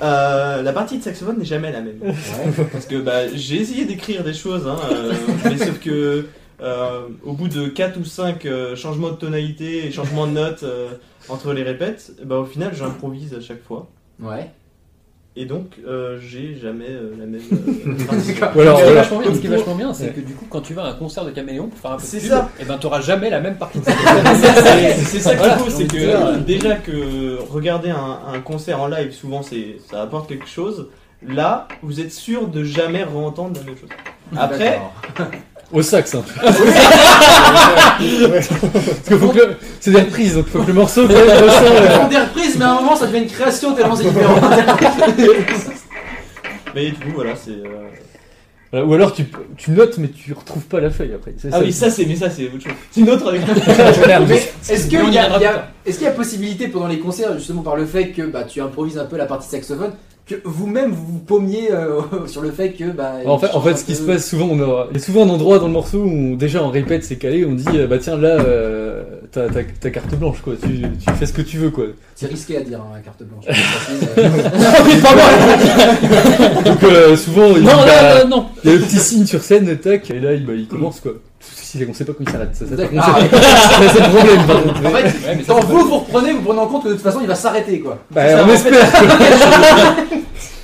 S5: euh, la partie de saxophone n'est jamais la même. Parce que bah, j'ai essayé d'écrire des choses, hein, euh, mais sauf que euh, au bout de 4 ou 5 changements de tonalité et changements de notes euh, entre les répètes, bah, au final j'improvise à chaque fois.
S1: Ouais.
S5: Et donc, euh, j'ai jamais euh, la même. euh, partition.
S6: Ou alors,
S2: ce, qui est
S6: voilà.
S2: vachement bien, ce qui est vachement bien, c'est que du coup, quand tu vas à un concert de Caméléon pour faire un peu de
S5: C'est
S2: pub,
S5: ça.
S2: et ben t'auras jamais la même partie de
S5: C'est c'est ça qui est
S2: Voilà,
S5: beau, c'est
S2: donc,
S5: que
S2: euh,
S5: déjà que regarder un, un concert en live, souvent c'est ça apporte quelque chose. Là, vous êtes sûr de jamais re-entendre la même chose. Après,
S1: Ah, D'accord.
S6: Au sax, hein. Parce que faut que le- c'est des reprises, donc faut que le morceau quand même ressort,
S1: Ils
S6: euh.
S1: font des reprises, mais à un moment, ça devient une création tellement c'est différent.
S5: mais du coup, voilà, c'est. euh,
S6: Voilà, Ou alors tu, tu notes, mais tu retrouves pas la feuille après. C'est
S5: Ah
S6: ça.
S5: oui, ça c'est, mais ça c'est autre chose. C'est une autre anecdote.
S1: Mais est-ce qu'il
S2: Mais on y
S1: y, a-
S2: viendra
S1: il y a-
S2: plus tard.
S1: est-ce qu'il y a possibilité pendant les concerts, justement par le fait que bah, tu improvises un peu la partie saxophone, que vous-même vous vous paumiez euh, sur le fait que. Bah,
S6: En fait, en
S1: change
S6: fait,
S1: un
S6: ce qui se
S1: peu.
S6: passe souvent, on aura- il y a souvent un endroit dans le morceau où déjà on répète, c'est calé, on dit euh, bah tiens là, euh, t'as t'as- t'as carte blanche quoi, tu, tu fais ce que tu veux quoi.
S1: C'est risqué à dire, hein, la carte blanche. Euh,
S6: Donc euh, souvent, il,
S4: Non,
S6: bah,
S4: non, non, non.
S6: il y a le petit signe sur scène, tac, et là il, bah, il commence quoi. Si, on sait pas comment il s'arrête, ça, ça, par contre,
S1: Ah,
S6: c'est- ça, c'est le problème. par
S1: en
S6: contre.
S1: fait,
S2: Ouais, mais ça,
S1: quand
S2: c'est
S1: vous vous reprenez, vous prenez en compte que de toute façon il va s'arrêter quoi.
S3: Eh,
S6: Bah, on
S5: en
S6: espère.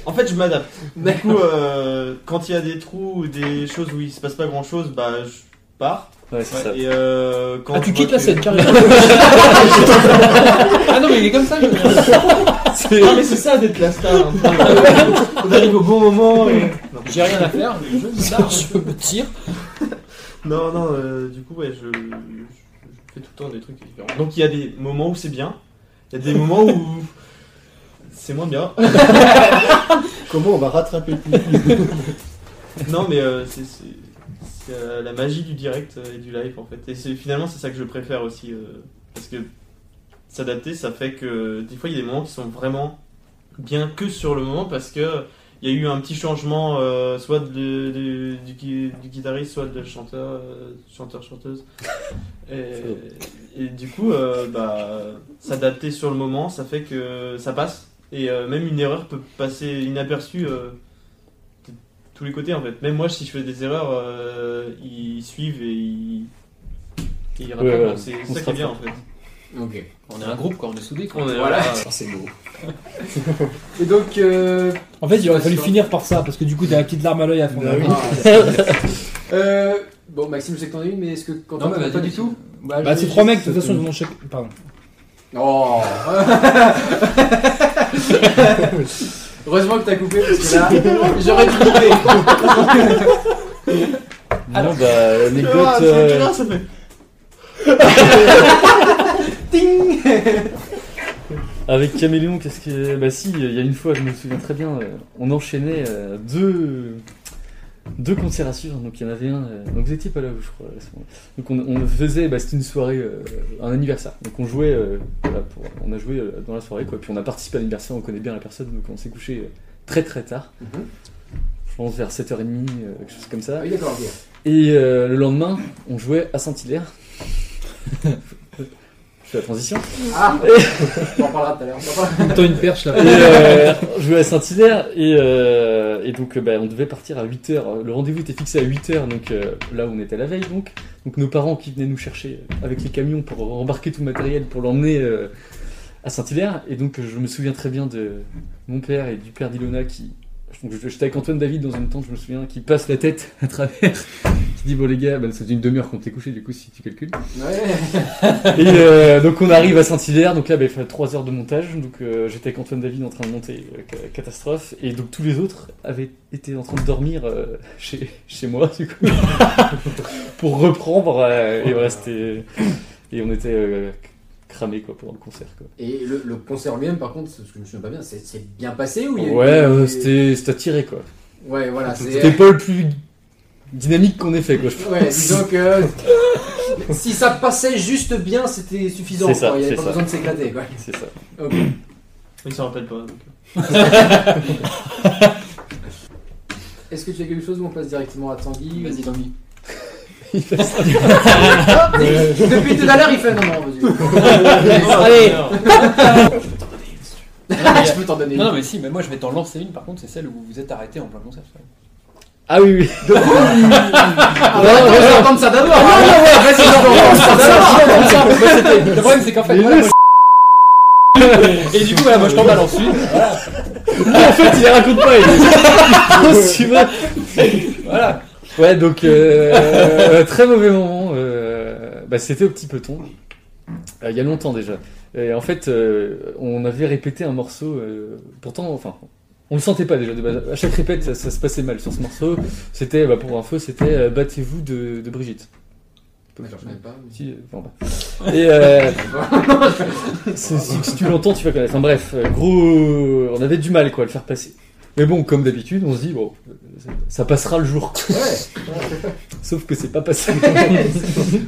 S5: En fait, je m'adapte. Du
S1: D'accord.
S5: coup, euh, quand il y a des trous ou des choses où il se passe pas grand chose, bah je pars.
S6: Ouais, c'est ça.
S5: Et euh, quand
S4: Ah, tu
S5: je vois
S4: quittes la
S5: que-
S4: scène, carrément.
S2: Ah non, mais il est comme ça. je-
S5: Non, mais c'est ça d'être la star. hein.
S3: Ah
S5: On arrive au bon moment. et- Non.
S2: J'ai rien à faire. Je me barre.
S4: Je me tire.
S5: Non, non, euh, du coup, ouais, je, je- je fais tout le temps des trucs différents. Donc, il y a des moments où c'est bien, il y a des moments où c'est moins bien.
S3: Comment on va rattraper le public
S5: Non, mais euh, c'est c'est- c'est, euh, la magie du direct euh, et du live en fait. Et c'est- finalement, c'est ça que je préfère aussi. euh, parce que s'adapter, ça fait que des fois, il y a des moments qui sont vraiment bien que sur le moment parce que. Il y a eu un petit changement, euh, soit de- de- du, gui- du guitariste, soit de chanteur, euh, chanteur chanteuse. Et, et du coup, euh, bah, s'adapter sur le moment, ça fait que ça passe. Et euh, même une erreur peut passer inaperçue euh, de tous les côtés en fait. Même moi, si je fais des erreurs, euh, ils suivent et ils, et ils rattrapent.
S6: ouais,
S5: c'est
S6: on
S5: ça
S6: se
S5: qui est bien en fait.
S1: Ok.
S2: On est un groupe, quoi. On est soudés, quoi.
S5: On est
S1: Voilà. Ah,
S5: là.
S3: C'est beau.
S1: Et donc, euh,
S4: En fait, il aurait fallu finir par ça, parce que du coup, t'as la petite larme à
S3: Ah
S4: l'œil à fond.
S1: Ah, euh, bon Maxime, je sais que t'en as une, mais est-ce que quand
S2: Non,
S1: on
S2: mais
S1: pas
S2: vas-y,
S1: du
S2: vas-y.
S1: tout
S4: Bah, c'est trois mecs, de toute façon, ils vont chaque. Pardon.
S1: Oh Heureusement que t'as coupé parce que là, j'aurais dû couper.
S6: Non, bah, l'anecdote.
S5: Ah,
S6: euh,
S5: c'est là, ça fait.
S6: Avec Caméléon, qu'est-ce que. Bah si, il y a une fois, je me souviens très bien, euh, on enchaînait euh, deux, deux concerts à suivre. Donc il y en avait un. euh, Donc vous étiez pas là, vous, je crois. à ce moment-là. Donc on, on faisait, bah, c'était une soirée, euh, un anniversaire. Donc on jouait, euh, voilà, pour- on a joué euh, dans la soirée, quoi. Puis on a participé à l'anniversaire, on connaît bien la personne, donc on s'est couché euh, très très tard.
S1: Mhm.
S6: Je pense vers 7h30, euh, quelque chose comme ça.
S1: Ah oui, d'accord, ok.
S6: Et euh, le lendemain, on jouait à Saint-Hilaire. Je fais la transition.
S1: Ah On en parlera tout à l'heure. on en parlera.
S4: T'as une perche là.
S6: Et euh, on jouait à Saint-Hilaire et, euh, et donc euh, bah, on devait partir à 8h. Le rendez-vous était fixé à 8h, donc euh, là où on était la veille. Donc. donc nos parents qui venaient nous chercher avec les camions pour embarquer tout le matériel pour l'emmener euh, à Saint-Hilaire. Et donc euh, je me souviens très bien de mon père et du père d'Ilona qui. donc, je- J'étais avec Antoine David dans une tente, je me souviens, qui passe la tête à travers, qui dit Bon les gars, bah, ça fait une demi-heure qu'on t'est couché, du coup, si tu calcules.
S1: Ouais.
S6: Et euh, donc on arrive à Saint-Hilaire, donc là bah, il fallait 3 heures de montage, donc euh, j'étais avec Antoine David en train de monter, euh, ca- catastrophe, et donc tous les autres avaient été en train de dormir euh, chez, chez moi du coup, pour reprendre, euh, et voilà c'était... Et on était euh, cramés quoi pendant le concert quoi.
S1: Et le, le concert lui-même, par contre, ce que je me souviens pas bien, c'est c'est bien passé ou il y a eu
S6: Ouais,
S1: des-
S6: euh, c'était c'était attiré quoi.
S1: Ouais, voilà,
S6: C'était
S1: c'est.
S6: pas le plus dynamique qu'on ait fait quoi, je pense.
S1: Ouais, disons que. si ça passait juste bien, c'était suffisant.
S6: C'est ça,
S1: quoi. Il n'y avait
S6: c'est
S1: pas
S6: ça.
S1: besoin de s'éclater, quoi.
S6: C'est ça.
S1: Ok.
S5: Ils s'en rappellent pas. donc.
S1: Est-ce que tu as quelque chose où on passe directement à Tanguy
S2: Vas-y,
S1: ou-
S2: tant pis.
S1: Depuis tout à l'heure, il fait non, non, vas-y.
S4: Allez
S1: je peux t'en donner une.
S2: Non, non, mais si, mais moi je vais t'en lancer une par contre, c'est celle où vous vous êtes arrêté en plein concert. ça.
S6: Ah oui oui
S1: Ah, bah, attends, je vais entendre ça d'abord. Ah, ouais, ouais, vas-y, je vais entendre ça d'abord.
S2: Le problème c'est qu'en fait, voilà, moi, je- et du coup, voilà, moi je t'en balance une.
S6: En fait il les raconte pas, il est- Si tu veux.
S2: Voilà.
S6: Ouais, donc euh, très mauvais moment. euh, bah, c'était au petit peton, Euh, il y a longtemps déjà. Et en fait, euh, on avait répété un morceau. euh, pourtant, enfin, on le sentait pas déjà. de base. À chaque répète, ça, ça se passait mal sur ce morceau. C'était, bah, pour info, c'était euh, "Battez-vous" de, de Brigitte.
S1: D'accord, je connais pas. mais-
S6: Si, euh, bon, bah. Et euh, c'est- si, si tu l'entends, tu vas connaître. Enfin bref, euh, gros, on avait du mal quoi à le faire passer. Mais bon, comme d'habitude, on se dit bon, euh, ça- ça passera le jour. Sauf que c'est pas passé.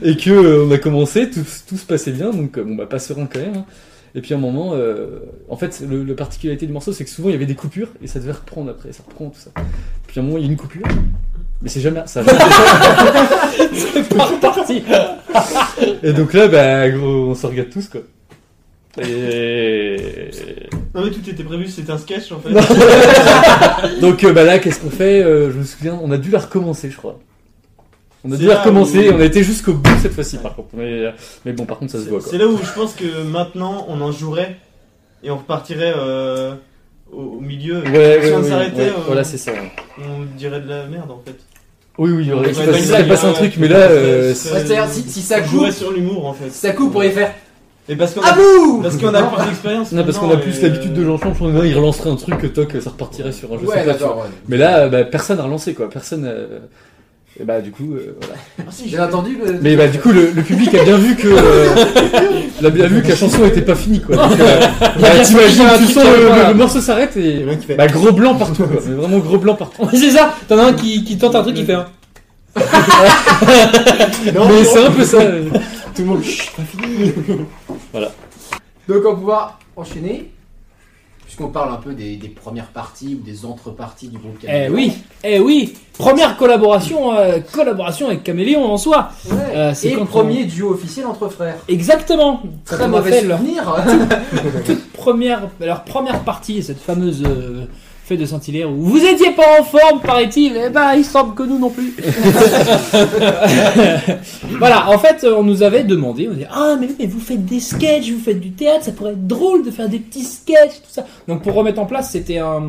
S6: et que euh, on a commencé, tout, tout se passait bien, donc euh, bon bah pas serein quand même. hein. Et puis à un moment, euh, en fait, le, la particularité du morceau, c'est que souvent il y avait des coupures et ça devait reprendre après, ça reprend tout ça. Puis à un moment, il y a une coupure, mais c'est jamais ça. a jamais été ça. et donc là, bah, gros, on se regarde tous quoi. Et
S5: Non, mais tout était prévu, c'était un sketch en fait.
S6: donc euh, bah là, qu'est-ce qu'on fait Euh, Je me souviens, on a dû la recommencer, je crois. On a
S5: C'est
S6: dû la
S5: là
S6: recommencer,
S5: où-
S6: on a été jusqu'au bout cette fois-ci par contre. Mais, mais bon, par contre, ça se voit
S5: C'est
S6: quoi.
S5: c'est là où je pense que maintenant on en jouerait et on repartirait euh, au, au milieu.
S6: Ouais, ouais,
S5: si on
S6: ouais,
S5: s'arrêtait,
S6: ouais,
S5: euh,
S6: voilà, c'est ça.
S5: on dirait de la merde en fait.
S6: Oui, oui, il
S5: Ouais,
S6: aurait- il se
S5: ouais,
S6: passe-
S5: ouais,
S6: il serait
S5: ouais,
S6: passé un
S5: ouais,
S6: truc,
S5: ouais.
S6: mais là, euh,
S5: Ça-
S1: Ouais, c'est-à-dire, si, si ça
S5: On
S1: coupe, Ah
S5: jouerait sur l'humour en fait.
S1: si ça coupe, on pourrait faire
S5: Mais parce qu'on
S1: à
S5: a,
S1: vous
S5: parce qu'on a plus d'expérience.
S6: non, parce qu'on a
S5: maintenant,
S6: plus
S5: et, euh,
S6: l'habitude de Jean-Jean, je pense que, il relancerait un truc, toc, ça repartirait sur un jeu.
S1: Ouais,
S6: sympa, tu vois.
S1: d'accord. ouais.
S6: Mais là, euh, bah, personne n'a relancé, quoi. Personne. euh, Et bah, du coup, euh, voilà.
S5: Ah, si,
S1: J'ai entendu le.
S6: Mais bah, du coup, le, le public a bien vu que. euh, l'a bien vu que la chanson était pas finie, quoi. Donc, euh, bah, t'imagines, tu sens le, le- le morceau s'arrête et.
S3: a un qui fait.
S6: Bah, gros blanc partout, quoi. Mais vraiment gros blanc partout.
S2: c'est ça T'en as un qui, qui tente un truc, il fait un.
S6: Mais c'est un peu ça.
S1: Donc on va pouvoir enchaîner, puisqu'on parle un peu des, des premières parties ou des entre-parties du groupe
S2: Eh
S1: Caméléon.
S2: oui Eh oui Première collaboration, euh, collaboration avec Caméléon en soi
S1: Ouais.
S2: Euh, c'est
S1: Et
S2: quand
S1: premier duo officiel entre frères.
S2: Exactement
S1: Très
S2: me
S1: mauvais
S2: rappelle leur
S1: souvenir
S2: toute première, leur première partie, cette fameuse euh, fête de Saint-Hilaire où vous étiez pas en forme, paraît-il. Eh ben, il semble que nous non plus. voilà, en fait, on nous avait demandé, on disait ah mais, mais vous faites des sketchs, vous faites du théâtre, ça pourrait être drôle de faire des petits sketchs, tout ça. Donc pour remettre en place, c'était un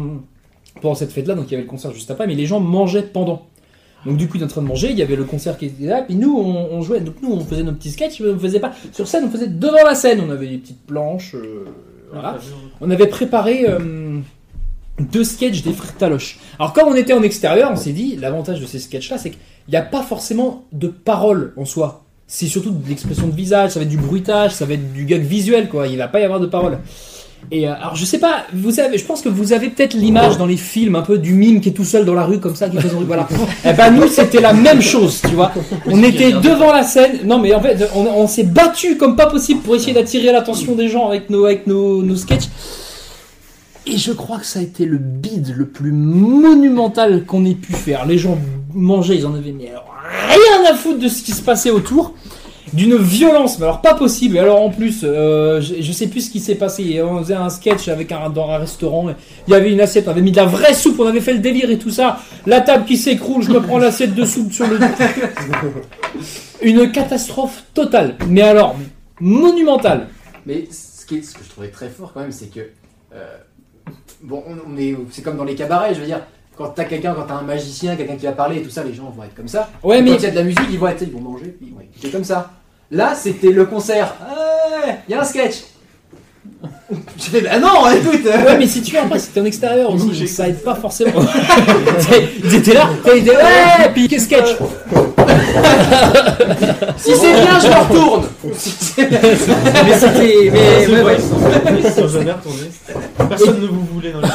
S2: pendant cette fête-là, donc il y avait le concert juste après, mais les gens mangeaient pendant. Donc du coup, ils étaient en train de manger, il y avait le concert qui était là, puis nous, on, on jouait. Donc nous, on faisait nos petits sketchs, mais on faisait pas sur scène, on faisait devant la scène. On avait des petites planches, euh, voilà. On avait préparé euh, deux sketchs des frères Taloche. Alors quand on était en extérieur, on s'est dit, l'avantage de ces sketchs-là, c'est qu'il n'y a pas forcément de parole en soi. C'est surtout de l'expression de visage, ça va être du bruitage, ça va être du gag visuel, quoi. Il va pas y avoir de parole. Et euh, alors je sais pas, vous savez, je pense que vous avez peut-être l'image dans les films un peu du mime qui est tout seul dans la rue comme ça, qui fait son voilà. Eh ben nous c'était la même chose, tu vois. On était devant la scène. Non mais en fait on, on s'est battu comme pas possible pour essayer d'attirer l'attention des gens avec nos avec nos, nos sketchs. Et je crois que ça a été le bide le plus monumental qu'on ait pu faire. Les gens mangeaient, ils en avaient mais alors, rien à foutre de ce qui se passait autour. D'une violence, mais alors pas possible. Et alors en plus, euh, je, je sais plus ce qui s'est passé. Et On faisait un sketch avec un, dans un restaurant. et Il y avait une assiette, on avait mis de la vraie soupe, on avait fait le délire et tout ça. La table qui s'écroule, je me prends l'assiette de soupe sur le dos. Une catastrophe totale. Mais alors, monumentale.
S1: Mais ce, qui est- ce que je trouvais très fort quand même, c'est que. euh, bon, on, on est, c'est comme dans les cabarets, je veux dire. Quand t'as quelqu'un, quand t'as un magicien, quelqu'un qui va parler et tout ça, les gens vont être comme ça.
S2: Ouais,
S1: Et
S2: mais
S1: Quand il y a de la musique, ils vont être, ils vont manger, puis ils vont écouter comme ça. Là, c'était le concert. Ouais, Il y a un sketch. J'ai fait, ah non, écoute. euh,
S2: Ouais, mais si tu veux, après, c'était en extérieur aussi, donc ça aide pas forcément. Ils étaient là, ils étaient ouais, puis qu'est-ce sketch
S1: si c'est bien, je me retourne. Oh. Si c'est bien.
S2: Mais c'était.
S1: Ah,
S6: Eh,
S2: Mais,
S5: C'est
S2: ouais,
S5: vrai,
S2: ouais.
S5: ils sont- ils sont jamais retournés. Personne ne vous voulait dans le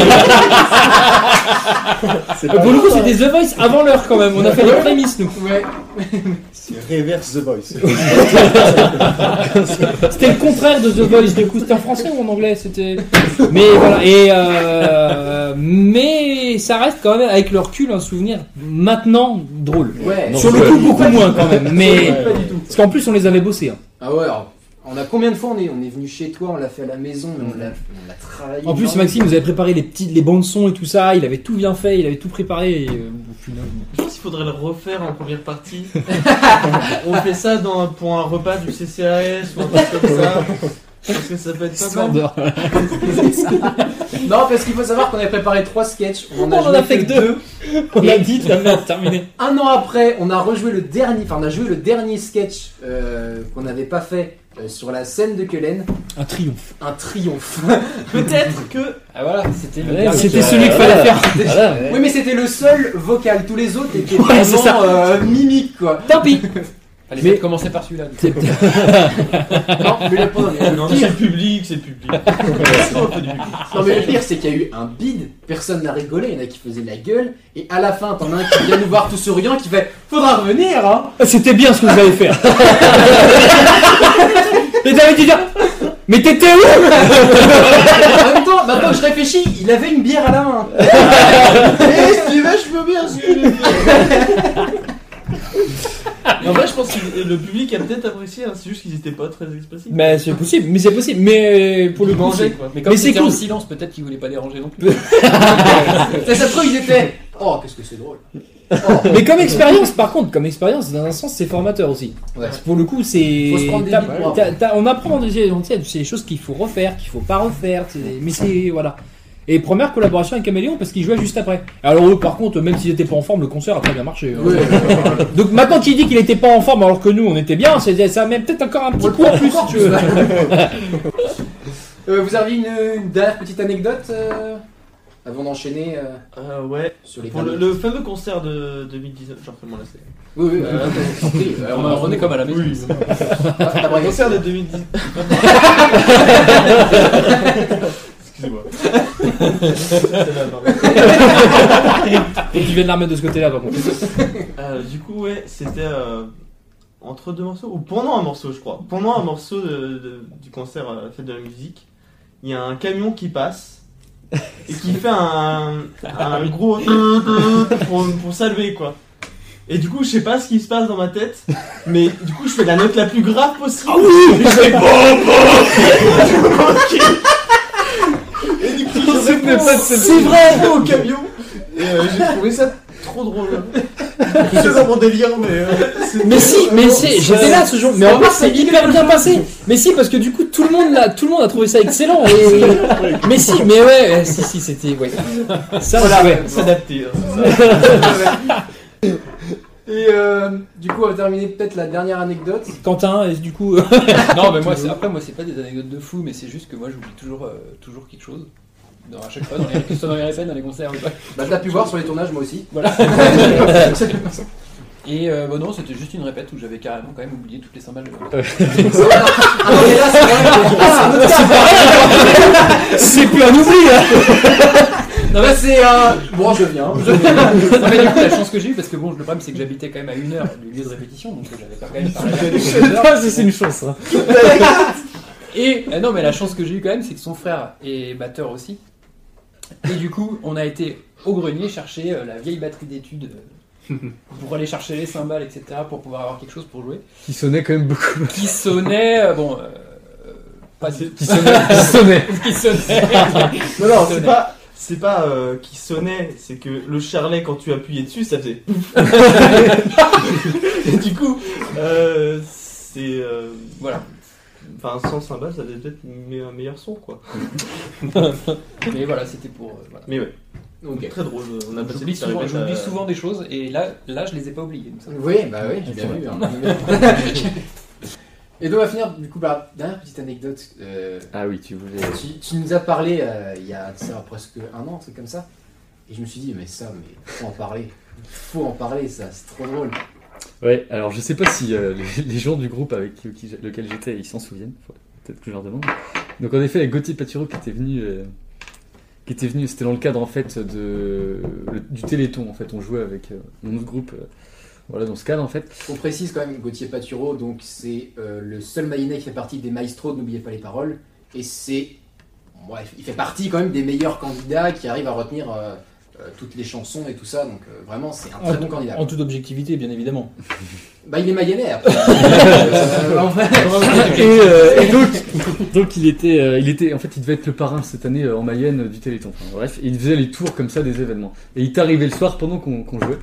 S3: Ah,
S2: Euh, Pour le coup, c'était The Voice avant l'heure quand même, on a fait les prémices nous.
S1: Ouais.
S3: C'est Reverse The Voice.
S2: C'était le contraire de The Voice, du coup, c'était en français ou en anglais C'était. Mais voilà, et. euh, Mais ça reste quand même, avec le recul, un souvenir maintenant drôle.
S1: Ouais.
S2: Sur le coup, beaucoup moins quand même, mais. Parce qu'en plus, on les avait bossés. hein.
S1: Ah ouais, alors, on a combien de fois on est, on est venu chez toi, on l'a fait à la maison, mais on l'a on l'a travaillé.
S2: En plus,
S1: énormément.
S2: Maxime nous avait préparé les petites, les bandes son et tout ça. Il avait tout bien fait, il avait tout préparé. Et, euh, au final,
S5: Je pense qu'il faudrait le refaire en première partie. On fait ça dans, pour un repas du CCAS ou un truc comme ça. Parce que ça peut être pas
S2: Histoire
S5: mal.
S1: Non, parce qu'il faut savoir qu'on avait préparé trois sketchs. On en
S2: On en
S1: joué
S2: a fait que deux. On a dit la merde, terminé.
S1: Un an après, on a rejoué le dernier, enfin, on a joué le dernier sketch euh, qu'on n'avait pas fait euh, sur la scène de Kellen.
S2: Un triomphe.
S1: Un triomphe.
S5: Peut-être que.
S15: Ah voilà, c'était
S6: le dernier.
S2: C'était
S6: Euh,
S2: celui qu'il fallait faire.
S6: Voilà.
S1: Oui, mais c'était le seul vocal. Tous les autres étaient
S2: Ouais, c'est
S1: vraiment euh, mimiques, quoi.
S2: Tant pis.
S15: Fallait
S2: Mais-
S15: peut-être commencer par celui-là. du coup.
S1: Non, mais le, non, mais le
S5: Non, c'est
S1: pire,
S5: le public, c'est le public. Laisse-moi un peu de public.
S1: non, mais le pire, c'est qu'il y a eu un bide. Personne n'a rigolé. Il y en a qui faisaient de la gueule. Et à la fin, t'en as un qui vient nous voir tout souriant qui fait Faudra revenir, hein.
S2: C'était bien ce que vous allez faire. Et t'avais dû dire
S8: Mais t'étais où
S1: En même temps, maintenant que je réfléchis, il avait une bière à la main.
S5: Eh, si tu veux, je peux bien, si tu veux. En vrai, je pense que le public a peut-être apprécié, hein, c'est juste qu'ils étaient pas très expressifs.
S8: Mais c'est possible, mais c'est possible, mais pour le
S2: Ils
S8: coup,
S2: mangeaient,
S8: c'est-
S2: quoi. Mais
S8: Mais
S2: comme
S8: c'est
S2: c'était en
S8: cool.
S2: silence, peut-être qu'ils voulaient pas déranger non plus.
S1: Ça, ça se trouve, il était. Oh, qu'est-ce que c'est drôle.
S8: mais comme expérience, par contre, comme expérience, dans un sens, c'est formateur aussi.
S1: Ouais.
S8: Parce que Pour le coup, c'est
S1: Faut se prendre des
S8: t'as-
S1: bites pour
S8: t'as- t'as- on apprend dans des, on sait, c'est des choses qu'il faut refaire, qu'il faut pas refaire. c'est des- Mais c'est voilà. Et première collaboration avec Caméléon parce qu'il jouait juste après. Alors eux, par contre, même s'ils étaient pas en forme, le concert a très bien marché. hein. Donc maintenant qu'il dit qu'il était pas en forme alors que nous on était bien, c'est- ça met peut-être encore un petit coup en plus si tu veux.
S1: Euh, vous avez une, une dernière petite anecdote euh, avant d'enchaîner euh,
S5: Euh, ouais,
S1: sur les
S5: pour le,
S1: derniers-
S5: le fameux concert de 2019, j'en fais mon lacet.
S1: Oui, oui, euh, je t'en prie, euh, on,
S2: on est comme à la maison.
S1: Ah, t'as
S5: Le
S1: bragué ça
S5: concert de 2019. Excusez-moi. Celle-là, pardon.
S8: Et tu viens de la remettre de ce côté-là par contre.
S5: Euh, du coup, ouais, c'était euh, entre deux morceaux, ou pendant un morceau, je crois. Pendant un morceau de- de- du concert euh, Fête de la musique, il y a un camion qui passe et qui fait un, un gros pour, pour saluer, quoi. Et du coup, je sais pas ce qui se passe dans ma tête, mais du coup, je fais la note la plus grave possible. Ah oui Je fais bon, bon Et du coup, je réponds, c'est vrai au camion Et euh, j'ai trouvé ça trop drôle.
S3: C'est dans mon délire, mais. euh,
S8: Mais si, mais si, j'étais là ce jour. Mais en plus, c'est hyper bien passé. Mais si, parce que du coup, tout le monde l'a, tout le monde a trouvé ça excellent. Et- Mais si, mais ouais, ouais, si, si, c'était, ouais. Ça, ouais.
S5: S'adapter. hein.
S1: Et euh, du coup, on va terminer peut-être la dernière anecdote.
S8: Quentin, et du coup, euh,
S2: non, mais moi, c'est- après, moi, c'est pas des anecdotes de fou, mais c'est juste que moi, j'oublie toujours, euh, toujours quelque chose. Dans, à chaque fois, dans les, que ce soit dans les RSN, dans les concerts. ou pas.
S1: Bah, t'as pu voir sur les tournages, moi aussi.
S2: Et euh, bon, non, c'était juste une répète où j'avais carrément quand même oublié toutes les euh, cymbales.
S1: Ah non, mais là, c'est vrai.
S8: c'est plus un oubli. Hein.
S1: Non, là, c'est euh, Bon, je viens. Je viens.
S2: Non, mais du coup, la chance que j'ai eue, parce que bon, le problème, c'est que j'habitais quand même à une heure du lieu de répétition, donc j'avais pas quand même parlé à deux heures.
S4: c'est une chance.
S6: hein.
S2: Et euh, non, mais la chance que j'ai eue quand même, c'est que son frère est batteur aussi. Et du coup, on a été au grenier chercher euh, la vieille batterie d'études euh, pour aller chercher les cymbales, etc., pour pouvoir avoir quelque chose pour jouer.
S6: Qui sonnait quand même beaucoup.
S2: Qui sonnait, euh, bon, euh, euh, pas du
S6: Qui sonnait. qui sonnait.
S2: qui sonnait.
S5: Non, non, c'est
S2: Sonnait.
S5: pas. C'est pas euh, qui sonnait, c'est que le charlet, quand tu appuyais dessus, ça faisait. pouf. Et du coup, euh, c'est. euh,
S2: Voilà.
S5: Enfin, sans cymbale, ça faisait peut-être me- un meilleur son, quoi.
S2: Mais voilà, c'était pour. euh, voilà.
S5: Mais ouais,
S1: Ok.
S5: très drôle. euh, On a passé
S2: J'oublie
S5: toute la
S2: souvent,
S5: répète
S2: j'oublie
S5: à-
S2: souvent des choses, et là, là, je les ai pas oubliées. donc ça va.
S1: Oui, bah oui, j'ai bien vu. hein. Et donc, on va finir du coup par la dernière petite anecdote. euh,
S6: Ah oui, tu voulais.
S1: Tu, tu nous as parlé euh, il y a ça, presque un an, un truc comme ça. Et je me suis dit, mais ça, mais faut en parler. Faut en parler, ça, c'est trop drôle.
S6: Ouais, alors je sais pas si euh, les, les gens du groupe avec qui- qui- lequel j'étais, ils s'en souviennent. Faut- Peut-être que je leur demande. Donc en effet, Gauthier Paturo qui était venu, euh, qui était venu, c'était dans le cadre en fait de le- du Téléthon. En fait, on jouait avec euh, mon autre groupe. euh, voilà, dans ce cadre en fait.
S1: On précise quand même Gauthier Paturo, donc c'est euh, le seul Mayennais qui fait partie des maestros, de n'oubliez pas les paroles. Et c'est. bref, il fait partie quand même des meilleurs candidats qui arrivent à retenir euh, euh, toutes les chansons et tout ça. Donc euh, vraiment, c'est un très bon candidat.
S8: En toute objectivité, bien évidemment.
S1: Bah, il est Mayennais après. Euh, en vrai,
S6: et, euh, et donc, donc il était, euh, il était, en fait, il devait être le parrain cette année euh, en Mayenne euh, du Téléthon. Enfin, bref, il faisait les tours comme ça des événements. Et il est arrivé le soir pendant qu'on qu'on jouait.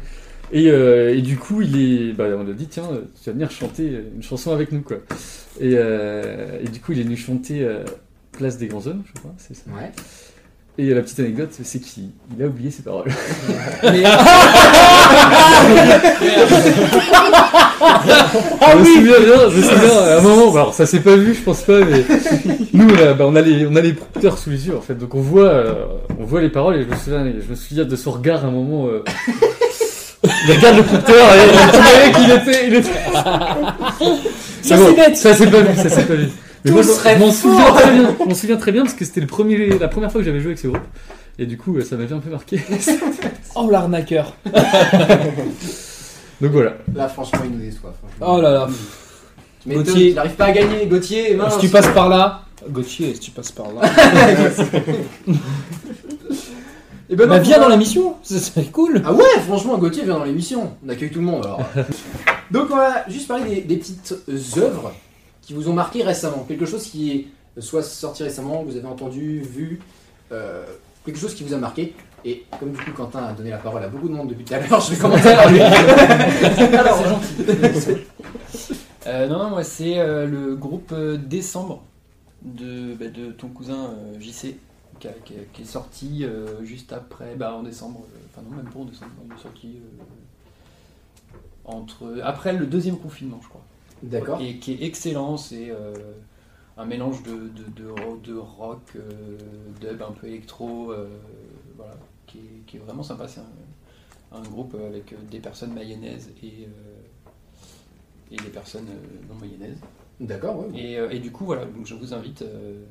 S6: Et, euh, et du coup, il est, bah, on lui a dit tiens, euh, tu vas venir chanter euh, une chanson avec nous quoi. Et, euh, et du coup, il est venu chanter euh, Place des grands hommes, je crois, c'est ça.
S1: Ouais.
S6: Et euh, la petite anecdote, c'est qu'il il a oublié ses paroles.
S8: Ah
S6: je me souviens bien, je me souviens à un moment, bah, alors ça s'est pas vu, je pense pas, mais nous là, bah, on, a les, on a les prompteurs sous les yeux en fait, donc on voit, euh, on voit les paroles et je me souviens, je me souviens de son regard à un moment. euh, Il regarde le prompteur et le petit mec, il était. Il était...
S8: Ça,
S6: Mais
S8: c'est bête.
S6: Ça s'est pas vu, ça s'est pas vu. Mais
S1: Tout
S6: moi, je-
S1: serait
S6: je m'en souviens très bien, je m'en souviens très bien parce que c'était le premier, la première fois que j'avais joué avec ce groupe et du coup euh, ça m'avait un peu marqué.
S8: Oh l'arnaqueur.
S6: Donc voilà.
S1: là, franchement, il nous déçoit. franchement.
S8: Oh là là.
S1: Mais
S8: Gauthier.
S1: il n'arrive pas à gagner, Gauthier. mince.
S8: Si tu passes par là,
S4: Gauthier, si tu passes par là.
S1: Et ben
S4: bah,
S1: donc,
S4: viens
S1: on
S4: dans
S1: va-
S4: l'émission, ça serait cool.
S1: Ah ouais, franchement, Gauthier vient dans l'émission. On accueille tout le monde alors. Donc on va juste parler des, des petites euh, œuvres qui vous ont marqué récemment. Quelque chose qui est euh, soit sorti récemment, que vous avez entendu, vu, euh, quelque chose qui vous a marqué. Et comme du coup Quentin a donné la parole à beaucoup de monde depuis tout à l'heure, je vais commencer par lui.
S2: c'est gentil. Euh, non, non, moi c'est euh, le groupe euh, Décembre de, bah, de ton cousin euh, JC qui, a- qui a- qui est sorti euh, juste après, bah, en décembre, euh, enfin non, même pas en décembre, il est sorti euh, entre, après le deuxième confinement, je crois.
S1: D'accord.
S2: Et qui est excellent, c'est euh, un mélange de, de, de, ro- de rock, euh, dub un peu électro, euh, voilà, qui est, qui est vraiment sympa. C'est un, un groupe avec euh, des personnes mayonnaises et, euh, et des personnes euh, non mayonnaises.
S1: D'accord, ouais.
S2: Et, euh, et du coup, voilà, donc je vous invite euh,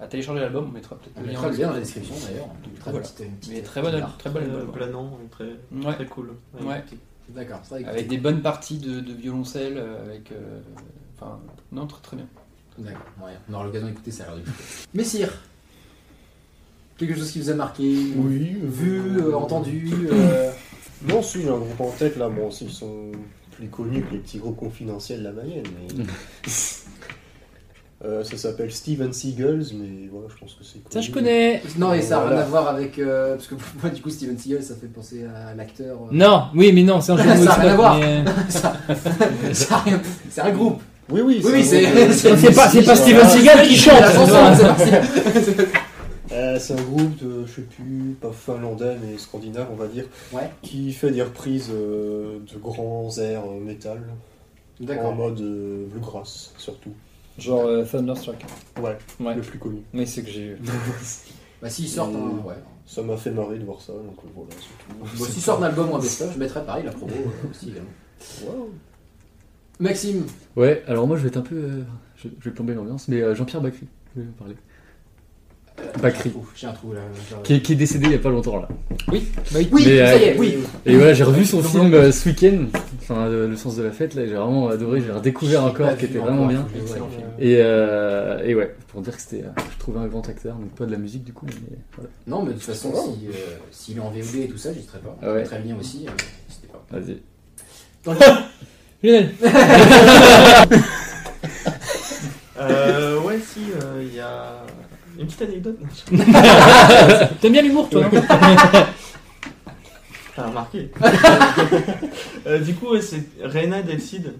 S2: à télécharger l'album, on mettra peut-être
S1: On
S2: le lien.
S1: mettra
S2: en
S1: le lien dans la
S2: description.
S1: description d'ailleurs.
S2: Donc,
S1: Très
S2: voilà.
S1: petite- une petite-
S2: Mais très bon, al- très bon
S5: Très euh,
S2: album.
S5: planant et très,
S2: Ouais.
S5: très cool. à
S2: Ouais.
S5: écouter.
S1: D'accord, ça écoute.
S2: Avec des bonnes parties de, de violoncelle, euh, avec. euh, Enfin, non, très très bien.
S1: D'accord, ouais, on aura l'occasion d'écouter ça alors du coup. Messire Quelque chose qui vous a marqué
S3: Oui.
S1: Vu, euh, entendu euh,
S3: Non, si, j'ai un groupe en tête là. Bon, ils sont plus connus que les petits groupes confidentiels de la Mayenne. Mais... Euh, ça s'appelle Steven Seagulls, mais voilà, je pense que c'est.
S4: Ça, je
S3: connu.
S4: connais.
S1: Non, et ça n'a rien
S3: Voilà.
S1: à voir avec. euh, parce que pour moi, du coup, Steven Seagal, ça fait penser à l'acteur. euh,
S4: Non, oui, mais non, c'est un jeu de
S1: Ça a
S4: mots
S1: rien à
S4: exprès,
S1: voir.
S4: mais-
S1: ça a rien- c'est un groupe.
S3: Oui, oui,
S1: Oui, oui,
S3: un
S1: c'est.
S3: groupe de-
S1: c'est-
S4: C'est pas, c'est pas Steven Seagal qui chante.
S1: La chanson, c'est parti.
S3: Euh, c'est un groupe de, je sais plus, pas finlandais mais scandinave on va dire,
S1: Ouais.
S3: qui fait des reprises euh, de grands airs euh, métal en
S1: D'accord.
S3: mode euh, bluegrass surtout.
S4: Genre euh, Thunderstruck.
S3: Ouais,
S4: Ouais.
S3: le plus connu.
S4: Mais c'est que j'ai eu.
S1: Bah, s'ils sortent un. Ouais.
S3: Ça m'a fait marrer de voir ça, donc euh, voilà,
S1: Bon,
S3: c'est tout.
S1: s'ils sortent un album ou un best-of, je mettrai pareil la promo euh, aussi également.
S3: Wow.
S1: Maxime
S6: Ouais, alors moi je vais être un peu. euh, je, je vais plomber l'ambiance, mais euh, Jean-Pierre Bacry, je vais vous parler.
S1: J'ai
S6: Bacri.
S1: un trou, J'ai un trou là. genre-
S6: Qui est, qui est décédé il y a pas longtemps là.
S1: Oui,
S6: Mais,
S1: ça
S6: euh,
S1: y est, oui.
S6: Et voilà, j'ai revu son film euh, ce week-end, enfin euh, Le sens de la fête, là, j'ai vraiment adoré, j'ai redécouvert
S1: J'ai
S6: un corps
S1: pas
S6: qui
S1: vu
S6: était
S1: encore,
S6: vraiment
S1: faut
S6: bien.
S1: que je le voie.
S3: Excellent film.
S6: Et, euh, et ouais, pour dire que c'était. euh, je trouvais un grand acteur, donc pas de la musique du coup, mais voilà.
S1: Non, mais de toute façon, si, euh, s'il est en VOD et tout ça, j'y serai pas.
S6: Ah ouais.
S1: Très bien aussi, euh, n'hésitez pas.
S6: Vas-y.
S4: Lionel.
S5: Euh, ouais, si, euh, il y a une petite anecdote.
S4: T'aimes bien l'humour, toi non
S5: T'as remarqué Euh, Du coup, ouais, c'est Reina Delcide.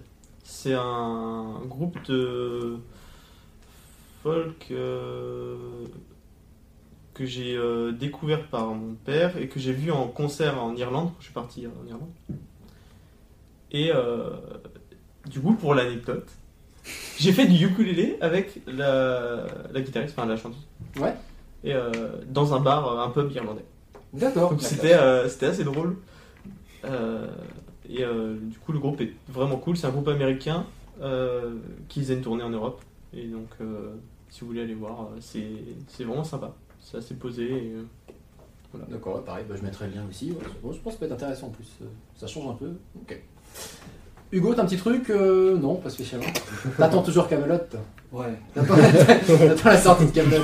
S5: C'est un groupe de folk euh, que j'ai euh, découvert par mon père et que j'ai vu en concert en Irlande. Je suis parti en Irlande. Et euh, du coup, pour l'anecdote, j'ai fait du ukulélé avec la, la guitariste, enfin la chanteuse.
S1: Ouais.
S5: Et euh, dans un bar, euh, un pub irlandais.
S1: D'accord.
S5: Donc c'était euh, c'était assez drôle. Euh, et euh, du coup, le groupe est vraiment cool. C'est un groupe américain euh, qui faisait une tournée en Europe. Et donc, euh, si vous voulez aller voir, euh, c'est c'est vraiment sympa. C'est assez posé. et, euh,
S1: D'accord, ouais, pareil, bah, je mettrai le lien aussi. ouais. Bon, je pense que ça peut être intéressant en plus. euh, Ça change un peu. Ok. Hugo, t'as un petit truc Euh, Non, pas spécialement. T'attends toujours Camelot.
S2: Ouais.
S1: T'attends t'attends la sortie de Camelot.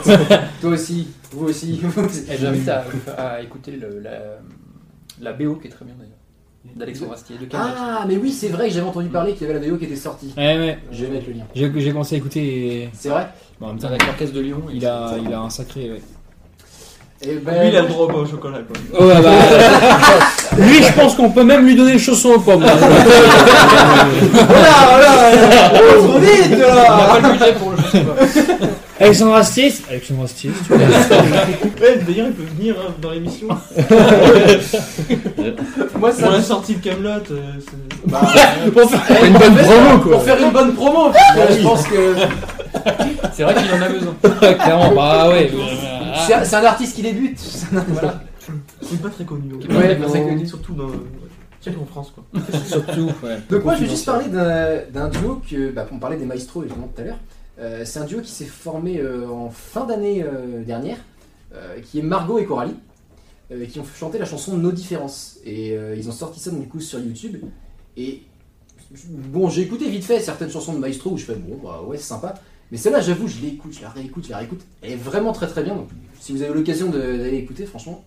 S1: Toi aussi, vous aussi. vous aussi.
S2: Et J'invite à, à écouter le- la, la BO qui est très bien d'ailleurs, d'Alexandre Astier, de Camille Astier.
S1: Ah, mais oui, c'est vrai que j'avais entendu parler qu'il y avait la vidéo qui était sortie.
S4: Ouais, ouais.
S1: Je vais mettre le lien.
S4: J'ai j'ai commencé à écouter et.
S1: C'est vrai
S4: Bon, en même
S2: C'est
S4: temps,
S2: avec l'orchestre de Lyon. et
S4: il a, il a un sacré. Ouais.
S1: Et
S5: Lui, il a le droit au pain au chocolat. Quoi.
S4: Oh, bah, bah, lui, je pense qu'on peut même lui donner le chausson aux pommes. là.
S1: Trop vite là
S2: pas le budget pour le
S4: Alexandre Astier. Alexandre Astier, si tu veux.
S5: Ouais, D'ailleurs, il peut venir hein, dans l'émission.
S1: Moi,
S5: Pour
S1: ça.
S5: la sortie de Camelot, euh,
S1: Bah,
S4: Pour faire-
S1: eh,
S6: une bonne promo, quoi.
S1: Pour faire une bonne promo parce que Bah, Je pense que
S2: C'est vrai qu'il en a besoin.
S4: Clairement, bah ouais.
S1: c'est un- c'est un artiste qui débute. Voilà.
S5: c'est pas très connu.
S1: est pas
S5: on-
S1: très connu.
S5: Surtout dans. Surtout en France, quoi.
S4: Surtout, ouais.
S1: Donc moi je vais juste parler d'un d'un duo que bah, on parlait des maestros évidemment tout à l'heure. Euh, c'est un duo qui s'est formé euh, en fin d'année euh, dernière, euh, qui est Margot et Coralie, euh, qui ont chanté la chanson Nos différences. Et euh, ils ont sorti ça donc, du coup sur YouTube. Et bon, j'ai écouté vite fait certaines chansons de maestro où je fais bon bah ouais c'est sympa. Mais celle-là, j'avoue, je l'écoute, je la réécoute, je la réécoute. Elle est vraiment très très bien. Donc, si vous avez l'occasion de- d'aller écouter, franchement,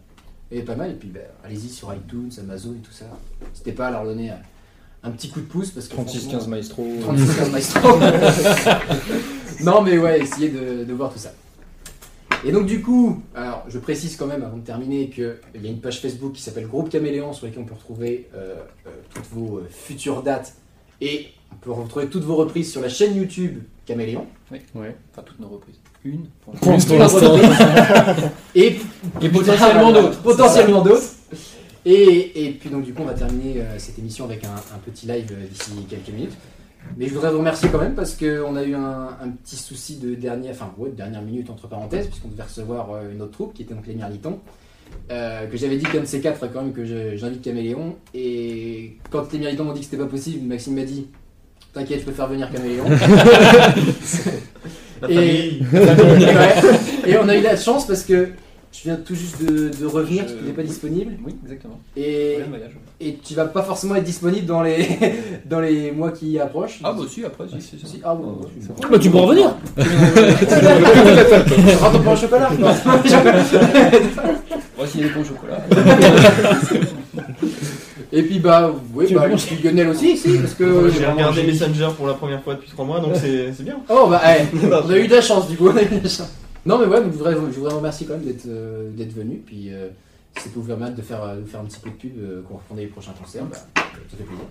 S1: elle est pas mal. Et puis, bah, allez-y sur iTunes, Amazon et tout ça. N'hésitez pas à leur donner euh, un petit coup de pouce parce que.
S2: 36-15 maestro.
S1: 36 maestro. non, mais ouais, essayez de, de voir tout ça. Et donc, du coup, alors je précise quand même avant de terminer qu'il y a une page Facebook qui s'appelle Groupe Caméléon sur laquelle on peut retrouver euh, euh, toutes vos euh, futures dates et on peut retrouver toutes vos reprises sur la chaîne YouTube Caméléon.
S6: Ouais.
S2: Enfin, toutes nos reprises. Une. pour l'instant.
S6: Pour l'instant.
S1: Et,
S2: Et potentiellement d'autres.
S1: Potentiellement d'autres. Et, et puis donc du coup on va terminer euh, cette émission avec un, un petit live euh, d'ici quelques minutes. Mais je voudrais vous remercier quand même parce qu'on a eu un, un petit souci de dernière, enfin ouais, de dernière minute entre parenthèses, puisqu'on devait recevoir euh, une autre troupe qui était donc les Mirlitons. euh, que j'avais dit qu'un de ces quatre quand même que je- j'invite Caméléon et quand les Mirlitons m'ont dit que c'était pas possible, Maxime m'a dit t'inquiète je peux faire venir Caméléon
S5: La
S1: Et-
S5: famille.
S1: Ouais. et on a eu la chance parce que je viens tout juste de, de revenir,
S2: Je-
S1: tu n'es pas disponible.
S2: Oui, exactement.
S1: Et,
S2: Rien de voyage.
S1: et tu vas pas forcément être disponible dans les, dans les mois qui approchent.
S2: Ah, bah si, après, si, si, si.
S1: Si, ah bon, bon, tu-
S8: Bah, tu peux revenir.
S1: Rentre pour un chocolat
S2: Voici les bons au chocolat.
S1: Et puis bah, oui,
S8: Tu
S1: bah,
S8: veux manger
S1: puis Lionel aussi, si, parce que.
S5: J'ai regardé Messenger pour la première fois depuis 3 mois, donc c'est c'est bien.
S1: Oh bah, eh, on a eu de la chance du coup, on a eu de la chance. Non mais ouais, donc, je voudrais, je voudrais vous remercier quand même d'être euh, d'être venu, puis euh, si ça peut vous permettre de faire, euh, de faire un petit peu de pub, euh, qu'on reprendait les prochains concerts, bah, ça fait plaisir.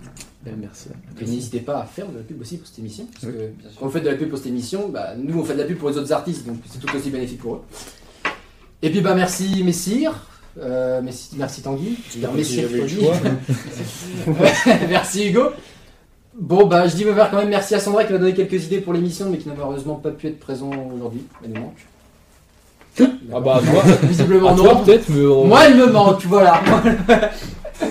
S6: Eh, Merci.
S8: Ah,
S1: Et n'hésitez pas à faire de la pub aussi pour cette émission. Parce que
S2: bien sûr.
S1: quand vous faites de la pub pour cette émission, bah, nous on fait de la pub pour les autres artistes, donc c'est tout aussi bénéfique pour eux. Et puis bah merci Messire, euh, merci, merci Tanguy, Je veux dire, Messire Tanguy. Ouais, merci Hugo. Bon bah je dis me faire quand même merci à Sandra qui m'a donné quelques idées pour l'émission mais qui n'a malheureusement pas pu être présent aujourd'hui, elle nous manque.
S8: Ah bah, moi,
S1: Visiblement
S8: à toi
S1: non.
S8: peut-être, mais. euh,
S1: Moi elle me manque, voilà.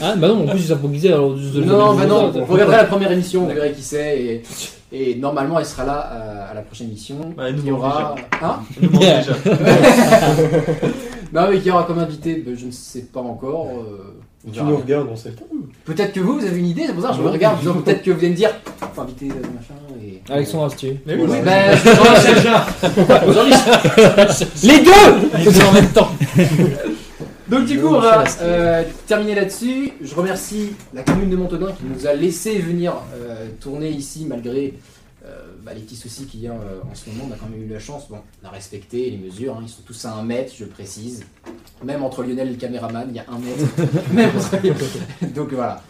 S8: Ah, bah non, en plus, ils s'improvisaient alors.
S1: Non, bah non, on regardera la première émission, on verra qui c'est, et, et normalement elle sera là euh, à la prochaine émission.
S5: Bah, elle nous
S1: il y
S5: manque
S1: aura. Hein
S5: Il nous manque déjà.
S1: Non, mais qui aura comme invité bah, Je ne sais pas encore. euh, on
S3: Tu
S1: verra.
S3: nous regardes, on sait pas.
S1: Peut-être que vous, vous avez une idée, c'est pour ça que je me regarde, en disant, peut-être que vous allez me dire, faut inviter euh, machin, et.
S4: Alexandre Astier.
S1: Mais oui, bah,
S8: Ben,
S1: Jean-Michel Jarre. Jean-Michel-
S4: Les deux
S8: en même temps.
S1: Donc, du coup, on va euh, terminer là-dessus. Je remercie la commune de Montaudoin qui nous a laissé venir euh, tourner ici malgré euh, bah, les petits soucis qu'il y a euh, en ce moment. On a quand même eu la chance, bon, on a respecté les mesures, hein. ils sont tous à un mètre, je précise. Même entre Lionel et le caméraman, il y a un mètre. Même entre- Donc voilà.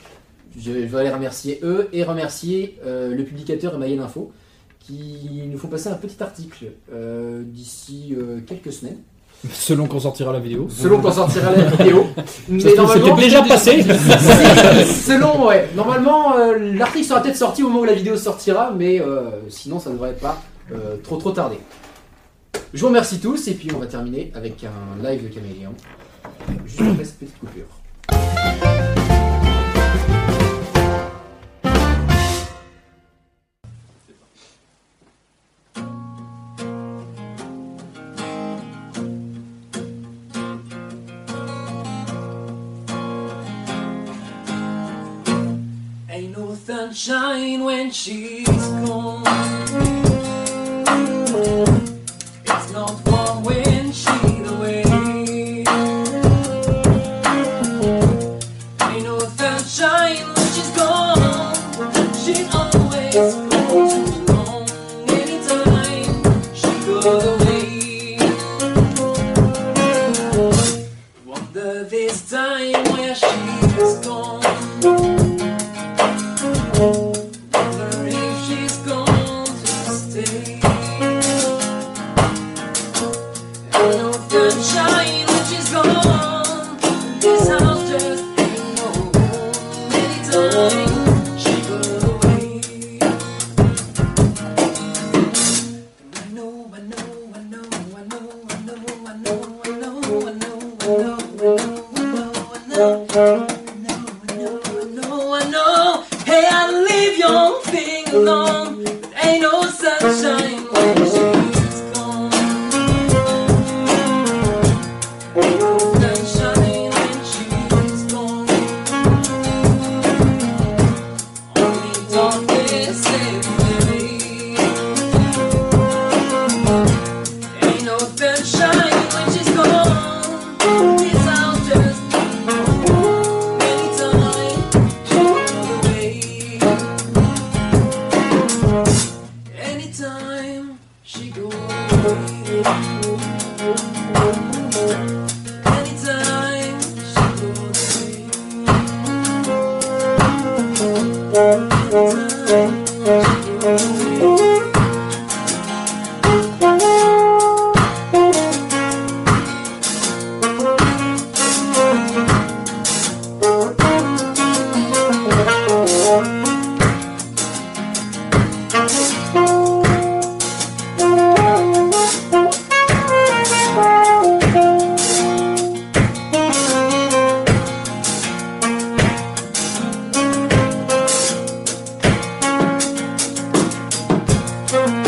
S1: Je, je voudrais les remercier eux et remercier euh, le publicateur et Mayenne Info qui nous font passer un petit article euh, d'ici euh, quelques semaines,
S8: Selon qu'on sortira la vidéo.
S1: selon qu'on sortira la vidéo. Mais
S8: C'était
S1: normalement-
S8: déjà passé.
S1: Selon, ouais. Normalement, euh, l'article sera peut-être sorti au moment où la vidéo sortira, mais euh, sinon, ça ne devrait pas euh, trop trop tarder. Je vous remercie tous, et puis on va terminer avec un live de Caméléon. Juste après cette petite coupure.
S14: Ain't no sunshine when she's gone. It's not warm when she's away. Ain't no sunshine when she's gone. She always goes too long. Anytime she goes away. Wonder this time where she's gone. Wonder if she's going to stay. I know sunshine when she's gone. This house just ain't no home. Anytime she goes away. I know, I know, I know, I know, I know, I know, I know, I know, I know, I know, I know. No, I know. Hey, I leave your thing alone. Ain't no sunshine when she's gone. Anytime she goes
S6: Allez,